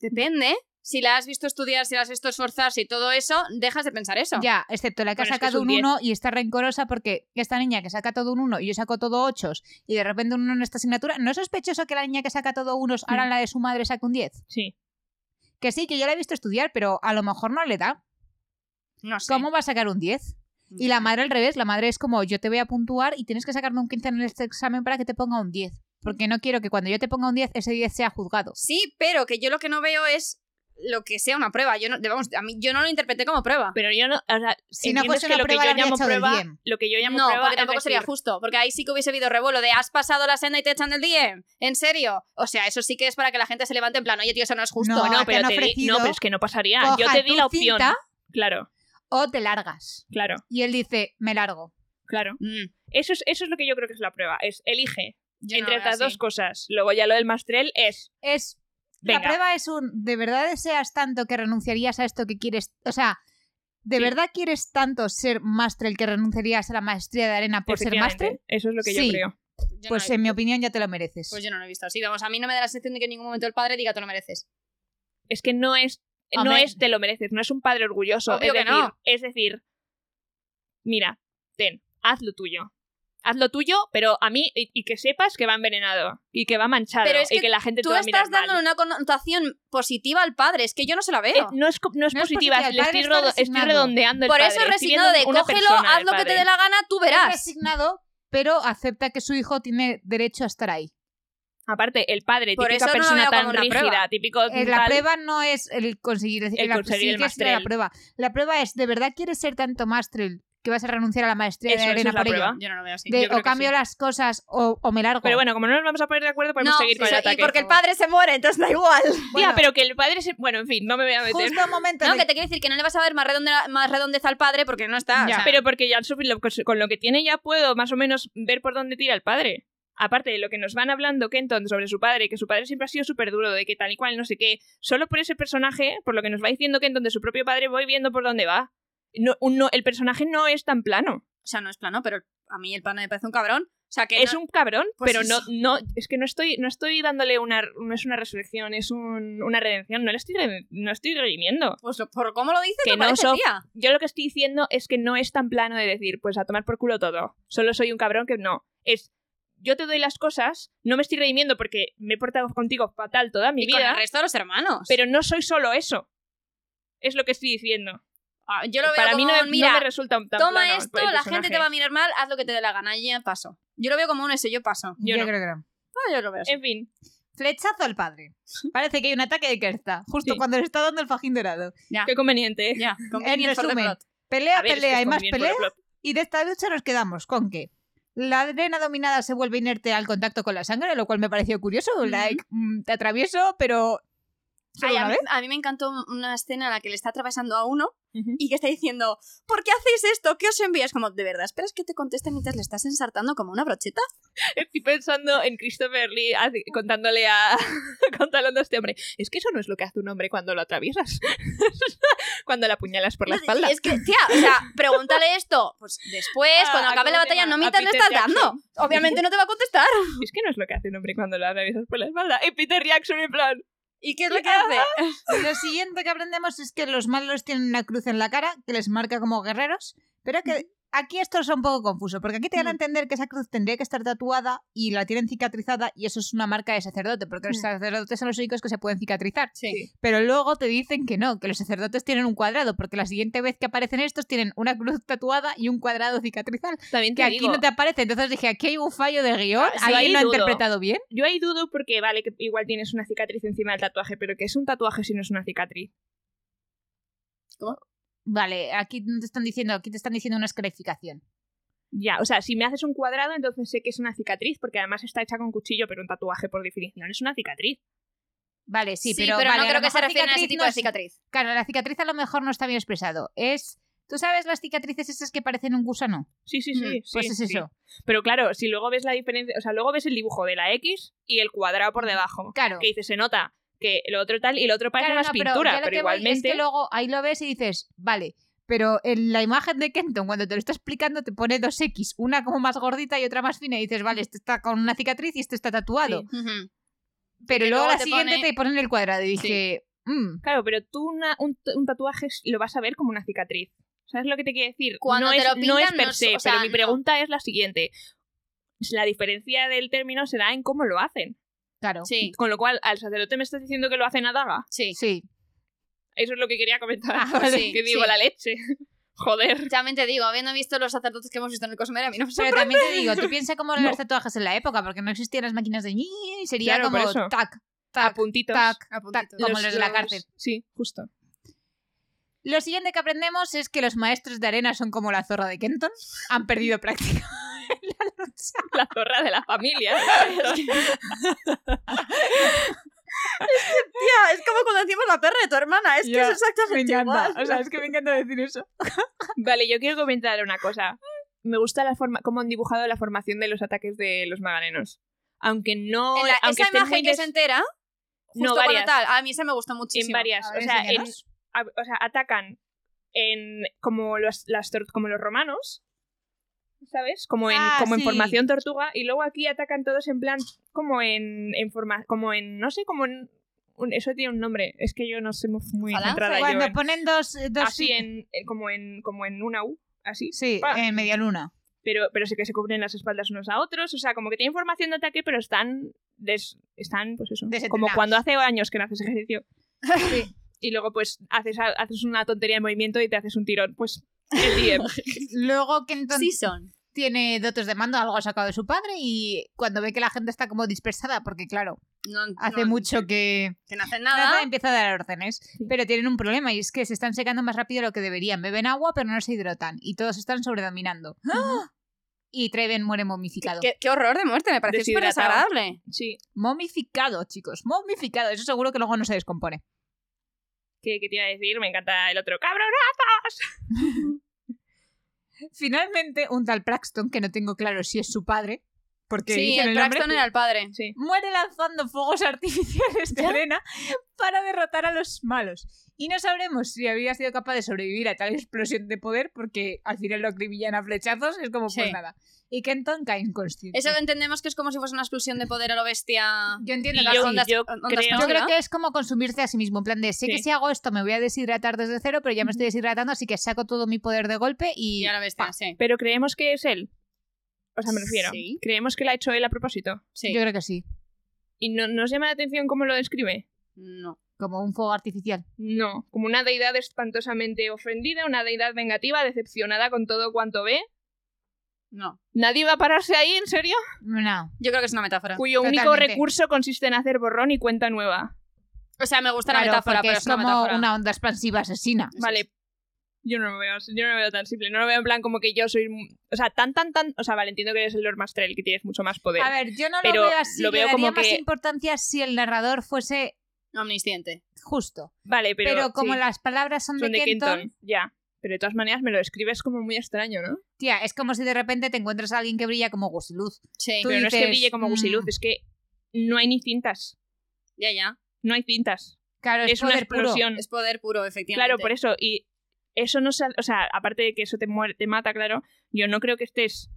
Speaker 3: Depende. Si la has visto estudiar, si la has visto esforzarse y todo eso, dejas de pensar eso.
Speaker 2: Ya, excepto la que
Speaker 1: Bueno,
Speaker 2: ha
Speaker 1: es que es
Speaker 2: sacado
Speaker 1: un
Speaker 2: un
Speaker 1: 10.
Speaker 2: 1 y está rencorosa porque esta niña que saca todo un 1 y yo saco todo 8 y de repente un 1 en esta asignatura, ¿no es sospechoso que la niña que saca todo 1 ahora
Speaker 1: Mm.
Speaker 2: en la de su madre saque un 10?
Speaker 1: Sí.
Speaker 2: Que sí, que yo la he visto estudiar, pero a lo mejor no le da.
Speaker 3: No sé.
Speaker 2: ¿Cómo va a sacar un 10?
Speaker 1: Mm.
Speaker 2: Y la madre al revés, la madre es como yo te voy a puntuar y tienes que sacarme un 15 en este examen para que te ponga un 10. Porque no quiero que cuando yo te ponga un 10, ese 10 sea juzgado.
Speaker 3: Sí, pero que yo lo que no veo es lo que sea una prueba. Yo no, de- vamos, a mí, yo no lo interpreté como prueba.
Speaker 1: Pero yo no, o sea,
Speaker 2: Si no
Speaker 1: entiendes
Speaker 2: fuese
Speaker 1: que
Speaker 2: una
Speaker 1: lo que
Speaker 2: prueba, la
Speaker 1: yo
Speaker 2: habría
Speaker 1: llamo
Speaker 2: echado del
Speaker 1: prueba,
Speaker 2: DIEM.
Speaker 1: lo que yo llamo
Speaker 3: No,
Speaker 1: prueba
Speaker 3: porque
Speaker 1: es
Speaker 3: tampoco sería
Speaker 1: decir,
Speaker 3: justo, porque ahí sí que hubiese habido revuelo de has pasado la senda y te echan del DM. ¿En serio? O sea, eso sí que es para que la gente se levante en plan, oye, tío, eso Ah, no es justo.
Speaker 2: No,
Speaker 1: No,
Speaker 2: te
Speaker 1: pero
Speaker 2: han
Speaker 1: te di-
Speaker 2: ofrecido,
Speaker 1: no, pero es que no pasaría. Ah, yo
Speaker 2: Coja
Speaker 1: te di
Speaker 2: tu
Speaker 1: la opción.
Speaker 2: cinta
Speaker 1: Claro,
Speaker 2: o te largas.
Speaker 1: claro,
Speaker 2: Y él dice, me largo.
Speaker 1: claro.
Speaker 3: Mm,
Speaker 1: Eso es, eso es lo que yo creo que es la prueba. Es elige
Speaker 3: yo
Speaker 1: entre
Speaker 3: no lo veo
Speaker 1: estas
Speaker 3: así.
Speaker 1: dos cosas. Luego ya lo del Mastrel es,
Speaker 2: Es. La
Speaker 1: venga,
Speaker 2: prueba es un. ¿De verdad deseas tanto que renunciarías a esto que quieres? O sea, ¿de
Speaker 1: Sí.
Speaker 2: verdad quieres tanto ser máster que renunciarías a la maestría de arena por ser
Speaker 1: efectivamente,
Speaker 2: máster?
Speaker 1: Eso es lo que yo
Speaker 2: Sí.
Speaker 1: creo.
Speaker 3: Yo
Speaker 2: Pues
Speaker 3: no,
Speaker 2: en mi opinión ya te lo
Speaker 1: Pues
Speaker 2: mereces.
Speaker 3: pues yo no lo he visto así. Vamos, a mí no me da la sensación de que en ningún momento el padre diga, tú lo mereces.
Speaker 1: es que no es No
Speaker 3: Hombre.
Speaker 1: es te lo mereces, no es un padre orgulloso.
Speaker 3: Obvio
Speaker 1: es,
Speaker 3: que
Speaker 1: decir,
Speaker 3: no.
Speaker 1: es decir, mira, ten, haz lo tuyo. Haz lo tuyo, pero a mí, y, y que sepas que va envenenado, y que va manchado,
Speaker 3: Pero es
Speaker 1: y
Speaker 3: que
Speaker 1: que la gente te
Speaker 3: Tú
Speaker 1: va a mirar
Speaker 3: estás dándole
Speaker 1: mal.
Speaker 3: una connotación positiva al padre, es que yo no se la
Speaker 1: Eh,
Speaker 3: veo.
Speaker 1: no es, co- no es
Speaker 2: No es
Speaker 1: positiva,
Speaker 2: positiva, el
Speaker 1: le estoy,
Speaker 2: padre está
Speaker 1: rodo- estoy
Speaker 2: resignado.
Speaker 1: redondeando el
Speaker 3: Por
Speaker 1: padre,
Speaker 3: eso es
Speaker 1: estoy
Speaker 3: resignado de
Speaker 1: viendo una
Speaker 3: cógelo,
Speaker 1: persona
Speaker 3: haz
Speaker 1: del
Speaker 3: lo que te
Speaker 1: padre.
Speaker 3: dé la gana, tú verás.
Speaker 2: asignado, pero acepta que su hijo tiene derecho a estar ahí.
Speaker 1: Aparte, el padre,
Speaker 3: Por
Speaker 1: típica
Speaker 3: eso no lo
Speaker 1: persona
Speaker 3: veo como
Speaker 1: tan
Speaker 3: una
Speaker 1: rígida,
Speaker 3: prueba.
Speaker 1: típico
Speaker 2: Eh, la
Speaker 1: tal-
Speaker 2: prueba no es el conseguir
Speaker 1: El
Speaker 2: la,
Speaker 1: conseguir
Speaker 2: sí
Speaker 1: el
Speaker 2: que es la
Speaker 1: mastrel.
Speaker 2: prueba. La prueba es, ¿de verdad quieres ser tanto mastrel que vas a renunciar a la maestría
Speaker 1: Eso,
Speaker 2: de
Speaker 1: eso
Speaker 2: arena
Speaker 1: es la
Speaker 2: por ello?
Speaker 1: prueba.
Speaker 3: Yo no lo veo así.
Speaker 2: De,
Speaker 1: yo creo
Speaker 2: o
Speaker 1: que
Speaker 2: cambio
Speaker 1: sí.
Speaker 2: las cosas o, o me largo.
Speaker 1: Pero bueno, como no nos vamos a poner de acuerdo, podemos
Speaker 3: No,
Speaker 1: seguir con
Speaker 3: sí,
Speaker 1: el
Speaker 3: y
Speaker 1: ataque.
Speaker 3: porque el
Speaker 2: por favor.
Speaker 3: padre se muere, entonces da igual.
Speaker 2: Bueno,
Speaker 1: Ya, pero que el padre se... Bueno, en fin, no me voy a meter.
Speaker 2: justo un momento
Speaker 3: No,
Speaker 2: de-
Speaker 3: que te quiero decir que no le vas a ver más, redonde- más redondez al padre porque no está. o
Speaker 2: Ya.
Speaker 3: sea,
Speaker 1: Pero porque ya su- lo- con lo que tiene ya puedo más o menos ver por dónde tira el padre. Aparte de lo que nos van hablando Kenton sobre su padre, que su padre siempre ha sido súper duro, de que tal y cual, no sé qué, solo por ese personaje, por lo que nos va diciendo Kenton de su propio padre, voy viendo por dónde va. No, un- no- el personaje no es tan plano.
Speaker 3: o sea, no es plano, pero a mí el plano me parece un cabrón. O sea, que
Speaker 1: Es
Speaker 3: no-
Speaker 1: un cabrón,
Speaker 3: Pues
Speaker 1: pero no,
Speaker 3: eso.
Speaker 1: no, es que no estoy, no estoy dándole una, no es una resurrección, es un- una redención, no le estoy, re- no estoy redimiendo.
Speaker 3: Pues lo- por cómo lo dices,
Speaker 1: Que
Speaker 3: me
Speaker 1: no
Speaker 3: parece,
Speaker 1: so-
Speaker 3: tía.
Speaker 1: yo lo que estoy diciendo es que no es tan plano de decir, pues a tomar por culo todo. Solo soy un cabrón que no. Es, yo te doy las cosas, no me estoy redimiendo porque me he portado contigo fatal toda mi
Speaker 3: Y con el
Speaker 1: vida,
Speaker 3: resto de los hermanos.
Speaker 1: pero no soy solo eso. Es lo que estoy diciendo.
Speaker 3: Ah, yo lo veo
Speaker 1: Para mí
Speaker 3: como,
Speaker 1: no me, no
Speaker 3: mira,
Speaker 1: me resulta tan
Speaker 3: toma
Speaker 1: plano el
Speaker 3: esto, la gente
Speaker 1: personaje.
Speaker 3: te va a mirar mal, haz lo que te dé la gana y ya paso. Yo lo veo como un ese, yo paso.
Speaker 1: yo
Speaker 2: Yo
Speaker 1: no.
Speaker 2: creo que no.
Speaker 3: No, yo lo veo así.
Speaker 1: En fin,
Speaker 2: Flechazo al padre. Parece que hay un ataque de Kerta, justo
Speaker 1: Sí.
Speaker 2: cuando le está dando el fajín dorado.
Speaker 1: qué conveniente. ¿eh?
Speaker 3: Ya, convenient for the
Speaker 2: resumen,
Speaker 3: plot.
Speaker 2: Pelea,
Speaker 1: A ver, es que
Speaker 2: pelea y
Speaker 1: es
Speaker 2: más
Speaker 1: conveniente
Speaker 2: pelea.
Speaker 1: por el plot.
Speaker 2: Y de esta lucha nos quedamos con que la arena dominada se vuelve inerte al contacto con la sangre, lo cual me pareció curioso. Like, mm, te atravieso, pero. solo
Speaker 3: Ay, a,
Speaker 2: una
Speaker 3: mí,
Speaker 2: vez.
Speaker 3: a mí me encantó una escena en la que le está atravesando a uno y que está diciendo, ¿por qué hacéis esto? ¿Qué os envías? Como, ¿de verdad esperas que te conteste mientras le estás ensartando como una brocheta?
Speaker 1: Estoy pensando en Christopher Lee hace- contándole a contándole a este hombre. Es que eso no es lo que hace un hombre cuando lo atraviesas. cuando la apuñalas por la
Speaker 3: No,
Speaker 1: espalda.
Speaker 3: y Es que, tía, o sea, pregúntale esto. Pues después,
Speaker 1: Ah,
Speaker 3: cuando acabe
Speaker 1: ¿cómo
Speaker 3: la
Speaker 1: se
Speaker 3: batalla,
Speaker 1: llama?
Speaker 3: no
Speaker 1: A
Speaker 3: mientras le
Speaker 1: Peter
Speaker 3: estás
Speaker 1: Jackson.
Speaker 3: dando. Obviamente no te va a contestar.
Speaker 1: Es que no es lo que hace un hombre cuando lo atraviesas por la espalda. Y Peter Jackson en plan.
Speaker 3: ¿Y qué es lo que hace?
Speaker 2: Lo siguiente que aprendemos es que los malos tienen una cruz en la cara que les marca como guerreros, pero que aquí esto es un poco confuso, porque aquí te dan a
Speaker 3: Mm.
Speaker 2: entender que esa cruz tendría que estar tatuada y la tienen cicatrizada y eso es una marca de sacerdote, porque los
Speaker 1: Mm.
Speaker 2: sacerdotes son los únicos que se pueden cicatrizar.
Speaker 3: Sí.
Speaker 2: Pero luego te dicen que no, que los sacerdotes tienen un cuadrado, porque la siguiente vez que aparecen estos tienen una cruz tatuada y un cuadrado cicatrizal,
Speaker 1: También
Speaker 2: que aquí no te aparece. Entonces dije, aquí hay un fallo de guión,
Speaker 1: Ah, sí,
Speaker 2: alguien
Speaker 1: ahí
Speaker 2: lo ha
Speaker 1: dudo.
Speaker 2: interpretado bien.
Speaker 1: Yo ahí dudo porque vale que igual tienes una cicatriz encima del tatuaje, pero que es un tatuaje si no es una cicatriz.
Speaker 2: Vale, aquí no te están diciendo, aquí te están diciendo una escarificación.
Speaker 1: Ya, o sea, si me haces un cuadrado, entonces sé que es una cicatriz, porque además está hecha con cuchillo, pero un tatuaje por definición es una cicatriz.
Speaker 2: Vale, sí,
Speaker 3: Sí, pero,
Speaker 2: vale,
Speaker 3: no
Speaker 2: lo
Speaker 3: creo que se
Speaker 2: mejor
Speaker 3: refiera a ese
Speaker 2: cicatriz
Speaker 3: tipo
Speaker 2: no
Speaker 3: de
Speaker 2: es-
Speaker 3: cicatriz.
Speaker 2: Claro, la cicatriz a lo mejor no está bien expresado. Es. ¿Tú sabes las cicatrices esas que parecen un gusano?
Speaker 1: Sí, sí, sí.
Speaker 3: Mm,
Speaker 1: sí,
Speaker 2: Pues es
Speaker 1: sí.
Speaker 2: eso.
Speaker 1: Pero claro, si luego ves la diferencia, o sea, luego ves el dibujo de la X y el cuadrado por debajo,
Speaker 2: Mm, Claro.
Speaker 1: que dices, se nota que el otro tal y el otro parece
Speaker 2: claro,
Speaker 1: más
Speaker 2: no, pero
Speaker 1: pintura,
Speaker 2: ya
Speaker 1: pero,
Speaker 2: lo que voy
Speaker 1: igualmente...
Speaker 2: es que luego ahí lo ves y dices, vale, pero en la imagen de Kenton, cuando te lo está explicando, te pone dos X, una como más gordita y otra más fina, y dices, vale, este está con una cicatriz y este está tatuado.
Speaker 1: Sí.
Speaker 3: Ujú.
Speaker 2: Pero
Speaker 3: Y
Speaker 2: luego,
Speaker 3: luego
Speaker 2: la
Speaker 3: te
Speaker 2: siguiente
Speaker 3: pone-
Speaker 2: te ponen el cuadrado y dije, mm,
Speaker 1: Claro, pero tú una- un, t- un tatuaje es- lo vas a ver como una cicatriz. ¿Sabes lo que te quiero decir?
Speaker 3: Cuando
Speaker 1: no,
Speaker 3: te
Speaker 1: es,
Speaker 3: lo
Speaker 1: no es
Speaker 3: pintan, no
Speaker 1: per
Speaker 3: es-
Speaker 1: se,
Speaker 3: o sea,
Speaker 1: pero mi
Speaker 3: no.
Speaker 1: pregunta es la siguiente. La diferencia del término será en cómo lo hacen.
Speaker 2: claro.
Speaker 3: Sí.
Speaker 1: Con lo cual, al sacerdote me estás diciendo que lo hacen a daga.
Speaker 3: Sí.
Speaker 2: Sí.
Speaker 1: Eso es lo que quería comentar.
Speaker 3: Ah, vale.
Speaker 1: que digo,
Speaker 3: Sí.
Speaker 1: la leche. Joder.
Speaker 3: También te digo, habiendo visto los sacerdotes que hemos visto en el Cosmere, a mí no me
Speaker 2: Pero
Speaker 3: sorprende.
Speaker 2: también te digo, tú piensa como eran
Speaker 1: No.
Speaker 2: los tatuajes en la época, porque no existían las máquinas de ñi, y sería
Speaker 1: Claro, por
Speaker 2: como
Speaker 1: eso.
Speaker 2: tac,
Speaker 1: A
Speaker 2: tac,
Speaker 1: puntitos.
Speaker 2: tac,
Speaker 3: A puntitos.
Speaker 2: como los de la cárcel.
Speaker 1: Sí, justo.
Speaker 2: Lo siguiente que aprendemos es que los maestros de arena son como la zorra de Kenton. Han perdido práctica en la lucha.
Speaker 1: La zorra de la familia.
Speaker 3: Tía, es como cuando decimos la perra de tu hermana, es
Speaker 2: Ya,
Speaker 3: exactamente
Speaker 2: es que me encanta decir eso.
Speaker 1: Vale, yo quiero comentar una cosa. Me gusta la forma, cómo han dibujado la formación de los ataques de los magarenos. Aunque no.
Speaker 3: En la-
Speaker 1: eh, aunque
Speaker 3: esa
Speaker 1: estén
Speaker 3: imagen
Speaker 1: muy
Speaker 3: que
Speaker 1: des-
Speaker 3: se entera, justo
Speaker 1: No,
Speaker 3: cuando
Speaker 1: varias.
Speaker 3: tal, a mí esa me gustó muchísimo.
Speaker 1: En varias.
Speaker 2: A ver,
Speaker 1: o, sea, en-
Speaker 2: enséñanos.
Speaker 1: a- o sea, atacan en como los, las tor- como los romanos. ¿Sabes? Como en,
Speaker 2: Ah,
Speaker 1: como
Speaker 2: sí.
Speaker 1: en formación tortuga. Y luego aquí atacan todos en plan. Como en, en forma. Como en. No sé, como en. un- eso tiene un nombre. Es que yo no soy muy muy
Speaker 3: Falange.
Speaker 1: centrada yo
Speaker 2: Cuando
Speaker 1: en-
Speaker 2: ponen dos, eh, dos
Speaker 1: así en, en- como en como en una U, así.
Speaker 2: Sí,
Speaker 1: Ah.
Speaker 2: en media luna.
Speaker 1: Pero, pero sí que se cubren las espaldas unos a otros. O sea, como que tienen formación de ataque, pero están des- están, pues eso. Como
Speaker 2: Desentrenados.
Speaker 1: cuando hace años que no haces ejercicio. Y luego, pues, haces, a- haces una tontería en movimiento y te haces un tirón. Pues el DM.
Speaker 2: Luego Kenton
Speaker 3: Sí son.
Speaker 2: tiene dotes de mando, algo sacado de su padre, y cuando ve que la gente está como dispersada, porque claro,
Speaker 3: No,
Speaker 2: hace
Speaker 3: no-
Speaker 2: mucho que
Speaker 3: Que no hacen
Speaker 2: Nada,
Speaker 3: nada.
Speaker 2: empieza a dar órdenes. Pero tienen un problema y es que se están secando más rápido de lo que deberían. Beben agua, pero no se hidratan. Y todos están sobredominando. ¡Ah! Y Treven muere momificado.
Speaker 3: Qué, qué horror de muerte, me parece súper
Speaker 1: Deshidratado.
Speaker 3: desagradable.
Speaker 1: Sí,
Speaker 2: Momificado, chicos. Momificado. Eso seguro que luego no se descompone.
Speaker 1: que, que te iba a decir, me encanta el otro. ¡Cabrón!
Speaker 2: Finalmente, un tal Praxton, que no tengo claro si es su padre, porque
Speaker 3: Sí,
Speaker 2: dicen
Speaker 3: el
Speaker 2: el nombre,
Speaker 3: Braxton era el padre.
Speaker 1: Sí.
Speaker 2: muere lanzando fuegos artificiales de
Speaker 3: ¿Ya?
Speaker 2: arena para derrotar a los malos. Y no sabremos si habría sido capaz de sobrevivir a tal explosión de poder, porque al final lo acribillan a flechazos, es como
Speaker 3: Sí.
Speaker 2: pues nada. Y Kenton cae inconsciente.
Speaker 3: Eso entendemos que es como si fuese una explosión de poder a lo bestia.
Speaker 2: Yo entiendo
Speaker 1: Y
Speaker 2: que
Speaker 3: Las
Speaker 1: yo-
Speaker 2: sí.
Speaker 3: ondas- on- ondas
Speaker 1: creo-
Speaker 2: Yo creo
Speaker 3: Tonga.
Speaker 2: que es como consumirte a sí mismo, en plan de, sé que
Speaker 1: Sí.
Speaker 2: si hago esto me voy a deshidratar desde cero, pero ya me estoy deshidratando, así que saco todo mi poder de golpe y...
Speaker 3: Y a la bestia,
Speaker 2: pa.
Speaker 3: sí.
Speaker 1: Pero creemos que es él. O sea, me refiero.
Speaker 3: Sí.
Speaker 1: Creemos que lo ha hecho él a propósito.
Speaker 3: Sí.
Speaker 2: Yo creo que sí,
Speaker 1: ¿Y no nos llama la atención cómo lo describe?
Speaker 3: No.
Speaker 2: como un fuego artificial.
Speaker 1: No, como una deidad espantosamente ofendida, una deidad vengativa, decepcionada con todo cuanto ve.
Speaker 3: No.
Speaker 1: ¿Nadie va a pararse ahí, en serio?
Speaker 2: No.
Speaker 3: Yo creo que es una metáfora.
Speaker 1: Cuyo único
Speaker 2: Totalmente.
Speaker 1: recurso consiste en hacer borrón y cuenta nueva.
Speaker 3: O sea, me gusta
Speaker 2: Claro,
Speaker 3: la metáfora,
Speaker 2: porque
Speaker 3: pero
Speaker 2: es
Speaker 3: es una
Speaker 2: como
Speaker 3: metáfora.
Speaker 2: una onda expansiva asesina.
Speaker 3: Eso
Speaker 1: vale.
Speaker 3: es.
Speaker 1: Yo no, lo veo, así, yo no lo veo tan simple. No lo veo en plan como que yo soy... mu- O sea, tan, tan, tan... O sea, vale, entiendo que eres el Lord Mastrel, que tienes mucho más poder.
Speaker 2: A ver, yo no
Speaker 1: Pero
Speaker 2: lo veo así,
Speaker 1: lo veo
Speaker 2: le daría
Speaker 1: como
Speaker 2: más
Speaker 1: que-
Speaker 2: importancia si el narrador fuese
Speaker 3: Omnisciente.
Speaker 2: justo.
Speaker 1: vale,
Speaker 2: Pero,
Speaker 1: pero...
Speaker 2: como
Speaker 1: sí,
Speaker 2: las palabras son,
Speaker 1: son
Speaker 2: de, Kenton,
Speaker 1: Ya. Pero de todas maneras me lo describes como muy extraño, ¿no?
Speaker 2: tía, es como si de repente te encuentras a alguien que brilla como gusiluz.
Speaker 3: Sí.
Speaker 2: Tú-
Speaker 1: Pero no es que
Speaker 2: dices,
Speaker 1: brille como gusiluz,
Speaker 2: mm.
Speaker 1: es que no hay ni cintas.
Speaker 3: Ya, ya.
Speaker 1: No hay cintas.
Speaker 2: Claro, es,
Speaker 1: Es, una
Speaker 2: poder puro.
Speaker 1: explosión.
Speaker 3: Es poder puro, efectivamente.
Speaker 1: Mm. Claro, por eso. Y eso no sa- O sea, aparte de que eso te, muere, te mata, claro, yo no creo que estés.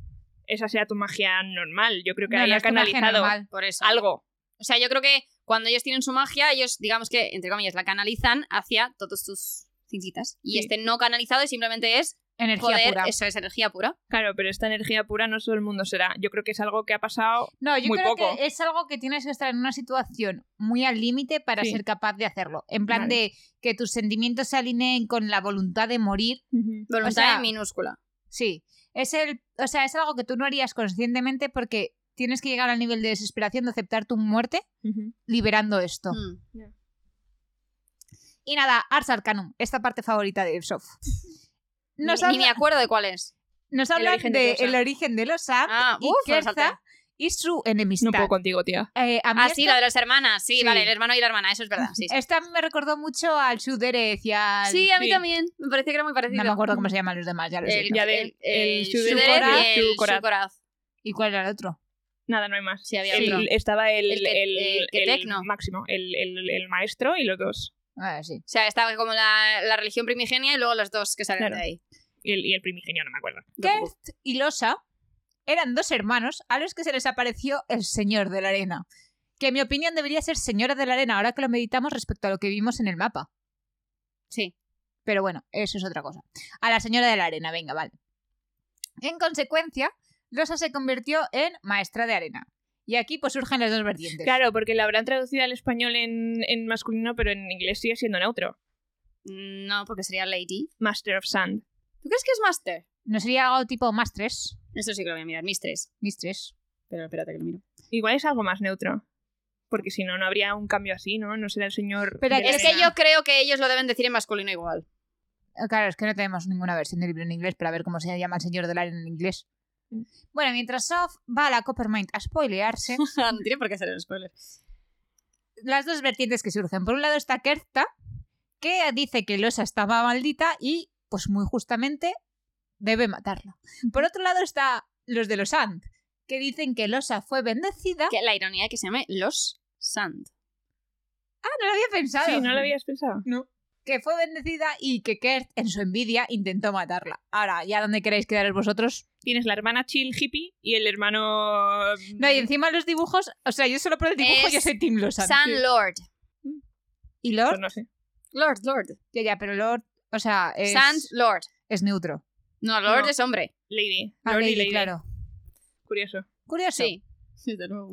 Speaker 1: Esa sea tu magia normal. Yo creo que
Speaker 2: No,
Speaker 1: haya
Speaker 2: no es tu magia
Speaker 1: canalizado
Speaker 2: normal.
Speaker 3: Por eso.
Speaker 1: algo.
Speaker 3: O sea, yo creo que cuando ellos tienen su magia, ellos, digamos que, entre comillas, la canalizan hacia todos sus cincitas. Y
Speaker 1: Sí.
Speaker 3: este no canalizado y simplemente es
Speaker 2: Energía
Speaker 3: poder,
Speaker 2: pura.
Speaker 3: eso es energía pura.
Speaker 1: Claro, pero esta energía pura no todo el mundo será. Yo creo que es algo que ha pasado.
Speaker 2: No, yo
Speaker 1: muy
Speaker 2: creo
Speaker 1: poco.
Speaker 2: que es algo que tienes que estar en una situación muy al límite para
Speaker 1: Sí.
Speaker 2: ser capaz de hacerlo. En plan
Speaker 1: Vale.
Speaker 2: de que tus sentimientos se alineen con la voluntad de morir.
Speaker 3: Voluntad
Speaker 2: sea,
Speaker 3: en minúscula.
Speaker 2: Sí. Es el, o sea, es algo que tú no harías conscientemente porque tienes que llegar al nivel de desesperación de aceptar tu muerte liberando esto.
Speaker 3: Mm.
Speaker 2: Y nada, Ars Arcanum, esta parte favorita de Airsoft. Nos,
Speaker 3: ni, ni me
Speaker 2: habla-
Speaker 3: acuerdo de cuál es.
Speaker 2: nos
Speaker 1: El
Speaker 2: hablan
Speaker 1: origen de
Speaker 2: de
Speaker 1: Kersa.
Speaker 2: el origen de los Amp
Speaker 3: Ah,
Speaker 2: y
Speaker 3: uf, me lo
Speaker 2: Kersa
Speaker 3: salté.
Speaker 2: y su
Speaker 1: No
Speaker 2: enemistad.
Speaker 1: puedo contigo, tía.
Speaker 2: Eh, a mí
Speaker 3: Ah,
Speaker 2: esto-
Speaker 3: sí, la de las hermanas. Sí,
Speaker 2: Sí.
Speaker 3: vale, el hermano y la hermana, eso es verdad. Sí, sí.
Speaker 2: Esta me recordó mucho al Suderez y al...
Speaker 3: Sí, Eh, a mí
Speaker 1: sí.
Speaker 3: también. Me parecía que era muy parecido.
Speaker 2: No me acuerdo cómo se llaman los demás, ya lo sé.
Speaker 3: El,
Speaker 1: Ya
Speaker 3: el,
Speaker 1: del-
Speaker 3: el,
Speaker 1: el
Speaker 3: Shuderer
Speaker 1: Shuderer
Speaker 3: y
Speaker 1: y
Speaker 3: el
Speaker 1: el Shukoraz.
Speaker 3: Shukoraz.
Speaker 2: ¿Y cuál era el otro?
Speaker 1: Nada, no hay más.
Speaker 3: Sí, había
Speaker 1: El-
Speaker 3: otro.
Speaker 1: Estaba el,
Speaker 3: El que- el que
Speaker 1: el
Speaker 3: tecno.
Speaker 1: máximo, el, el- el maestro y los dos.
Speaker 2: Ah, sí.
Speaker 3: O sea, estaba como la, la religión primigenia y luego los dos que salen
Speaker 1: Claro.
Speaker 3: de ahí.
Speaker 1: Y el, y el primigenio, no me acuerdo.
Speaker 2: Kert y Losa eran dos hermanos a los que se les apareció el Señor de la Arena. Que en mi opinión debería ser Señora de la Arena ahora que lo meditamos respecto a lo que vimos en el mapa.
Speaker 3: Sí.
Speaker 2: Pero bueno, eso es otra cosa. A la Señora de la Arena, venga, vale. En consecuencia, Losa se convirtió en Maestra de Arena. Y aquí pues surgen las dos vertientes.
Speaker 1: Claro, porque la habrán traducido al español en, en masculino, pero en inglés sigue siendo neutro.
Speaker 3: Mm, No, porque sería Lady.
Speaker 1: Master of Sand.
Speaker 3: ¿Tú crees que es Master?
Speaker 2: ¿No sería algo tipo Mastres?
Speaker 3: Eso sí que lo voy a mirar, Mistress.
Speaker 2: Mistress.
Speaker 3: Pero espérate que lo miro.
Speaker 1: Igual es algo más neutro. Porque si no, no habría un cambio así, ¿no? No será el señor.
Speaker 2: Pero
Speaker 1: de la
Speaker 3: Es que yo creo que ellos lo deben decir en masculino igual.
Speaker 2: Ah, Claro, es que no tenemos ninguna versión del libro en inglés para ver cómo se llama el señor del arena en inglés.
Speaker 1: Mm.
Speaker 2: Bueno, mientras Sof va a la Coppermind a spoilearse,
Speaker 3: no tiene por qué ser un spoiler.
Speaker 2: las dos vertientes que surgen. Por un lado está Kerta, que dice que Losa estaba maldita y, pues muy justamente, debe matarla. Por otro lado está los de los Ant, que dicen que Losa fue bendecida.
Speaker 3: Que la ironía es que se llame Los Sand.
Speaker 2: Ah, no lo había pensado.
Speaker 1: Sí, no lo habías pensado.
Speaker 2: Que fue bendecida y que Kert, en su envidia, intentó matarla. Ahora, ¿ya dónde queréis quedaros vosotros?
Speaker 1: Tienes la hermana chill hippie y el hermano. mm,
Speaker 2: No, y encima los dibujos, o sea, yo solo por el dibujo
Speaker 3: Es
Speaker 2: yo soy Tim Losan.
Speaker 3: Sun Lord.
Speaker 2: y Lord.
Speaker 1: Pues no sé.
Speaker 3: Lord, Lord.
Speaker 2: Ya, ya, pero Lord, o sea, es,
Speaker 3: Sans Lord.
Speaker 2: es neutro.
Speaker 3: No, Lord
Speaker 1: No.
Speaker 3: es hombre.
Speaker 1: Lady.
Speaker 2: Ah,
Speaker 1: Lord y
Speaker 2: Lady,
Speaker 1: Lady.
Speaker 2: claro.
Speaker 1: Curioso.
Speaker 2: Curioso.
Speaker 3: Sí. Sí, de nuevo.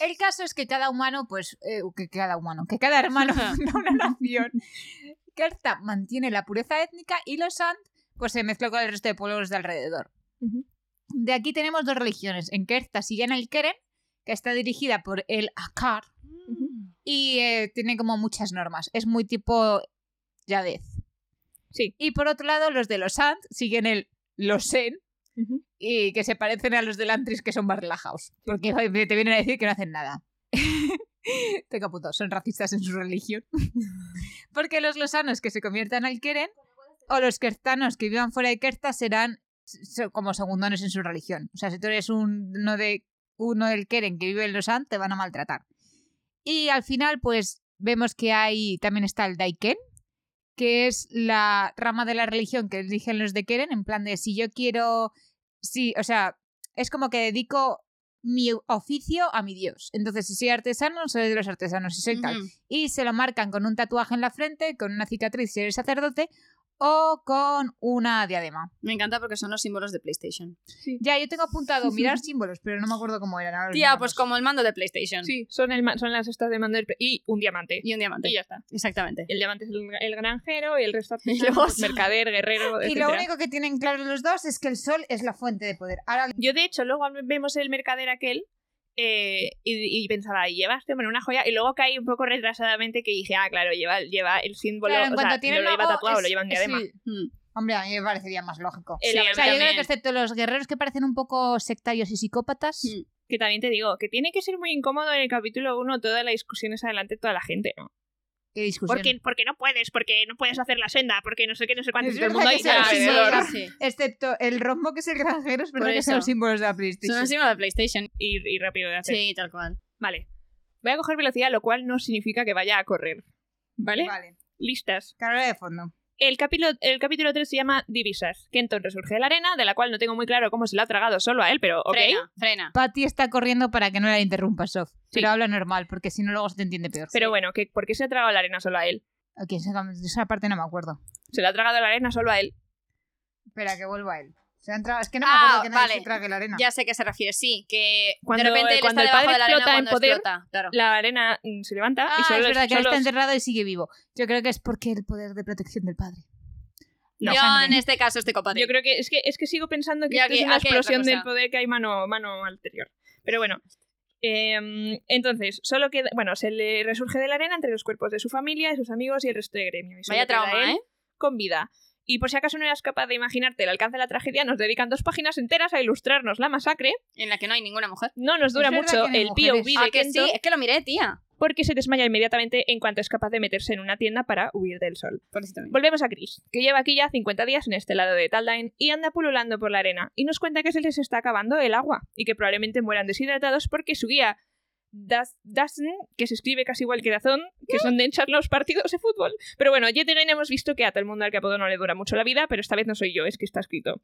Speaker 2: El caso es que cada humano, pues, eh, que cada humano, que cada hermano funda una nación. Carta mantiene la pureza étnica y los Sand, pues se mezcló con el resto de pueblos de alrededor.
Speaker 1: Ujú.
Speaker 2: De aquí tenemos dos religiones. En Kerta siguen el Keren, que está dirigida por el Akkar
Speaker 3: Mm.
Speaker 2: y eh, tiene como muchas normas. Es muy tipo Yadez.
Speaker 1: Sí.
Speaker 2: Y por otro lado, los de los Sand siguen el Losen,
Speaker 1: Ujú.
Speaker 2: y que se parecen a los del Antris que son más relajados. Porque te vienen a decir que no hacen nada. Tengo punto, son racistas en su religión. porque los losanos que se conviertan al Keren o los kertanos que vivan fuera de Kerta serán so- como segundones en su religión. O sea, si tú eres un- uno, de, uno del Keren que vive en Losan, te van a maltratar. Y al final, pues vemos que hay también está el Daiken, que es la rama de la religión que eligen los de Keren, en plan de si yo quiero sí, o sea, es como que dedico mi oficio a mi dios. Entonces, si soy artesano, soy de los artesanos, si soy tal.
Speaker 3: Ujú.
Speaker 2: Y se lo marcan con un tatuaje en la frente, con una cicatriz si eres sacerdote, o con una diadema.
Speaker 3: Me encanta porque son los símbolos de PlayStation.
Speaker 2: Ya, yo tengo apuntado mirar símbolos, pero no me acuerdo cómo eran. ahora los
Speaker 3: Tía,
Speaker 2: miramos.
Speaker 3: pues como el mando de PlayStation.
Speaker 1: Sí, son, el, ma- son las estas de mandar y un diamante.
Speaker 3: Y un diamante.
Speaker 1: Y ya está.
Speaker 3: Exactamente.
Speaker 1: El diamante es el, el granjero y el resto
Speaker 3: Y
Speaker 1: artesano,
Speaker 3: luego
Speaker 1: pues,
Speaker 3: son-
Speaker 1: mercader, guerrero,
Speaker 2: Y lo
Speaker 1: etc.
Speaker 2: único que tienen claro los dos es que el sol es la fuente de poder. Ahora,
Speaker 1: Yo, de hecho, luego vemos el mercader aquel eh, y, y pensaba, lleva este hombre una joya. Y luego caí un poco retrasadamente que dije, ah, claro, lleva, lleva el símbolo.
Speaker 2: claro, en
Speaker 1: o sea,
Speaker 2: cuanto
Speaker 1: no
Speaker 2: tienen
Speaker 1: lo lleva
Speaker 2: algo,
Speaker 1: tatuado, lo
Speaker 2: es-
Speaker 1: lleva en diadema.
Speaker 2: sí.
Speaker 3: Mm.
Speaker 2: Hombre, a mí me parecería más lógico.
Speaker 1: El
Speaker 3: Sí, a mí
Speaker 2: O sea, yo creo
Speaker 1: también.
Speaker 2: que excepto los guerreros que parecen un poco sectarios y psicópatas,
Speaker 3: Mm.
Speaker 1: Que también te digo, que tiene que ser muy incómodo en el capítulo 1 toda la discusión es adelante toda la gente, ¿no?
Speaker 2: qué discusión.
Speaker 1: Porque, porque no puedes, porque no puedes hacer la senda, porque no sé qué, no sé cuánto.
Speaker 2: Es
Speaker 1: Y todo el
Speaker 2: verdad
Speaker 1: mundo ahí,
Speaker 2: que sea
Speaker 1: "Ah,
Speaker 2: así,
Speaker 1: alrededor".
Speaker 2: ¿verdad?
Speaker 3: Sí.
Speaker 2: Excepto el rombo que es el granjero, es verdad
Speaker 3: Por
Speaker 2: que son
Speaker 3: eso.
Speaker 2: los símbolos de la PlayStation.
Speaker 3: Son los símbolos de PlayStation.
Speaker 1: y, y rápido de hacer.
Speaker 3: Sí, tal cual.
Speaker 1: Vale. Voy a coger velocidad, lo cual no significa que vaya a correr. ¿Vale?
Speaker 2: Vale.
Speaker 1: Listas.
Speaker 2: Carrera de fondo.
Speaker 1: El capítulo, el capítulo 3 se llama Divisas. Kenton resurge de la arena, de la cual no tengo muy claro cómo se la ha tragado solo a él, pero ok.
Speaker 3: Frena, frena.
Speaker 2: Patty está corriendo para que no la interrumpa, Sof. Pero habla normal, porque si no, luego se te entiende peor.
Speaker 1: Pero bueno, que ¿por qué se ha tragado la arena solo a él?
Speaker 2: Ok, esa, esa parte no me acuerdo.
Speaker 1: Se la ha tragado la arena solo a él.
Speaker 2: Espera, que vuelva él. Se han tragado- Es que no
Speaker 3: Ah,
Speaker 2: me acuerdo que nadie
Speaker 3: vale.
Speaker 2: se trague la arena.
Speaker 3: Ya sé a qué se refiere, sí. Que
Speaker 1: Cuando-
Speaker 3: de repente él
Speaker 1: cuando el
Speaker 3: está debajo
Speaker 1: padre
Speaker 3: de la arena
Speaker 1: explota en
Speaker 3: cuando
Speaker 1: poder-
Speaker 3: explota. Claro.
Speaker 1: La arena mm, se levanta
Speaker 2: Ah,
Speaker 1: y solo
Speaker 2: es verdad que él
Speaker 1: solo-
Speaker 2: está enterrado y sigue vivo. Yo creo que es porque el poder de protección del padre.
Speaker 1: No.
Speaker 3: Yo en
Speaker 2: Sangre.
Speaker 3: este caso estoy compadre.
Speaker 1: Yo creo que es que, es que sigo pensando que
Speaker 3: Ya
Speaker 1: esto
Speaker 3: que-
Speaker 1: es una
Speaker 3: aquí hay otra
Speaker 1: explosión del
Speaker 3: cosa.
Speaker 1: poder que hay mano, mano anterior. Pero bueno. Em, entonces, solo queda. Bueno, se le resurge de la arena entre los cuerpos de su familia, de sus amigos y el resto de gremio. Y solo
Speaker 3: Vaya
Speaker 1: queda
Speaker 3: trauma,
Speaker 1: él
Speaker 3: ¿eh?
Speaker 1: Con vida. Y por si acaso no eras capaz de imaginarte el alcance de la tragedia, nos dedican dos páginas enteras a ilustrarnos la masacre.
Speaker 3: En la que no hay ninguna mujer.
Speaker 1: No nos dura
Speaker 2: Es verdad
Speaker 1: mucho
Speaker 2: que no hay
Speaker 1: el
Speaker 2: mujeres.
Speaker 1: POV
Speaker 2: Y
Speaker 3: ah,
Speaker 1: de
Speaker 3: que
Speaker 1: Kento
Speaker 3: sí, es que lo miré, tía.
Speaker 1: porque se desmaya inmediatamente en cuanto es capaz de meterse en una tienda para huir del sol.
Speaker 3: Por eso también.
Speaker 1: Volvemos a Chris, que lleva aquí ya 50 días en este lado de Taldain y anda pululando por la arena y nos cuenta que se les está acabando el agua y que probablemente mueran deshidratados porque su guía Das- Dasn, que se escribe casi igual que Dazón, que son de echar los partidos de fútbol. Pero bueno, ya también hemos visto que a todo el mundo al que apodo no le dura mucho la vida, pero esta vez no soy yo, es que está escrito.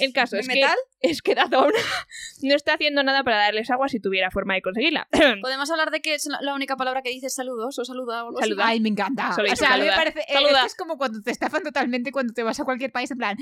Speaker 1: El caso
Speaker 3: ¿De
Speaker 1: es que,
Speaker 3: metal?
Speaker 1: es que Dazón no está haciendo nada para darles agua si tuviera forma de conseguirla.
Speaker 3: Podemos hablar de que es la la única palabra que dice saludos o saluda o algo así?
Speaker 1: Saluda.
Speaker 2: Ay, me encanta.
Speaker 1: Solo
Speaker 2: o
Speaker 1: dice
Speaker 2: sea, a mí me
Speaker 1: saluda.
Speaker 2: parece. eh,
Speaker 1: Saluda.
Speaker 2: esto es como cuando te estafan totalmente cuando te vas a cualquier país, en plan.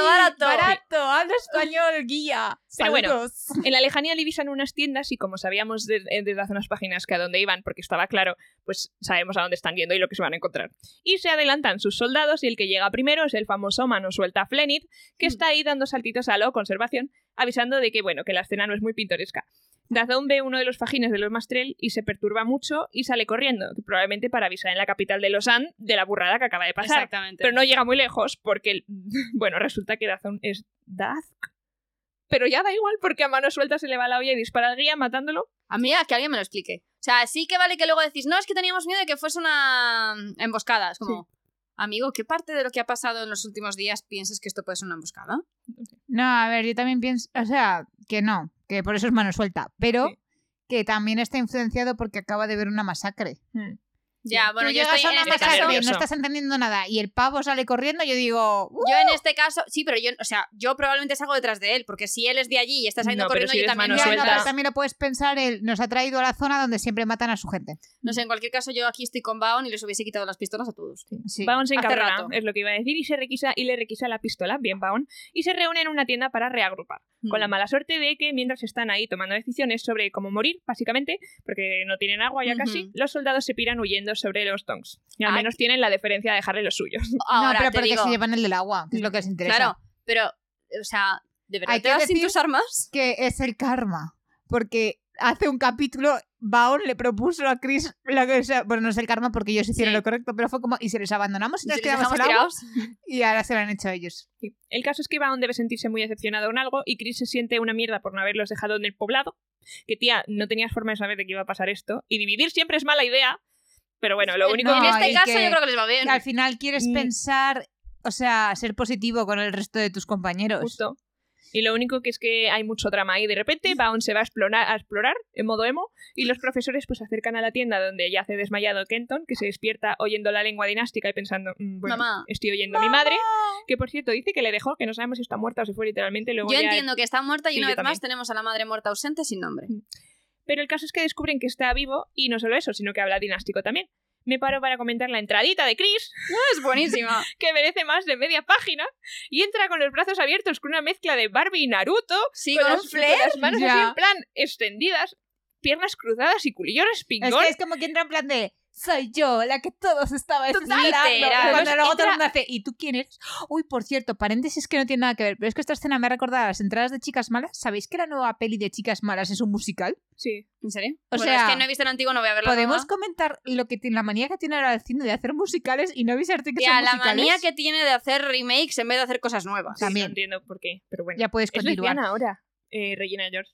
Speaker 2: "Sí,
Speaker 3: barato.
Speaker 2: Barato, habla español, guía.
Speaker 1: Pero bueno,
Speaker 2: Saludos.
Speaker 1: En la lejanía divisan unas tiendas y como sabíamos de- eh, desde hace unas páginas que a dónde iban, porque estaba claro, pues sabemos a dónde están yendo y lo que se van a encontrar. Y se adelantan sus soldados y el que llega primero es el famoso mano suelta Flenit, que está ahí dando saltitos a lo conservación, avisando de que, bueno, que la escena no es muy pintoresca. Dazón ve uno de los fajines de los Mastrel y se perturba mucho y sale corriendo, probablemente para avisar en la capital de Losan de la burrada que acaba de pasar.
Speaker 3: Exactamente.
Speaker 1: Pero no llega muy lejos porque, bueno, resulta que Dazón es Daz. Pero ya da igual porque a mano suelta se le va la olla y dispara al guía matándolo.
Speaker 3: A mí a que alguien me lo explique. O sea, sí que vale que luego decís, no, es que teníamos miedo de que fuese una mm, emboscada. Es como, amigo, ¿qué parte de lo que ha pasado en los últimos días piensas que esto puede ser una emboscada?
Speaker 2: No, a ver, yo también pienso, o sea, que no, que por eso es mano suelta, pero
Speaker 1: Sí.
Speaker 3: Hmm.
Speaker 2: que también está influenciado porque acaba de ver una masacre.
Speaker 3: Ya, bueno,
Speaker 2: Tú
Speaker 3: yo
Speaker 2: llegas
Speaker 3: estoy
Speaker 2: a
Speaker 3: en
Speaker 2: una
Speaker 3: este
Speaker 1: casa
Speaker 2: masacre
Speaker 3: caso.
Speaker 2: y
Speaker 1: nervioso.
Speaker 2: no estás entendiendo nada y el pavo sale corriendo, yo digo, "Uh".
Speaker 3: Yo en este caso, sí, pero yo, o sea, yo probablemente salgo detrás de él, porque si él es de allí y está saliendo
Speaker 1: No, pero
Speaker 3: corriendo,
Speaker 1: si
Speaker 3: yo
Speaker 1: eres
Speaker 3: también
Speaker 1: mano
Speaker 3: voy a
Speaker 2: Ya, no,
Speaker 1: suelta.
Speaker 3: andar.
Speaker 2: pero también lo puedes pensar, el, nos ha traído a la zona donde siempre matan a su gente.
Speaker 3: No sé, en cualquier caso, yo aquí estoy con Baon y les hubiese quitado las pistolas a todos.
Speaker 2: Sí.
Speaker 1: Baon se
Speaker 3: hace
Speaker 1: encabrona,
Speaker 3: rato.
Speaker 1: es lo que iba a decir, y, se requisa, y le requisa la pistola, bien Baon, y se reúnen en una tienda para reagrupar,
Speaker 3: Hmm.
Speaker 1: con la mala suerte de que mientras están ahí tomando decisiones sobre cómo morir, básicamente, porque no tienen agua ya casi,
Speaker 3: Ujú.
Speaker 1: los soldados se piran huyendo sobre los tongs, y al
Speaker 3: Ah.
Speaker 1: menos tienen la deferencia de dejarle los suyos.
Speaker 3: Ahora,
Speaker 2: no, pero
Speaker 3: te
Speaker 2: porque
Speaker 3: digo,
Speaker 2: se llevan el del agua, que es lo que les interesa.
Speaker 3: Claro, pero, o sea, ¿de verdad
Speaker 2: Hay
Speaker 3: te
Speaker 2: que
Speaker 3: vas sin
Speaker 2: decir-
Speaker 3: tus armas?
Speaker 2: Que es el karma. Porque hace un capítulo, Baon le propuso a Chris, la que- o sea, bueno, no es el karma porque ellos hicieron
Speaker 3: Sí.
Speaker 2: lo correcto, pero fue como, y si les abandonamos y nos
Speaker 3: Si les
Speaker 2: quedamos
Speaker 3: dejamos
Speaker 2: el agua,
Speaker 3: tirados.
Speaker 2: y ahora se lo han hecho ellos.
Speaker 1: Sí. El caso es que Baon debe sentirse muy decepcionado en algo y Chris se siente una mierda por no haberlos dejado en el poblado. Que tía, no tenías forma de saber de qué iba a pasar esto. Y dividir siempre es mala idea. Pero bueno, lo único
Speaker 2: No,
Speaker 3: en
Speaker 1: que
Speaker 3: este
Speaker 2: y
Speaker 3: caso
Speaker 2: que-
Speaker 3: yo creo que les va bien.
Speaker 2: Que al final quieres
Speaker 1: Mm.
Speaker 2: pensar, o sea, ser positivo con el resto de tus compañeros.
Speaker 1: justo. Y lo único que es que hay mucho drama ahí. De repente, Baon se va a explorar, a explorar en modo emo y los profesores pues se acercan a la tienda donde yace desmayado Kenton, que se despierta oyendo la lengua dinástica y pensando, "Mm, bueno,
Speaker 3: Mamá.
Speaker 1: estoy oyendo a mi madre, que por cierto dice que le dejó, que no sabemos si está muerta o si fue literalmente. Luego
Speaker 3: Yo
Speaker 1: ya-
Speaker 3: entiendo que está muerta y
Speaker 1: Sí,
Speaker 3: una
Speaker 1: yo
Speaker 3: vez más
Speaker 1: también.
Speaker 3: tenemos a la madre muerta ausente sin nombre.
Speaker 1: Pero el caso es que descubren que está vivo y no solo eso, sino que habla dinástico también. Me paro para comentar la entradita de Chris,
Speaker 3: Es buenísima.
Speaker 1: que merece más de media página, y entra con los brazos abiertos con una mezcla de Barbie y Naruto,
Speaker 3: Sí,
Speaker 1: con,
Speaker 3: con un
Speaker 1: las,
Speaker 3: flair.
Speaker 1: con las manos
Speaker 2: Ya.
Speaker 1: así en plan extendidas, piernas cruzadas y culillo respingón.
Speaker 2: Es que es como que entra en plan de soy yo la que todos estaban
Speaker 3: Total,
Speaker 2: esperando.
Speaker 3: literal.
Speaker 2: Cuando luego todo
Speaker 1: Entra-
Speaker 2: el mundo hace, ¿y tú quién eres? Uy, por cierto, paréntesis que no tiene nada que ver, pero es que esta escena me ha recordado a las entradas de Chicas Malas. ¿Sabéis que la nueva peli de Chicas Malas es un musical?
Speaker 1: Sí.
Speaker 3: ¿En serio?
Speaker 2: O
Speaker 3: Bueno,
Speaker 2: sea,
Speaker 3: es que no he visto el antiguo, no voy a verlo.
Speaker 2: Podemos comentar lo que tiene, la manía que tiene ahora el cine de hacer musicales y no avisarte que
Speaker 3: Ya,
Speaker 2: son
Speaker 3: la
Speaker 2: musicales.
Speaker 3: manía que tiene de hacer remakes en vez de hacer cosas nuevas.
Speaker 1: Sí,
Speaker 2: También.
Speaker 1: no entiendo por qué, pero bueno.
Speaker 2: Ya puedes
Speaker 1: es
Speaker 2: continuar.
Speaker 1: lesbiana ahora, eh, Regina George.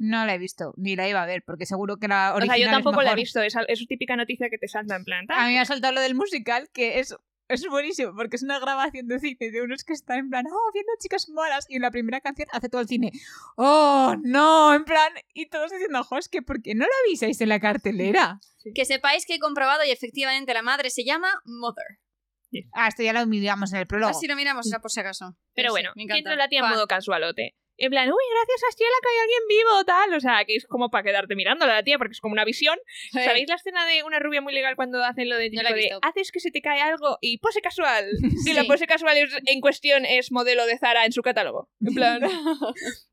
Speaker 2: No la he visto, ni la iba a ver, porque seguro que la
Speaker 1: O
Speaker 2: original
Speaker 1: sea, yo
Speaker 2: es
Speaker 1: tampoco la he
Speaker 2: mejor.
Speaker 1: visto, es, al- es típica noticia que te salta en plan.
Speaker 2: A mí me ha saltado lo del musical, que es, es buenísimo, porque es una grabación de cine de unos que están en plan, oh, viendo chicas malas, y en la primera canción hace todo el cine, oh, no, en plan, y todos diciendo, jo, es que ¿por qué no la avisáis en la cartelera?
Speaker 3: Que sepáis que he comprobado y efectivamente la madre se llama Mother.
Speaker 2: Ah, esto ya lo miramos en el prólogo.
Speaker 3: Así lo miramos, era por si acaso.
Speaker 1: Pero
Speaker 3: Sí,
Speaker 1: bueno,
Speaker 3: me
Speaker 1: que
Speaker 3: encanta.
Speaker 1: entra la tía en
Speaker 3: Fan.
Speaker 1: modo casualote. En plan, uy, gracias a Estela que hay alguien vivo, tal. O sea, que es como para quedarte mirándola la tía, porque es como una visión.
Speaker 3: Sí.
Speaker 1: ¿Sabéis la escena de una rubia muy legal cuando hacen lo de
Speaker 3: No
Speaker 1: típico
Speaker 3: la he
Speaker 1: de
Speaker 3: visto.
Speaker 1: haces que se te cae algo y pose casual?
Speaker 3: Sí.
Speaker 1: Y la pose casual es- en cuestión es modelo de Zara en su catálogo. En plan,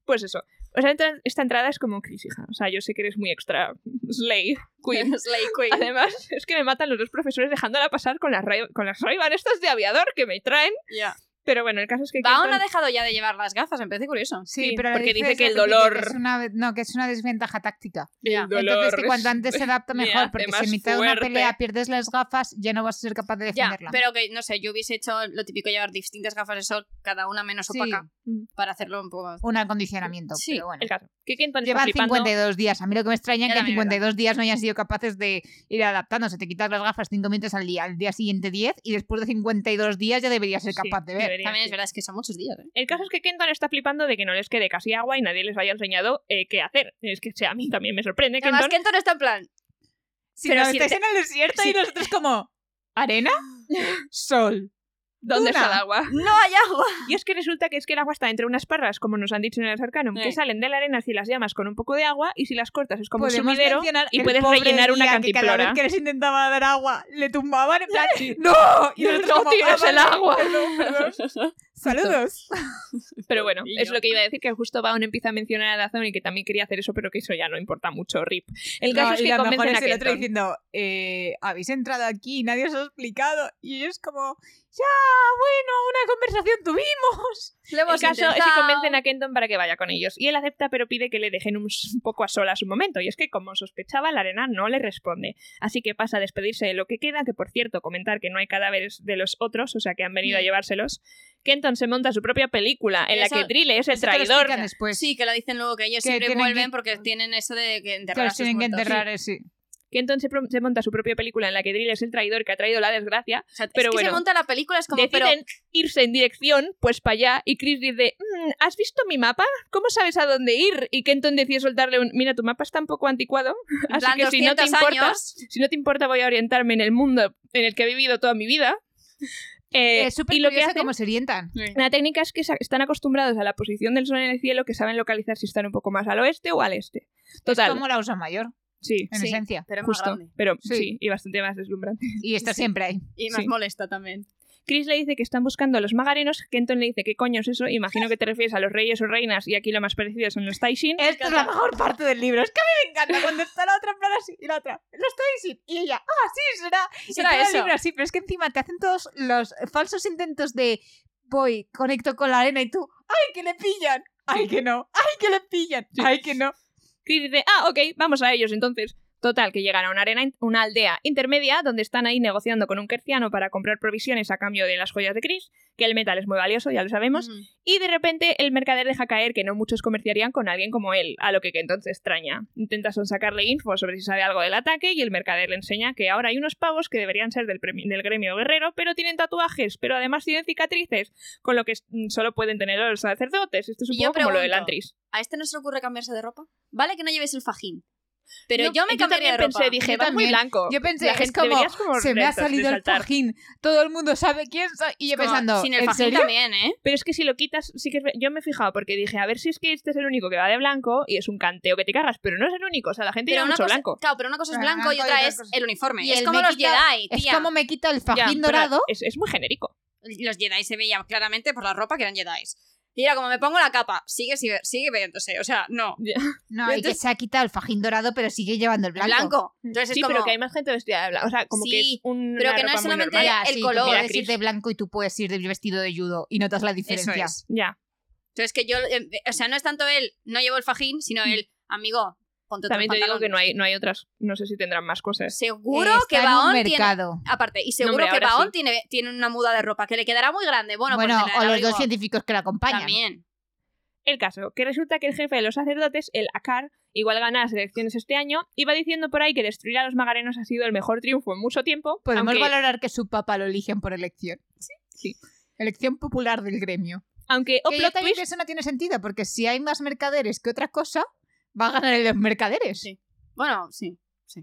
Speaker 1: pues eso. O sea, entra- esta entrada es como Chris, hija. O sea, yo sé que eres muy extra. Slay, queen.
Speaker 3: Slay Queen.
Speaker 1: Además, es que me matan los dos profesores dejándola pasar con las, Ray- con las Ray-Ban estas de aviador que me traen.
Speaker 3: Ya.
Speaker 1: Pero bueno, el caso es que...
Speaker 3: Baon
Speaker 1: Kenton-
Speaker 3: ha dejado ya de llevar las gafas, me parece curioso.
Speaker 2: Sí,
Speaker 1: sí,
Speaker 2: pero le
Speaker 1: porque dice
Speaker 2: desde
Speaker 1: que el
Speaker 2: el principio
Speaker 1: dolor-
Speaker 2: que es una, no, que es una desventaja táctica.
Speaker 3: Ya.
Speaker 1: Dolor
Speaker 2: Entonces, que
Speaker 1: es-
Speaker 2: cuanto antes se adapta
Speaker 1: me
Speaker 2: mejor,
Speaker 1: hace
Speaker 2: porque si
Speaker 1: más
Speaker 2: en mitad de una
Speaker 1: fuerte.
Speaker 2: pelea pierdes las gafas, ya no vas a ser capaz de
Speaker 3: Ya,
Speaker 2: defenderla.
Speaker 3: pero que, no sé, yo hubiese hecho lo típico llevar distintas gafas de sol, cada una menos
Speaker 2: Sí.
Speaker 3: opaca, para hacerlo un poco...
Speaker 2: Un acondicionamiento,
Speaker 3: Sí,
Speaker 2: pero bueno.
Speaker 1: El caso. Que Kenton está
Speaker 2: Llevan
Speaker 1: flipando.
Speaker 2: 52 días. A mí lo que me extraña es
Speaker 3: Ya
Speaker 2: que en
Speaker 3: también,
Speaker 2: 52 días no hayan sido capaces de ir adaptándose. Te quitas las gafas 5 minutos al día, al día siguiente 10 y después de 52 días ya deberías ser
Speaker 1: Sí,
Speaker 2: capaz de ver.
Speaker 1: debería,
Speaker 3: También es
Speaker 1: sí.
Speaker 3: verdad, es que son muchos días, ¿eh?
Speaker 1: El caso es que Kenton está flipando de que no les quede casi agua y nadie les haya enseñado eh, qué hacer. Es que o sea, a mí también me sorprende.
Speaker 3: Además,
Speaker 1: Kenton,
Speaker 3: Kenton está en plan...
Speaker 2: Si
Speaker 1: Pero
Speaker 2: no,
Speaker 1: si
Speaker 2: estáis en el desierto y nosotros como... ¿Arena? Sol.
Speaker 1: ¿dónde está el
Speaker 2: Duna.
Speaker 1: agua?
Speaker 3: ¡No hay agua!
Speaker 1: Y es que resulta que es que el agua está entre unas parras, como nos han dicho en el Arcanum,
Speaker 3: Sí.
Speaker 1: que salen de la arena si las llamas con un poco de agua y si las cortas es como un
Speaker 2: Podemos
Speaker 1: sumidero
Speaker 2: mencionar
Speaker 1: y
Speaker 2: el
Speaker 1: puedes
Speaker 2: pobre
Speaker 1: rellenar una
Speaker 2: día que Cada vez
Speaker 1: cantimplora.
Speaker 2: que les intentaba dar agua, le tumbaban en plan...
Speaker 1: Sí.
Speaker 2: ¡No! Y
Speaker 1: No
Speaker 2: nosotros como,
Speaker 1: tires
Speaker 2: "Ah,
Speaker 1: el
Speaker 2: vale,
Speaker 1: agua".
Speaker 2: perdón, perdón. Saludos.
Speaker 1: Pero bueno,
Speaker 3: Y
Speaker 1: es
Speaker 3: yo.
Speaker 1: lo que iba a decir, que justo Baon empieza a mencionar a Dazón y que también quería hacer eso, pero que eso ya no importa mucho, Rip. El caso
Speaker 2: No,
Speaker 1: es
Speaker 2: y
Speaker 1: que
Speaker 2: lo mejor
Speaker 1: convencen a
Speaker 2: es el otro
Speaker 1: Kenton.
Speaker 2: diciendo, eh, habéis entrado aquí y nadie os ha explicado. Y ellos como, ya, bueno, una conversación tuvimos.
Speaker 3: Lo
Speaker 1: El caso es que convencen a Kenton para que vaya con ellos. Y él acepta, pero pide que le dejen un s- un poco a solas un momento. Y es que, como sospechaba, la arena no le responde. Así que pasa a despedirse de lo que queda, que por cierto, comentar que no hay cadáveres de los otros, o sea que han venido a
Speaker 3: Mm.
Speaker 1: llevárselos. Kenton se monta su propia película en la
Speaker 3: Eso-
Speaker 1: que Drille es el
Speaker 2: Eso te lo
Speaker 1: traidor.
Speaker 2: explican después.
Speaker 3: Pues Sí, que lo dicen luego, que ellos
Speaker 2: Que
Speaker 3: siempre
Speaker 2: tienen
Speaker 3: vuelven
Speaker 2: que-
Speaker 3: porque tienen eso de que enterrar
Speaker 2: Claro,
Speaker 3: a sus
Speaker 2: tienen que
Speaker 3: muertos.
Speaker 2: enterrar, eh, sí.
Speaker 1: Kenton se, pro- se monta su propia película en la que Drill es el traidor que ha traído la desgracia,
Speaker 3: O sea,
Speaker 1: Pero
Speaker 3: es que
Speaker 1: bueno.
Speaker 3: se monta la película, es como, pero
Speaker 1: deciden irse en dirección, pues para allá, y Chris dice, "Mm, ¿has visto mi mapa? ¿Cómo sabes a dónde ir? Y Kenton decide soltarle un, mira, tu mapa está un poco anticuado,
Speaker 3: en
Speaker 1: así
Speaker 3: plan,
Speaker 1: que si no te
Speaker 3: 200
Speaker 1: importa,
Speaker 3: años.
Speaker 1: si no te importa voy a orientarme en el mundo en el que he vivido toda mi vida. Eh,
Speaker 2: Es súper
Speaker 1: y lo que
Speaker 2: curioso
Speaker 1: hacen-
Speaker 2: cómo se orientan.
Speaker 1: la técnica es que sa- están acostumbrados a la posición del sol en el cielo, que saben localizar si están un poco más al oeste o al este. Total,
Speaker 2: Es como la usa mayor,
Speaker 1: sí,
Speaker 2: en
Speaker 3: Sí.
Speaker 2: esencia.
Speaker 3: Pero es más
Speaker 1: justo,
Speaker 3: grande.
Speaker 1: pero
Speaker 2: Sí.
Speaker 1: sí. y bastante más deslumbrante.
Speaker 2: Y está
Speaker 3: Sí.
Speaker 2: siempre ahí.
Speaker 3: Y más
Speaker 1: Sí.
Speaker 3: molesta también.
Speaker 1: Chris le dice que están buscando a los magarenos, Kenton le dice que coño es eso, imagino que te refieres a los reyes o reinas y aquí lo más parecido son los Taishin.
Speaker 2: Esta es la mejor parte del libro. Es que a mí me encanta cuando está la otra en plan así y la otra. Lo estoy diciendo. Y ella, ah, sí, será. Y
Speaker 3: Será
Speaker 2: todo el
Speaker 3: eso.
Speaker 2: libro así, pero es que encima te hacen todos los falsos intentos de voy, conecto con la arena y tú, ¡ay, que le pillan! ¡Ay, que no! ¡Ay, que le pillan!
Speaker 1: Sí.
Speaker 2: ¡Ay, que no!
Speaker 1: Chris dice, ah, ok, vamos a ellos entonces. Total, que llegan a una, arena, una aldea intermedia donde están ahí negociando con un kerciano para comprar provisiones a cambio de las joyas de Chris, que el metal es muy valioso, ya lo sabemos,
Speaker 3: Mm.
Speaker 1: y de repente el mercader deja caer que no muchos comerciarían con alguien como él, a lo que entonces extraña. Intenta sonsacarle info sobre si sabe algo del ataque y el mercader le enseña que ahora hay unos pavos que deberían ser del, premi- del gremio guerrero, pero tienen tatuajes, pero además tienen cicatrices, con lo que mm, solo pueden tener los sacerdotes. Esto es un
Speaker 3: Y yo
Speaker 1: poco como lo del
Speaker 3: pregunto,
Speaker 1: Antris.
Speaker 3: ¿A este no se le ocurre cambiarse de ropa? Vale que no lleves el fajín. Pero
Speaker 1: No,
Speaker 3: yo me cambiaría de
Speaker 1: también
Speaker 3: ropa.
Speaker 1: pensé, dije,
Speaker 2: Yo
Speaker 1: va muy
Speaker 2: también.
Speaker 1: blanco.
Speaker 2: Yo pensé,
Speaker 1: La
Speaker 2: es
Speaker 1: gente-
Speaker 2: como,
Speaker 1: deberías como
Speaker 2: se me ha
Speaker 1: retas de
Speaker 2: salido el
Speaker 1: saltar.
Speaker 2: fajín. Todo el mundo sabe quién soy. Y yo
Speaker 3: Como,
Speaker 2: pensando,
Speaker 3: sin el
Speaker 2: ¿en
Speaker 3: fajín
Speaker 2: serio?
Speaker 3: también, ¿eh?
Speaker 1: Pero es que si lo quitas, sí que es... ve- yo me he fijado porque dije, a ver si es que este es el único que va de blanco y es un canteo que te cagas, pero no es el único, o sea, la gente
Speaker 3: Pero
Speaker 1: lleva
Speaker 3: una
Speaker 1: mucho
Speaker 3: cosa,
Speaker 1: blanco.
Speaker 3: Claro, pero una cosa es
Speaker 2: Pero
Speaker 3: blanco
Speaker 2: blanco
Speaker 3: y
Speaker 2: y
Speaker 3: Ah, otra
Speaker 2: otra
Speaker 3: es
Speaker 2: cosa-
Speaker 3: el uniforme.
Speaker 2: Y
Speaker 3: es
Speaker 2: el
Speaker 3: como
Speaker 2: me
Speaker 3: los
Speaker 2: quita-
Speaker 3: Jedi,
Speaker 2: Es
Speaker 3: tía.
Speaker 2: como me quita el
Speaker 1: Ya,
Speaker 2: fajín
Speaker 1: pero
Speaker 2: dorado.
Speaker 1: Es, es muy genérico.
Speaker 3: Los Jedi se veían claramente por la ropa que eran Jedi. Y era como, me pongo la capa. Sigue, sigue, sigue viéndose. O sea, no.
Speaker 2: No, y que
Speaker 3: Entonces-
Speaker 2: se ha quitado el fajín dorado, pero sigue llevando el
Speaker 3: Blanco.
Speaker 2: blanco.
Speaker 3: Entonces
Speaker 1: sí,
Speaker 3: es como...
Speaker 1: pero que hay más gente vestida de blanco, o sea, como que
Speaker 3: Sí,
Speaker 1: es un
Speaker 3: pero que no es solamente-
Speaker 2: Ya,
Speaker 3: el
Speaker 2: sí,
Speaker 3: color.
Speaker 2: Tú
Speaker 1: Mira,
Speaker 2: puedes
Speaker 1: Cris.
Speaker 2: ir de blanco y tú puedes ir de vestido de judo y notas la
Speaker 3: Eso
Speaker 2: diferencia.
Speaker 3: es.
Speaker 1: Ya,
Speaker 3: Entonces que yo... eh, O sea, no es tanto él, no llevo el fajín, sino el, amigo, ponte otro
Speaker 1: Mm. también te digo
Speaker 3: pantalón.
Speaker 1: que no hay, no hay otras, no sé si tendrán más cosas.
Speaker 3: Seguro
Speaker 2: Está
Speaker 3: que
Speaker 2: en
Speaker 3: Baón
Speaker 2: un
Speaker 3: tiene...
Speaker 2: mercado.
Speaker 3: Aparte, y seguro
Speaker 1: hombre,
Speaker 3: que
Speaker 1: ahora
Speaker 3: Baón
Speaker 1: sí.
Speaker 3: tiene, tiene una muda de ropa que le quedará muy grande. Bueno,
Speaker 2: Bueno,
Speaker 3: pues en el
Speaker 2: o los
Speaker 3: abrigo
Speaker 2: dos científicos que la acompañan.
Speaker 3: También.
Speaker 1: El caso, que resulta que el jefe de los sacerdotes, el Akar, igual gana las elecciones este año, y va diciendo por ahí que destruir a los magarenos ha sido el mejor triunfo en mucho tiempo.
Speaker 2: Podemos
Speaker 1: aunque-
Speaker 2: valorar que su papá lo eligen por elección.
Speaker 1: Sí.
Speaker 2: Elección popular del gremio.
Speaker 1: Aunque, oh,
Speaker 2: que yo
Speaker 1: plot
Speaker 2: también
Speaker 1: twist,
Speaker 2: que eso no tiene sentido, porque si hay más mercaderes que otra cosa, va a ganar el de los mercaderes.
Speaker 3: Sí. Bueno, sí.
Speaker 2: Sí.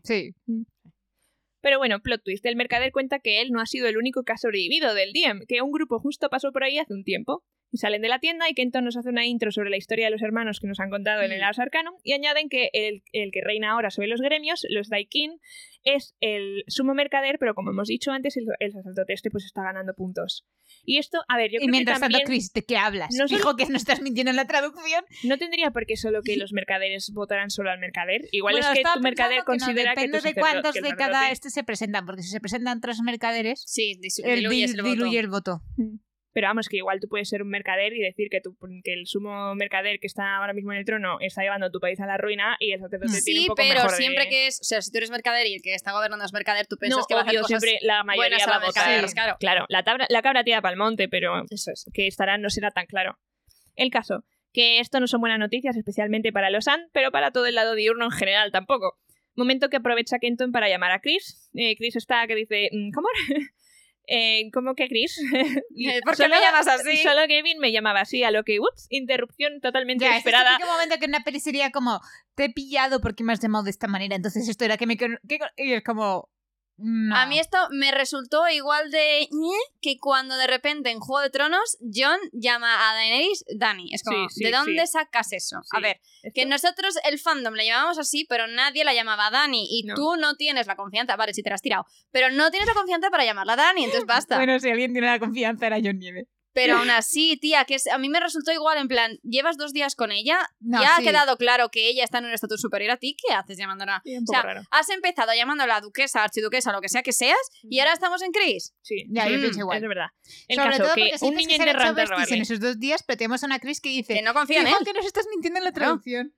Speaker 1: Pero bueno, plot twist. El mercader cuenta que él no ha sido el único que ha sobrevivido del Diem, que un grupo justo pasó por ahí hace un tiempo. Y salen de la tienda y Kenton nos hace una intro sobre la historia de los hermanos que nos han contado en el
Speaker 3: Mm.
Speaker 1: Ars Arcanum y añaden que el, el que reina ahora sobre los gremios, los Daikin, es el sumo mercader, pero como hemos dicho antes, el, el sacerdote este pues está ganando puntos. Y esto, a ver, yo
Speaker 2: Y
Speaker 1: creo
Speaker 2: mientras
Speaker 1: que
Speaker 2: tanto,
Speaker 1: también
Speaker 2: Chris, ¿de qué hablas?
Speaker 1: No
Speaker 2: No
Speaker 1: sé-
Speaker 2: Fijo que no estás mintiendo en la traducción.
Speaker 1: no tendría por qué solo que los mercaderes votaran solo al mercader. Igual
Speaker 2: Bueno,
Speaker 1: es que
Speaker 2: estaba
Speaker 1: tu mercader
Speaker 2: pensando que no,
Speaker 1: considera que
Speaker 2: Depende
Speaker 1: tu
Speaker 2: de
Speaker 1: sacerdo-
Speaker 2: cuántos
Speaker 1: que el
Speaker 2: de cada
Speaker 1: sacerdote-
Speaker 2: este se presentan, porque si se presentan tres mercaderes,
Speaker 3: Sí, disu-
Speaker 2: él
Speaker 3: diluyes
Speaker 2: dil-
Speaker 3: el voto.
Speaker 2: diluye el voto.
Speaker 1: Pero vamos, que igual tú puedes ser un mercader y decir que, tú, que el sumo mercader que está ahora mismo en el trono está llevando tu país a la ruina y el sacerdote tiene un
Speaker 3: Sí,
Speaker 1: poco
Speaker 3: pero
Speaker 1: mejor de-
Speaker 3: siempre que es. O sea, si tú eres mercader y el que está gobernando es mercader, tú piensas
Speaker 1: No,
Speaker 3: que va a hacer
Speaker 1: obvio,
Speaker 3: cosas.
Speaker 1: siempre la mayoría
Speaker 3: buenas a
Speaker 1: va a
Speaker 3: la
Speaker 1: votar.
Speaker 3: mercaderes, claro.
Speaker 1: la, tabra- la cabra tira para el monte, pero que estará no será tan claro. El caso, que esto no son buenas noticias, especialmente para los Ant, pero para todo el lado diurno en general tampoco. Momento que aprovecha Kenton para llamar a Chris. Eh, Chris está que dice, "Mm, ¿cómo? Eh, ¿Cómo que Chris?
Speaker 3: Eh, ¿Por qué me llamas así?
Speaker 1: Solo Kevin me llamaba así, a lo que, ups, interrupción totalmente
Speaker 2: Ya, este es el
Speaker 1: esperada.
Speaker 2: típico momento que en una peli sería como, te he pillado porque me has llamado de esta manera, entonces esto era que me... con- que con- Y es como... no.
Speaker 3: A mí esto me resultó igual de ñe que cuando de repente en Juego de Tronos John llama a Daenerys Dani. Es como,
Speaker 1: Sí, sí,
Speaker 3: ¿de dónde
Speaker 1: sí.
Speaker 3: sacas eso? A
Speaker 1: Sí.
Speaker 3: ver, que nosotros el fandom la llamamos así, pero nadie la llamaba Dani y
Speaker 1: No.
Speaker 3: tú no tienes la confianza. Vale, si te la has tirado, pero no tienes la confianza para llamarla Dani, entonces basta.
Speaker 2: Bueno, si alguien tiene la confianza era John Nieve.
Speaker 3: Pero aún así, tía, que es- a mí me resultó igual, en plan, llevas dos días con ella,
Speaker 2: No,
Speaker 3: ya
Speaker 2: sí.
Speaker 3: ha quedado claro que ella está en un estatus superior a ti, ¿qué haces llamándola?
Speaker 1: Sí, un poco
Speaker 3: O sea,
Speaker 1: raro.
Speaker 3: Has empezado llamándola duquesa, archiduquesa, lo que sea que seas,
Speaker 1: Mm.
Speaker 3: y ahora estamos en Chris.
Speaker 1: Sí,
Speaker 2: Ya, yo
Speaker 3: Mm,
Speaker 2: pienso
Speaker 1: es
Speaker 2: igual.
Speaker 1: verdad. El
Speaker 2: Sobre
Speaker 1: caso
Speaker 2: todo
Speaker 1: que
Speaker 2: porque
Speaker 1: un
Speaker 2: sientes
Speaker 1: niño
Speaker 2: que se han
Speaker 1: intenta
Speaker 2: echado besties
Speaker 1: robarle.
Speaker 2: en esos dos días, pero tenemos a una Chris que dice...
Speaker 3: Que no confía en
Speaker 2: "Fijo
Speaker 3: él.
Speaker 2: que nos estás mintiendo en la
Speaker 3: Claro.
Speaker 2: traducción.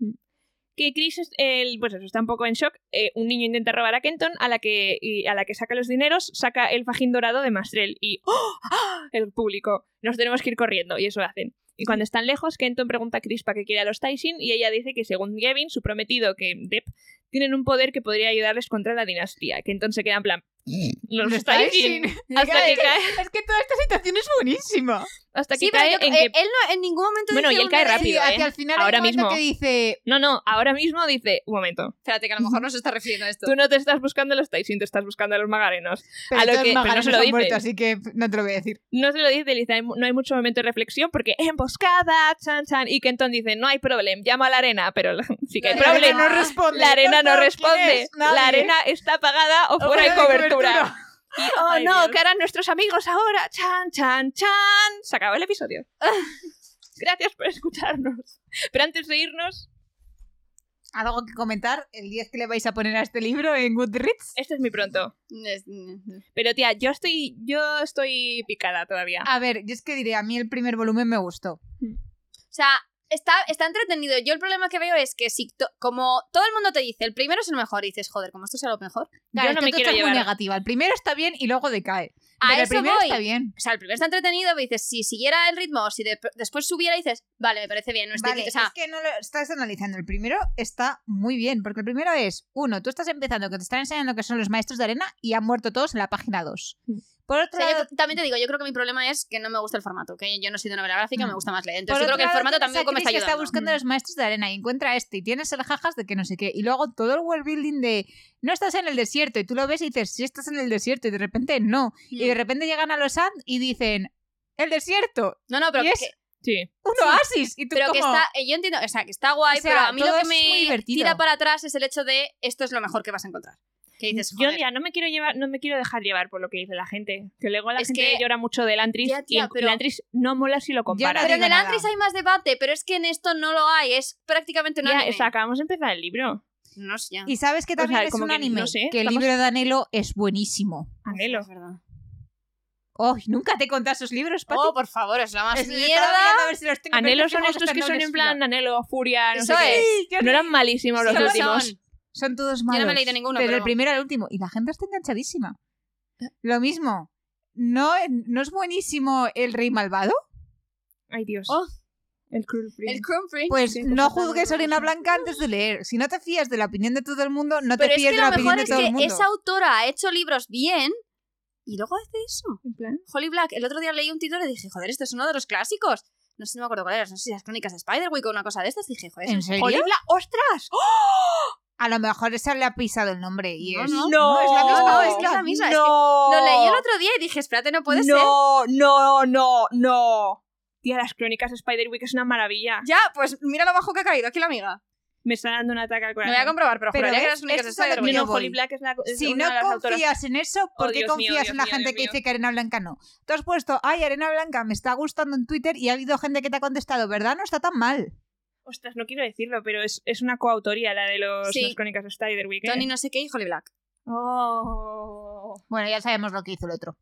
Speaker 1: que Chris es el, pues eso, está un poco en shock. Eh, un niño intenta robar a Kenton, a la que, y a la que saca los dineros, saca el fajín dorado de Mastrel y ¡oh! ¡Ah! el público. Nos tenemos que ir corriendo y eso hacen. Y cuando están lejos, Kenton pregunta a Chris para qué quiere a los Tyson y ella dice que según Gavin, su prometido, que Depp, tienen un poder que podría ayudarles contra la dinastía. Que entonces se quedan en plan. Los
Speaker 2: Los
Speaker 1: Staishin.
Speaker 2: Taishin.
Speaker 1: Hasta que
Speaker 2: Es
Speaker 1: cae,
Speaker 2: Es que toda esta situación es buenísima.
Speaker 1: hasta que
Speaker 3: Sí, pero
Speaker 1: cae
Speaker 3: yo-
Speaker 1: en
Speaker 3: eh,
Speaker 1: que.
Speaker 3: él no, en ningún momento
Speaker 1: Bueno,
Speaker 3: dice
Speaker 1: y él cae
Speaker 3: una de-
Speaker 1: rápido,
Speaker 2: Sí,
Speaker 1: ¿eh?
Speaker 2: hacia el final hay
Speaker 1: Ahora
Speaker 2: un momento
Speaker 1: mismo.
Speaker 2: que dice...
Speaker 1: No, no, ahora mismo dice. Un momento.
Speaker 3: Espérate, que a lo mejor no se está refiriendo a esto.
Speaker 1: Tú no te estás buscando a los Taishin, te estás buscando a los Magarenos.
Speaker 2: Pero
Speaker 1: A lo
Speaker 2: todos
Speaker 1: que- pero no
Speaker 2: Magallanes
Speaker 1: se lo
Speaker 2: han
Speaker 1: dice.
Speaker 2: muerto, así que no te lo voy a decir.
Speaker 1: No se lo dice, le dice, "Hay mu- no hay mucho momento de reflexión porque emboscada, chan, chan. Y Kenton dice, no hay problema, llama a la arena, pero la- sí que hay
Speaker 3: La
Speaker 2: La
Speaker 1: problema.
Speaker 2: arena no responde.
Speaker 1: La arena no
Speaker 2: ¿quién
Speaker 1: responde.
Speaker 2: es? Nadie.
Speaker 1: La arena está apagada o
Speaker 2: O
Speaker 1: fuera de cobertura. Y, oh
Speaker 3: Ay,
Speaker 1: no,
Speaker 3: Dios.
Speaker 1: ¿qué harán nuestros amigos ahora? Chan, chan, chan. Se acabó el episodio. Gracias por escucharnos. Pero antes de irnos,
Speaker 2: Algo que comentar, el 10 que le vais a poner a este libro en Goodreads.
Speaker 1: este es mi pronto.
Speaker 3: Es- mm,
Speaker 1: Pero tía, yo estoy, yo estoy picada todavía.
Speaker 2: A ver, yo es que diré, a mí el primer volumen me gustó.
Speaker 3: O sea, está, está entretenido. Yo el problema que veo es que si to- como todo el mundo te dice, el primero es el mejor, y dices, joder, como esto sea lo mejor.
Speaker 1: Yo no
Speaker 2: es que
Speaker 1: me
Speaker 2: tú
Speaker 1: quiero
Speaker 2: estás muy
Speaker 1: llevar.
Speaker 2: negativa. El primero está bien y luego decae.
Speaker 3: A
Speaker 2: Pero el
Speaker 3: eso
Speaker 2: primero
Speaker 3: voy.
Speaker 2: está bien.
Speaker 3: O sea, el primero está entretenido, pero dices, si siguiera el ritmo, o si de- después subiera, dices, vale, me parece bien. No estoy,
Speaker 2: Vale,
Speaker 3: o sea,
Speaker 2: es que no lo estás analizando. El primero está muy bien, porque el primero es, uno, tú estás empezando, que te están enseñando que son los maestros de arena y han muerto todos en la página 2. Por
Speaker 3: Mm. o
Speaker 2: otro
Speaker 3: sea,
Speaker 2: lado,
Speaker 3: yo también te digo, yo creo que mi problema es que no me gusta el formato, que yo no soy de novela gráfica,
Speaker 2: Mm.
Speaker 3: me gusta más leer.
Speaker 2: por
Speaker 3: Entonces yo
Speaker 2: otro
Speaker 3: creo que el
Speaker 2: lado
Speaker 3: formato
Speaker 2: tienes a
Speaker 3: tampoco me
Speaker 2: Chris
Speaker 3: está
Speaker 2: que está
Speaker 3: ayudando. Mm.
Speaker 2: buscando a los maestros de arena y encuentra este y tienes el jajas de que no sé qué. Y luego todo el world building de no estás en el desierto y tú lo ves y dices, sí estás en el desierto y de repente no. Y
Speaker 3: Mm.
Speaker 2: de repente llegan a los Andes y dicen, el desierto,
Speaker 3: No, no, pero,
Speaker 2: Y
Speaker 3: que,
Speaker 2: es-
Speaker 1: Sí.
Speaker 2: un
Speaker 3: Sí.
Speaker 2: oasis. Y tú
Speaker 3: pero que
Speaker 2: como,
Speaker 3: está, eh, yo entiendo, o sea, que está guay,
Speaker 2: O sea,
Speaker 3: pero a mí lo
Speaker 2: todo
Speaker 3: que
Speaker 2: es muy
Speaker 3: me
Speaker 2: divertido.
Speaker 3: tira para atrás es el hecho de esto es lo mejor que vas a encontrar. Que dices,
Speaker 1: yo
Speaker 3: joder,
Speaker 1: ya no me quiero llevar, no me quiero dejar llevar por lo que dice la gente. Que luego la
Speaker 3: Es
Speaker 1: gente
Speaker 3: que-
Speaker 1: llora mucho del Antris
Speaker 3: Ya, tía,
Speaker 1: y en-
Speaker 3: pero-
Speaker 1: el Antris no mola si lo comparas.
Speaker 3: Pero en
Speaker 2: digo
Speaker 3: el
Speaker 2: nada.
Speaker 3: Antris hay más debate, pero es que en esto no lo hay, es prácticamente un
Speaker 1: Ya,
Speaker 3: anime.
Speaker 1: o sea, acabamos de empezar el libro.
Speaker 3: No sé, ya. Ah,
Speaker 2: Y sabes que también
Speaker 1: sea,
Speaker 2: es
Speaker 1: como
Speaker 2: un
Speaker 1: que,
Speaker 2: anime,
Speaker 1: no sé,
Speaker 2: que el
Speaker 1: estamos-
Speaker 2: libro de Danilo es buenísimo.
Speaker 1: Anhelo.
Speaker 3: Es verdad.
Speaker 2: Oh, nunca te contás sus libros, Pati.
Speaker 3: Oh, por favor, es la más
Speaker 2: Es- estaba
Speaker 3: mierda.
Speaker 2: mirando a ver si los tengo, pero
Speaker 1: Anhelos
Speaker 2: es que
Speaker 1: son
Speaker 2: fijo
Speaker 1: estos
Speaker 2: están
Speaker 1: que son
Speaker 2: dobles
Speaker 1: en plan
Speaker 2: fila.
Speaker 1: anhelo, furia, no
Speaker 3: Eso
Speaker 1: sé
Speaker 3: es.
Speaker 2: Sí, qué
Speaker 1: qué. No eran malísimos los
Speaker 2: Sí, lo
Speaker 1: últimos.
Speaker 3: son.
Speaker 2: Son todos
Speaker 3: no me
Speaker 2: malos.
Speaker 3: he leído ninguno,
Speaker 2: Desde
Speaker 3: pero Eh.
Speaker 2: el
Speaker 3: no.
Speaker 2: primero al último. Y la gente está enganchadísima. Lo mismo. ¿No, no es buenísimo El Rey Malvado?
Speaker 1: Ay, Dios.
Speaker 3: Oh.
Speaker 1: El cruel Prince.
Speaker 3: El Crown Prince.
Speaker 2: Pues
Speaker 1: Sí,
Speaker 2: no
Speaker 3: pues,
Speaker 2: juzgues
Speaker 3: está muy
Speaker 2: Orina Blanca antes de leer. Si no te fías de la opinión de todo el mundo, no
Speaker 3: Pero
Speaker 2: te
Speaker 3: es
Speaker 2: fíes
Speaker 3: que
Speaker 2: de la
Speaker 3: lo
Speaker 2: opinión
Speaker 3: mejor
Speaker 2: de
Speaker 3: es
Speaker 2: todo el
Speaker 3: que
Speaker 2: mundo.
Speaker 3: esa autora ha hecho libros bien y luego hace eso.
Speaker 1: En plan,
Speaker 3: Holly Black, el otro día leí un título y dije, joder, esto es uno de los clásicos. No sé, no me acuerdo cuál era, no sé si las crónicas de Spiderwick o una cosa de estas. Dije, joder,
Speaker 2: ¿En
Speaker 3: es-
Speaker 2: serio?
Speaker 3: Holly Black, ¡ostras!
Speaker 2: A lo mejor esa le ha pisado el nombre y
Speaker 3: No,
Speaker 2: es...
Speaker 3: no.
Speaker 2: es la misma
Speaker 3: No,
Speaker 2: autora.
Speaker 3: es que es la misma, es que
Speaker 1: No.
Speaker 3: Lo leí el otro día y dije, espérate, no puede ser.
Speaker 1: No, no, no, no. Tía, las crónicas de Spider-Week es una maravilla.
Speaker 3: Ya, pues mira lo bajo que ha caído aquí la amiga.
Speaker 1: Me está dando un ataque al
Speaker 3: Lo
Speaker 1: corazón.
Speaker 3: voy a comprobar, pero,
Speaker 2: Pero
Speaker 3: juraría que
Speaker 2: ves,
Speaker 3: las únicas de
Speaker 2: esto es a lo
Speaker 1: No,
Speaker 2: que
Speaker 3: Spiderwick.
Speaker 2: yo
Speaker 1: no,
Speaker 2: voy.
Speaker 1: Holly Black es, la, es
Speaker 2: Si
Speaker 1: una
Speaker 2: no
Speaker 1: de las autoras.
Speaker 2: confías en eso, ¿por
Speaker 1: Oh,
Speaker 2: qué
Speaker 1: Dios mío,
Speaker 2: confías en
Speaker 1: Dios
Speaker 2: la
Speaker 1: mío,
Speaker 2: gente
Speaker 1: Dios
Speaker 2: que
Speaker 1: mío.
Speaker 2: dice que Arena Blanca no? Tú has puesto, ay, Arena Blanca me está gustando en Twitter y ha habido gente que te ha contestado, ¿verdad? No está tan mal.
Speaker 1: Ostras, no quiero decirlo, pero es, es una coautoría la de los,
Speaker 3: Sí.
Speaker 1: las crónicas de Spider-Week. ¿eh?
Speaker 3: Tony no sé qué y Holly Black.
Speaker 1: Oh.
Speaker 2: Bueno, ya sabemos lo que hizo el otro.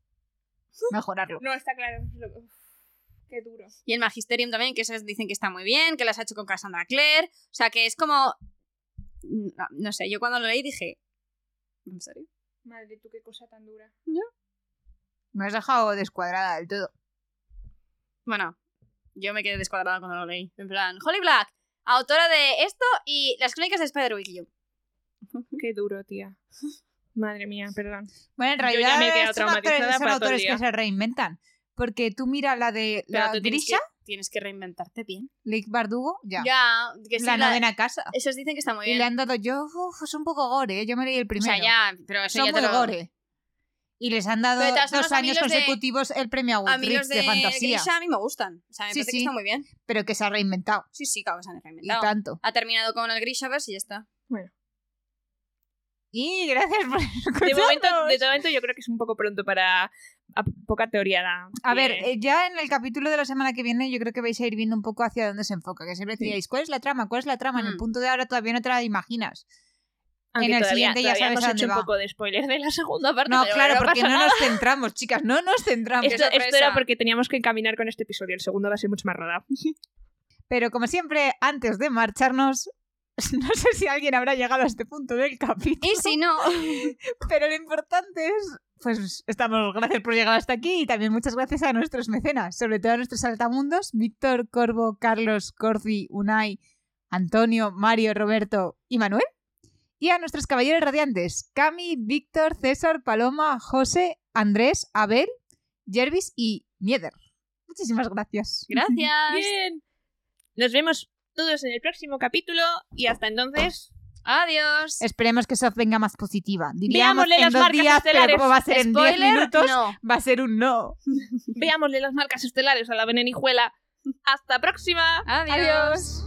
Speaker 2: Mejorarlo.
Speaker 1: No, está claro. Lo- uf, Qué duro.
Speaker 3: Y el Magisterium también, que esas dicen que está muy bien, que las ha hecho con Cassandra Clare. O sea, que es como... No, no sé, yo cuando lo leí dije... ¿En serio?
Speaker 1: Madre, tú qué cosa tan dura.
Speaker 2: Me has dejado descuadrada del todo.
Speaker 3: Bueno, yo me quedé descuadrada cuando lo leí. En plan, Holly Black, autora de esto y las crónicas de Spiderwick. Y yo,
Speaker 1: Qué duro, tía. Madre mía, perdón.
Speaker 2: Bueno, en
Speaker 1: Yo ya
Speaker 2: realidad
Speaker 1: me he quedado
Speaker 2: son autores,
Speaker 1: traumatizada
Speaker 2: son
Speaker 1: para todo el
Speaker 2: autores
Speaker 1: día.
Speaker 2: que se reinventan. Porque tú mira la de
Speaker 3: pero
Speaker 2: la
Speaker 3: tú tienes
Speaker 2: Grisha,
Speaker 3: que, tienes que reinventarte bien.
Speaker 2: Lake Bardugo, ya.
Speaker 3: que sí,
Speaker 2: la
Speaker 3: la-
Speaker 2: novena casa.
Speaker 3: Esos dicen que está muy
Speaker 2: Y
Speaker 3: bien.
Speaker 2: le han dado yo, uf, es un poco gore, ¿eh? yo me leí el
Speaker 3: o
Speaker 2: primero.
Speaker 3: sea, ya, pero eso
Speaker 2: son
Speaker 3: ya te
Speaker 2: muy
Speaker 3: lo...
Speaker 2: gore. Y les han dado
Speaker 3: Pero de todas
Speaker 2: dos
Speaker 3: formas, a mí
Speaker 2: años
Speaker 3: los de-
Speaker 2: consecutivos el premio
Speaker 3: A
Speaker 2: a
Speaker 3: mí los
Speaker 2: de,
Speaker 3: de,
Speaker 2: fantasía,
Speaker 3: Grisha a mí me gustan. O sea, me
Speaker 2: Sí,
Speaker 3: parece que
Speaker 2: sí.
Speaker 3: está muy bien.
Speaker 2: pero que se ha reinventado.
Speaker 3: Sí, sí, claro, que se han
Speaker 2: Y
Speaker 3: reinventado.
Speaker 2: tanto.
Speaker 3: Ha terminado con el Grishaverse y ya está.
Speaker 2: Y gracias por escucharnos.
Speaker 1: De momento, de momento yo creo que es un poco pronto para a- poca teoría. da.
Speaker 2: A ver,
Speaker 1: Eh,
Speaker 2: eh, ya en el capítulo de la semana que viene yo creo que vais a ir viendo un poco hacia dónde se enfoca, que siempre
Speaker 1: Sí.
Speaker 2: decíais, ¿cuál es la trama? ¿Cuál es la trama? En el
Speaker 3: Mm.
Speaker 2: punto de ahora todavía no te la imaginas.
Speaker 1: aunque
Speaker 2: en el
Speaker 1: todavía,
Speaker 2: siguiente ya
Speaker 1: todavía
Speaker 2: sabes
Speaker 1: hemos
Speaker 2: a
Speaker 1: hecho
Speaker 2: dónde
Speaker 1: un
Speaker 2: va.
Speaker 1: poco de spoiler de la segunda parte.
Speaker 2: No,
Speaker 1: pero
Speaker 2: claro,
Speaker 1: bueno,
Speaker 2: porque
Speaker 1: pasa
Speaker 2: no
Speaker 1: nada.
Speaker 2: nos centramos, chicas, no nos centramos.
Speaker 1: Esto,
Speaker 3: sorpresa.
Speaker 1: esto era porque teníamos que encaminar con este episodio. El segundo va a ser mucho más rara.
Speaker 2: Pero como siempre, antes de marcharnos, no sé si alguien habrá llegado a este punto del capítulo.
Speaker 3: Y si no,
Speaker 2: Pero lo importante es, pues estamos, gracias por llegar hasta aquí y también muchas gracias a nuestros mecenas, sobre todo a nuestros altamundos, Víctor, Corvo, Carlos, Corzi, Unai, Antonio, Mario, Roberto y Manuel. Y a nuestros caballeros radiantes, Cami, Víctor, César, Paloma, José, Andrés, Abel, Jervis y Mieder. Muchísimas gracias.
Speaker 3: Gracias.
Speaker 1: Bien. Nos vemos todos en el próximo capítulo y hasta entonces.
Speaker 3: Adiós.
Speaker 2: Esperemos que Sof venga más positiva. Diríamos
Speaker 1: Veámosle
Speaker 2: en
Speaker 1: las
Speaker 2: dos
Speaker 1: marcas
Speaker 2: días, pero
Speaker 1: estelares.
Speaker 2: como va a ser en 10
Speaker 3: Spoiler,
Speaker 2: minutos,
Speaker 3: no.
Speaker 2: va a ser un no.
Speaker 1: Veámosle las marcas estelares a la venenijuela. Hasta próxima.
Speaker 3: Adiós.